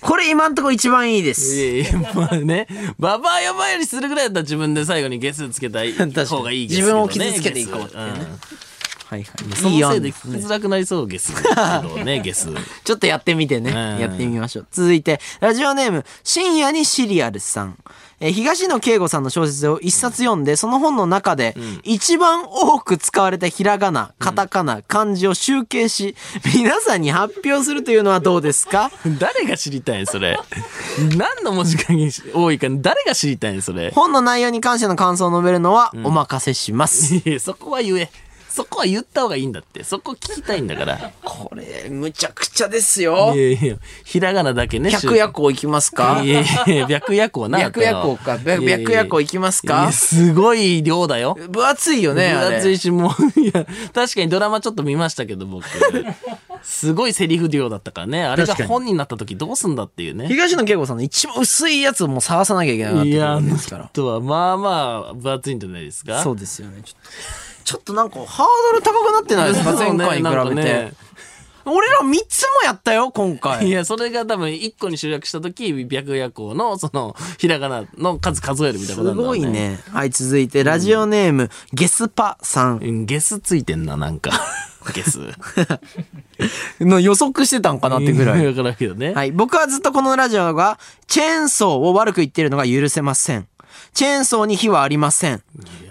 [SPEAKER 2] これ今んとこ一番いいで
[SPEAKER 1] い
[SPEAKER 2] す
[SPEAKER 1] やいや、まあね。ババア呼ばわりするぐらいだったら自分で最後にゲスつけたい方がいいゲスけどね、
[SPEAKER 2] 自分を傷つけていこうっ
[SPEAKER 1] ゲス
[SPEAKER 2] て
[SPEAKER 1] うん
[SPEAKER 2] はいはい
[SPEAKER 1] そ
[SPEAKER 2] い
[SPEAKER 1] の
[SPEAKER 2] いよ
[SPEAKER 1] せいで聞きづらくなりそう、ゲス。ね、ゲス。
[SPEAKER 2] ちょっとやってみてね。
[SPEAKER 1] ん
[SPEAKER 2] やってみましょう。続いて、ラジオネーム、深夜にシリアルさん。えー東野圭吾さんの小説を一冊読んで、その本の中で、一番多く使われたひらがな、カタカナ、漢字を集計し、皆さんに発表するというのはどうですか
[SPEAKER 1] [laughs] 誰が知りたいんそれ。何の文字が多いか、誰が知りたいんそれ。
[SPEAKER 2] 本の内容に関しての感想を述べるのはお任せします。
[SPEAKER 1] いやそこは言え。そこは言った方がいいんだって。そこ聞きたいんだから。
[SPEAKER 2] これ、むちゃくちゃですよ
[SPEAKER 1] い。やいや、ひらがなだけね。
[SPEAKER 2] 百夜行いきますか
[SPEAKER 1] いやいや、白夜行な。
[SPEAKER 2] 白夜行か。白
[SPEAKER 1] いやいや
[SPEAKER 2] 夜行いきます
[SPEAKER 1] いや
[SPEAKER 2] か
[SPEAKER 1] すごい量だよ。
[SPEAKER 2] 分厚いよね、あ
[SPEAKER 1] 分
[SPEAKER 2] れ
[SPEAKER 1] 厚いし、もう、いや、確かにドラマちょっと見ましたけど、僕。すごいセリフ量だったからね。あれが本になった時どうすんだっていうね。
[SPEAKER 2] 東野圭吾さんの一番薄いやつをもう探さなきゃいけなかった
[SPEAKER 1] いや、あ
[SPEAKER 2] ん
[SPEAKER 1] の
[SPEAKER 2] ですから。
[SPEAKER 1] 人は、まあまあ、分厚いんじゃないですか。
[SPEAKER 2] そうですよね。ちょっとちょっとなんかハードル高くなっ
[SPEAKER 1] [laughs]
[SPEAKER 2] てないですか
[SPEAKER 1] そう
[SPEAKER 2] 前
[SPEAKER 1] ね
[SPEAKER 2] 回に
[SPEAKER 1] なんか
[SPEAKER 2] 比べて
[SPEAKER 1] ね。
[SPEAKER 2] 俺ら3つもやったよ、今
[SPEAKER 1] い
[SPEAKER 2] 回。
[SPEAKER 1] や、それが多分一個に集約した時、白夜行の、その、ひらがなの数数えるみたい
[SPEAKER 2] す
[SPEAKER 1] なことなんだろ
[SPEAKER 2] ご
[SPEAKER 1] う
[SPEAKER 2] い。ね。はい、続いて、ラジオネーム、ゲスパさん
[SPEAKER 1] うんゲスついてんな、なんか。 [laughs] ゲス。
[SPEAKER 2] の予測してたんかなってぐらい。
[SPEAKER 1] わからんけどね。
[SPEAKER 2] はい。僕はずっとこのラジオが、チェーンソーを悪く言ってるのが許せません。チェーンソーに火はありません。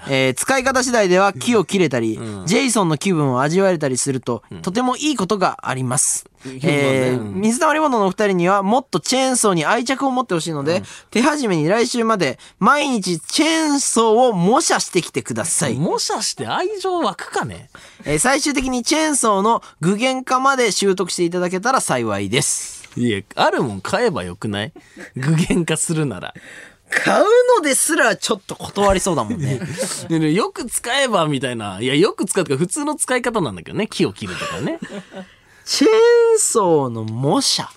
[SPEAKER 2] えー使い方次第では木を切れたり、ジェイソンの気分を味わえたりすると、とてもいいことがあります。えー水溜りボンドのお二人にはもっとチェーンソーに愛着を持ってほしいので、手始めに来週まで毎日チェーンソーを模写してきてください。
[SPEAKER 1] もしかして愛情湧くかね
[SPEAKER 2] えー最終的にチェーンソーの具現化まで習得していただけたら幸いです。
[SPEAKER 1] いや、あるもん買えばよくない具現化するな [laughs] ら。
[SPEAKER 2] 買うのですらちょっと断りそうだもん [laughs] ね。
[SPEAKER 1] でねよく使えばみたいな。いや、よく使うとか普通の使い方なんだけどね。木を切るとかね。
[SPEAKER 2] チェーンソーの模写。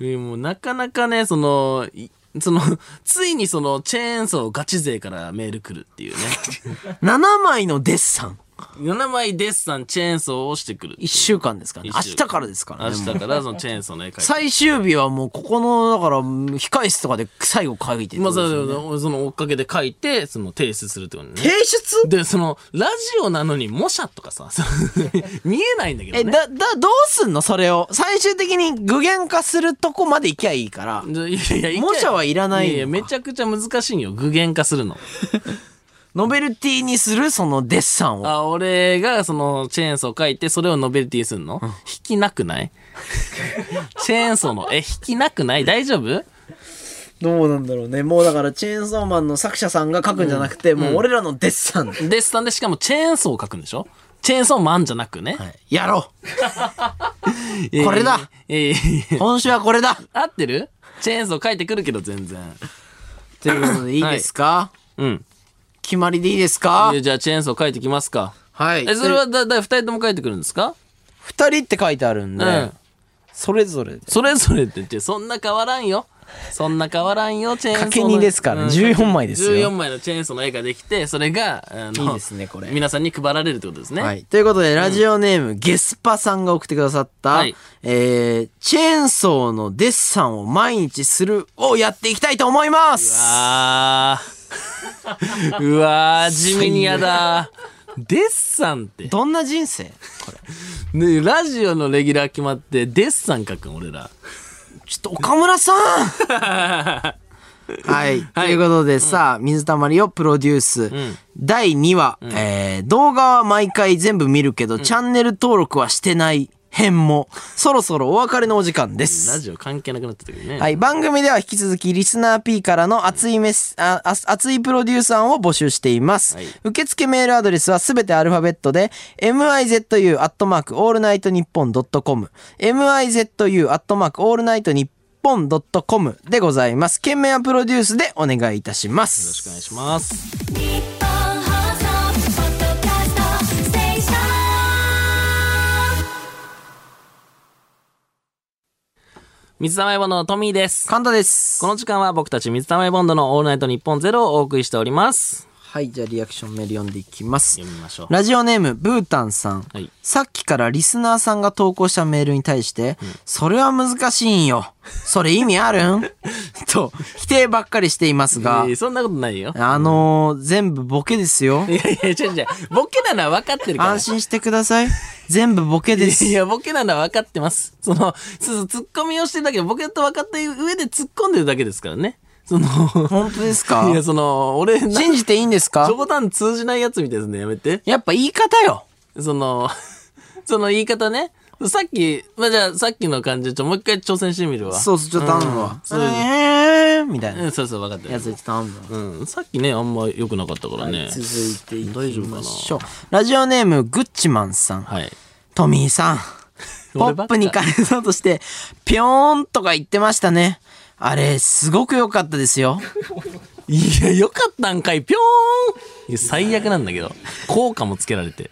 [SPEAKER 1] えーもうなかなかね、その、いその、 [laughs] ついにその、チェーンソーガチ勢からメール来るっていうね。
[SPEAKER 2] [laughs] 7枚のデッサン。
[SPEAKER 1] 7枚デッサン、チェーンソーをしてくる。
[SPEAKER 2] 1週間ですからね。明
[SPEAKER 1] 一
[SPEAKER 2] 日
[SPEAKER 1] 週
[SPEAKER 2] からですから
[SPEAKER 1] 明
[SPEAKER 2] ね。
[SPEAKER 1] 日
[SPEAKER 2] もう
[SPEAKER 1] からそのチェーン
[SPEAKER 2] [laughs]
[SPEAKER 1] ソーの絵描いて。
[SPEAKER 2] 最終日はもうここの、だから、控室とかで最後書いてる
[SPEAKER 1] ま
[SPEAKER 2] こ
[SPEAKER 1] あ、
[SPEAKER 2] と
[SPEAKER 1] そ
[SPEAKER 2] ですよね、
[SPEAKER 1] のその追っかけで書いて、その提出するってことね。
[SPEAKER 2] 提出
[SPEAKER 1] で、その、ラジオなのに模写とかさ、その [laughs] 見えないんだけ
[SPEAKER 2] え、
[SPEAKER 1] どね。
[SPEAKER 2] だ、だ、どうすんのそれを。最終的に具現化するとこまで行きゃいいから。
[SPEAKER 1] いやいやいや
[SPEAKER 2] 模写はいらないのか
[SPEAKER 1] いやいや、めちゃくちゃ難しいんよ。具現化するの。
[SPEAKER 2] ノベルティにするそのデッサンを。
[SPEAKER 1] あ、俺がそのチェーンソー書いて、それをノベルティにするの、引きなくない [laughs] チェーンソーの、え、引きなくない大丈夫
[SPEAKER 2] どうなんだろうね。もうだから、チェーンソーマンの作者さんが書くんじゃなくて、もう俺らのデッサン。
[SPEAKER 1] デッサンでしかもチェーンソーを書くんでしょチェーンソーマンじゃなくね。
[SPEAKER 2] やろ [laughs]
[SPEAKER 1] えー
[SPEAKER 2] これだ
[SPEAKER 1] えー [laughs]
[SPEAKER 2] う今週はこれだ
[SPEAKER 1] 合ってるチェーンソー書いてくるけど全然。
[SPEAKER 2] ということでいいですか、
[SPEAKER 1] うん。
[SPEAKER 2] 決まりでいいですか
[SPEAKER 1] えじゃあチェーンソー書いてきますか。
[SPEAKER 2] はい
[SPEAKER 1] え、それはだ、だ、二人とも書いてくるんですか
[SPEAKER 2] 2人って書いてあるんで、
[SPEAKER 1] うん
[SPEAKER 2] それぞれで
[SPEAKER 1] それぞれって言って、そんな変わらんよ。そんな変わらんよ、チェーンソーの。
[SPEAKER 4] 掛け荷ですからね
[SPEAKER 1] うん
[SPEAKER 4] 14枚ですよ
[SPEAKER 1] 14枚のチェーンソーの絵ができて、それが、あの
[SPEAKER 4] いいですねこれ
[SPEAKER 1] 皆さんに配られるってことですね。
[SPEAKER 2] はい。ということで、ラジオネーム、ゲスパさんが送ってくださった、
[SPEAKER 1] はい
[SPEAKER 2] えー、チェーンソーのデッサンを毎日するをやっていきたいと思います
[SPEAKER 1] あー。 [laughs] うわー、地味にやだ。デッサンって。
[SPEAKER 2] どんな人生
[SPEAKER 1] ねラジオのレギュラー決まって、デッサン書くん、俺ら。
[SPEAKER 2] ちょっと岡村さん [laughs] はい、ということでさあ、水たまりをプロデュース、第2話、えー動画は毎回全部見るけど、チャンネル登録はしてない編も、そろそろお別れのお時間で
[SPEAKER 1] ラ
[SPEAKER 2] す。
[SPEAKER 1] ジオ関係なくなってたけどね。
[SPEAKER 2] はい、番組では引き続きリスナー P からの熱いメッセああ熱いプロデューサーを募集しています、
[SPEAKER 1] はい
[SPEAKER 2] 受付メールアドレスはすべてアルファベットで mizu アットマークオールナイトニッポンドットコム mizu アットマークオールナイトニッポンドットコムでございます件名はプロデュースでお願いいたしますよろしくお願いします
[SPEAKER 5] 日本放送ポッドキャストステーショ
[SPEAKER 1] 水溜りボンドのトミーです。
[SPEAKER 2] 神田です
[SPEAKER 1] この時間は僕たち水溜りボンドのオールナイトニッポンゼロをお送りしております。
[SPEAKER 2] はいじゃあリアクションメール読んでいきます
[SPEAKER 1] 読みましょう。
[SPEAKER 2] ラジオネームブータンさん、
[SPEAKER 1] はい
[SPEAKER 2] さっきからリスナーさんが投稿したメールに対して、それは難しいんよ。それ意味あ
[SPEAKER 1] [laughs]
[SPEAKER 2] るんと、否定ばっかりしていますが
[SPEAKER 1] え、ーそんなことないよ。
[SPEAKER 2] あのー全部ボケですよ
[SPEAKER 1] い。やいや、違う違う。ボケなのは分かってるから。
[SPEAKER 2] 安心してください。全部ボケで
[SPEAKER 1] い
[SPEAKER 2] す。
[SPEAKER 1] や、ボケなのは分かってます。その、そうツッコミをしてるだけで、ボケと分かった上で突っ込んでるだけですからね。その、
[SPEAKER 2] 本当ですか
[SPEAKER 1] いや、その、俺、な
[SPEAKER 2] 信じていいんですか
[SPEAKER 1] 冗談通じないやつみたいですね。やめて。
[SPEAKER 2] やっぱ言い方よ。
[SPEAKER 1] その、 [laughs] その言い方ね。さっき、まあ、じゃあ、さっきの感じ、ちょ、もう一回挑戦してみるわ。
[SPEAKER 2] そうそう、ちょっと頼むわ。
[SPEAKER 1] そう、
[SPEAKER 2] えーみたいうなん
[SPEAKER 1] そうそう、分かった
[SPEAKER 2] や
[SPEAKER 1] よ。
[SPEAKER 2] つで頼むわ。
[SPEAKER 1] うん。さっきね、あんま良くなかったからね。
[SPEAKER 2] 続いていきましょう。ラジオネーム、グッチマンさん。
[SPEAKER 1] はい。
[SPEAKER 2] トミーさん。ポ
[SPEAKER 1] [laughs] 俺ばっ
[SPEAKER 2] ッ
[SPEAKER 1] か
[SPEAKER 2] プに変えたとして、ぴょーんとか言ってましたね。あれ、すごく良かったです
[SPEAKER 1] [laughs]
[SPEAKER 2] よ。
[SPEAKER 1] いや、よかったんかい、ぴょーんいや、最悪なんだけど。効果もつけられて。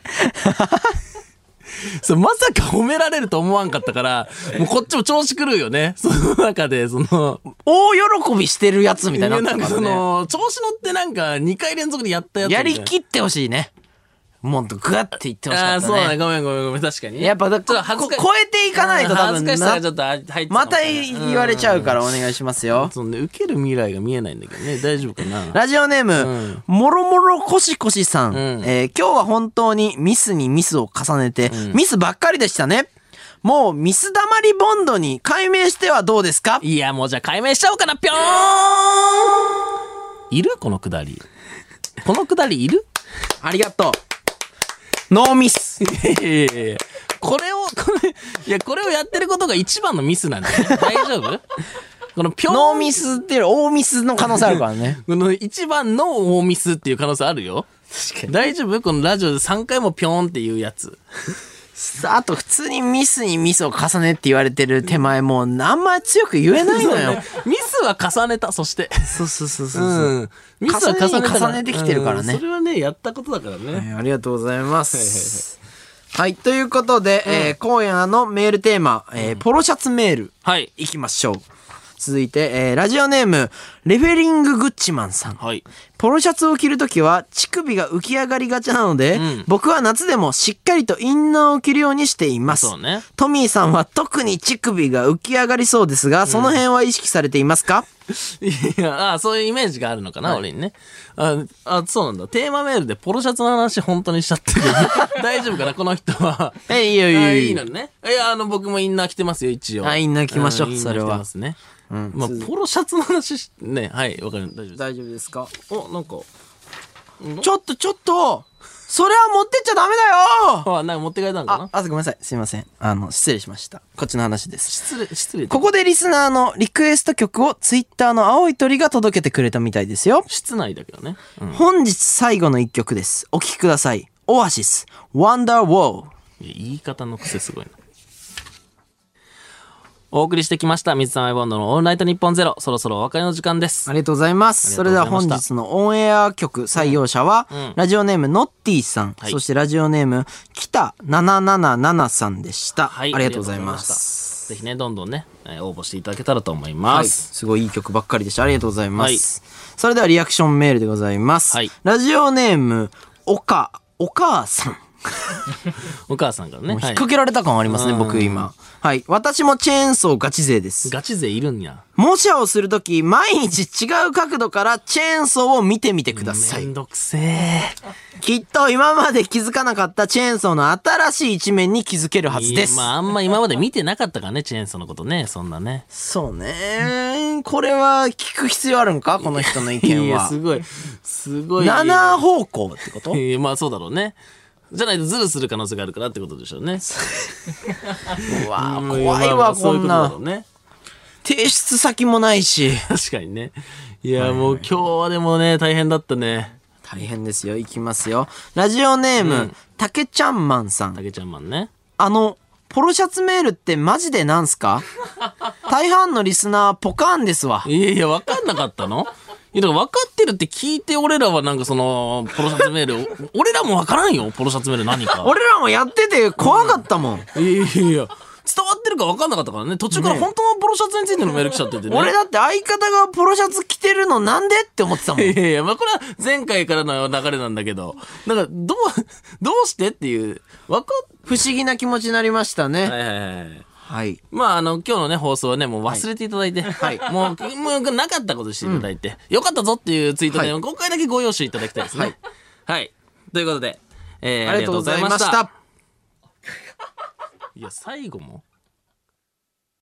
[SPEAKER 1] [laughs] そうまさか褒められると思わんかったから、もうこっちも調子狂うよね。その中で、その、
[SPEAKER 2] 大喜びしてるやつみ
[SPEAKER 1] い
[SPEAKER 2] たい
[SPEAKER 1] や
[SPEAKER 2] にな
[SPEAKER 1] なん
[SPEAKER 2] って
[SPEAKER 1] か
[SPEAKER 2] たから
[SPEAKER 1] そ
[SPEAKER 2] ね。
[SPEAKER 1] の、調子乗ってなんか2回連続でやったやつみた
[SPEAKER 2] [laughs] や
[SPEAKER 1] いな。
[SPEAKER 2] りきってほしいね。もっとグワって言ってほし
[SPEAKER 1] あ
[SPEAKER 2] か
[SPEAKER 1] あー、
[SPEAKER 2] っ
[SPEAKER 1] そう
[SPEAKER 2] た
[SPEAKER 1] だね。
[SPEAKER 2] ね。
[SPEAKER 1] ごめんごめんごめん。確かにね。
[SPEAKER 2] やっぱ
[SPEAKER 1] ち
[SPEAKER 2] だ、
[SPEAKER 1] ょ
[SPEAKER 2] こ
[SPEAKER 1] っと恥ずか
[SPEAKER 2] 超えていかないと多
[SPEAKER 1] 恥ず
[SPEAKER 2] 分
[SPEAKER 1] かしさがちょ
[SPEAKER 2] な
[SPEAKER 1] っと入ってたかも
[SPEAKER 2] また
[SPEAKER 1] しれない
[SPEAKER 2] 言われちゃうからお願いしますよ。
[SPEAKER 1] そんで、受ける未来が見えないんだけどね。大丈夫かな。
[SPEAKER 2] [laughs] ラジオネーム、もろもろこしこしさん、えー今日は本当にミスにミスを重ねて、ミスばっかりでしたね。もうミスだまりボンドに改名してはどうですか
[SPEAKER 1] いや、もうじゃあ解明しちゃおうかな、ぴょーんいるこのくだり。このくだりいる
[SPEAKER 2] ありがとう。ノーミス。
[SPEAKER 1] いやいやいやこれを、これ、いや、これをやってることが一番のミスなんだよ、ね。大丈夫このぴょーん
[SPEAKER 2] ノーミスっていうより大ミスの可能性あるからね。
[SPEAKER 1] この一番の大ミスっていう可能性あるよ。確かに。大丈夫このラジオで3回もぴょーんっていうやつ。
[SPEAKER 2] [laughs] あと普通にミスにミスを重ねって言われてる手前もうあんま強く言えないのよ。
[SPEAKER 1] ミスは重ねた、そして。
[SPEAKER 2] [laughs] そうそうそうそうう。
[SPEAKER 1] ん。ミスは重ねたから
[SPEAKER 2] 重ねてきてるからね
[SPEAKER 1] うんそれはね、やったことだからね。
[SPEAKER 2] はいありがとうございます。はい、ということで、えー今夜のメールテーマ、えーポロシャツメール、
[SPEAKER 1] はい。
[SPEAKER 2] いきましょう。続いて、えーラジオネーム、レフェリング・グッチマンさん。
[SPEAKER 1] はい。
[SPEAKER 2] ポロシャツを着るときは乳首が浮き上がりがちなので、僕は夏でもしっかりとインナーを着るようにしています。
[SPEAKER 1] そうね
[SPEAKER 2] トミーさんは特に乳首が浮き上がりそうですが、その辺は意識されていますか、
[SPEAKER 1] いや、あそういうイメージがあるのかな、俺にね。ああ、そうなんだ。テーマメールでポロシャツの話本当にしちゃったけど、 [laughs] 大丈夫かな、この人は。
[SPEAKER 2] え、いいよ
[SPEAKER 1] あ
[SPEAKER 2] いいよ
[SPEAKER 1] いいのね。いや、あの、僕もインナー着てますよ、一応。
[SPEAKER 2] あインナー着ましょうん
[SPEAKER 1] インナ
[SPEAKER 2] そ
[SPEAKER 1] ー
[SPEAKER 2] れは
[SPEAKER 1] 着てますね。まあ、ポロシャツの話し、ね、はい、わかる。大丈夫です。
[SPEAKER 2] 大丈夫ですか
[SPEAKER 1] お、なんか、
[SPEAKER 2] ちょっとちょっとそれは持ってっちゃダメだよ
[SPEAKER 1] あ、なんか持って帰ったのか
[SPEAKER 2] あ
[SPEAKER 1] な、
[SPEAKER 2] あ、ごめんなさい。すいません。あの、失礼しました。こっちの話です。
[SPEAKER 1] 失礼、失礼。
[SPEAKER 2] ここでリスナーのリクエスト曲をツイッターの青い鳥が届けてくれたみたいですよ。
[SPEAKER 1] 室内だけどね。うん。
[SPEAKER 2] 本日最後の一曲です。お聴きください。オアシス、ワンダーウォー。
[SPEAKER 1] いや言い方の癖すごいな。お送りしてきました、水溜りボンドのオールナイトニッポンゼロ。そろそろお別れの時間です。
[SPEAKER 2] ありがとうございます。そ
[SPEAKER 1] あ
[SPEAKER 2] れ
[SPEAKER 1] り
[SPEAKER 2] で
[SPEAKER 1] が
[SPEAKER 2] は
[SPEAKER 1] とうござ
[SPEAKER 2] 本
[SPEAKER 1] いました
[SPEAKER 2] 日のオンエア曲採用者は、ラジオネームノッティさん、
[SPEAKER 1] はい
[SPEAKER 2] そしてラジオネーム北777さんでした、
[SPEAKER 1] はい
[SPEAKER 2] ありがとうございます。
[SPEAKER 1] ぜひね、どんどんね、えー応募していただけたらと思いま
[SPEAKER 2] はい。
[SPEAKER 1] す。
[SPEAKER 2] すごいいい曲ばっかりでした。ありがとうございます。それではリアクションメールでございます。
[SPEAKER 1] はい
[SPEAKER 2] ラジオネーム、おか、お母さん。
[SPEAKER 1] お母さんからね。
[SPEAKER 2] 引っ
[SPEAKER 1] はい
[SPEAKER 2] 掛けられた感ありますね、僕今。はい。私もチェーンソーガチ勢です。
[SPEAKER 1] ガチ勢いるんや。
[SPEAKER 2] 模写をするとき、毎日違う角度からチェーンソーを見てみてくださ
[SPEAKER 1] め
[SPEAKER 2] い
[SPEAKER 1] ん。どくせえ。
[SPEAKER 2] きっと今まで気づかなかったチェーンソーの新しい一面に気づけるはずです。
[SPEAKER 1] いやまあ、あんま今まで見てなかったからね、チェーンソーのことね、そんなね。
[SPEAKER 2] そうね。これは聞く必要あるんかこの人の意見
[SPEAKER 1] いや、
[SPEAKER 2] は
[SPEAKER 1] す。ごい。すごい。
[SPEAKER 2] 7方向ってこと
[SPEAKER 1] いやまあそうだろうね。じゃないとズルする可能性があるからってことでしょうね。
[SPEAKER 2] うわ
[SPEAKER 1] うん
[SPEAKER 2] 怖い
[SPEAKER 1] まあ
[SPEAKER 2] わ、こん
[SPEAKER 1] まあ
[SPEAKER 2] な
[SPEAKER 1] そういうことだろ。うね。
[SPEAKER 2] 提出先もないし。
[SPEAKER 1] 確かにね。いや、もう今日はでもね、大変だったね。
[SPEAKER 2] 大変ですよ。いきますよ。ラジオネーム、たけちゃんまんさん
[SPEAKER 1] た。けちゃんマンね。
[SPEAKER 2] あの、ポロシャツメールってマジでなんすか大半のリスナーポカーンですわ。
[SPEAKER 1] いやいや、わかんなかったのいや、だから分かってるって聞いて、俺らはなんかその、ポロシャツメール、お俺らもわからんよ、ポロシャツメール何か。
[SPEAKER 2] 俺らもやってて怖かったもん。
[SPEAKER 1] いやいやいや、伝わってるか分かんなかったからね、途中から本当のポロシャツについてのメール来ちゃっててね。
[SPEAKER 2] 俺だって相方がポロシャツ着てるのなんでって思ってたもん。
[SPEAKER 1] いやいや、まあ、これは前回からの流れなんだけど、なんか、どう、どうしてっていう、わか
[SPEAKER 2] 不思議な気持ちになりましたね。
[SPEAKER 1] っ、はいはいはい。
[SPEAKER 2] はい。
[SPEAKER 1] まあ、あの、今日のね、放送はね、もう忘れていただいて、もう、もうなかったことしていただいて、よかったぞっていうツイートで、
[SPEAKER 2] は
[SPEAKER 1] 今回だけご容赦いただきたいですね。はい。ということで、えー
[SPEAKER 2] ありがとうございまし
[SPEAKER 1] ありがとうござい
[SPEAKER 2] た。
[SPEAKER 1] いや、最後も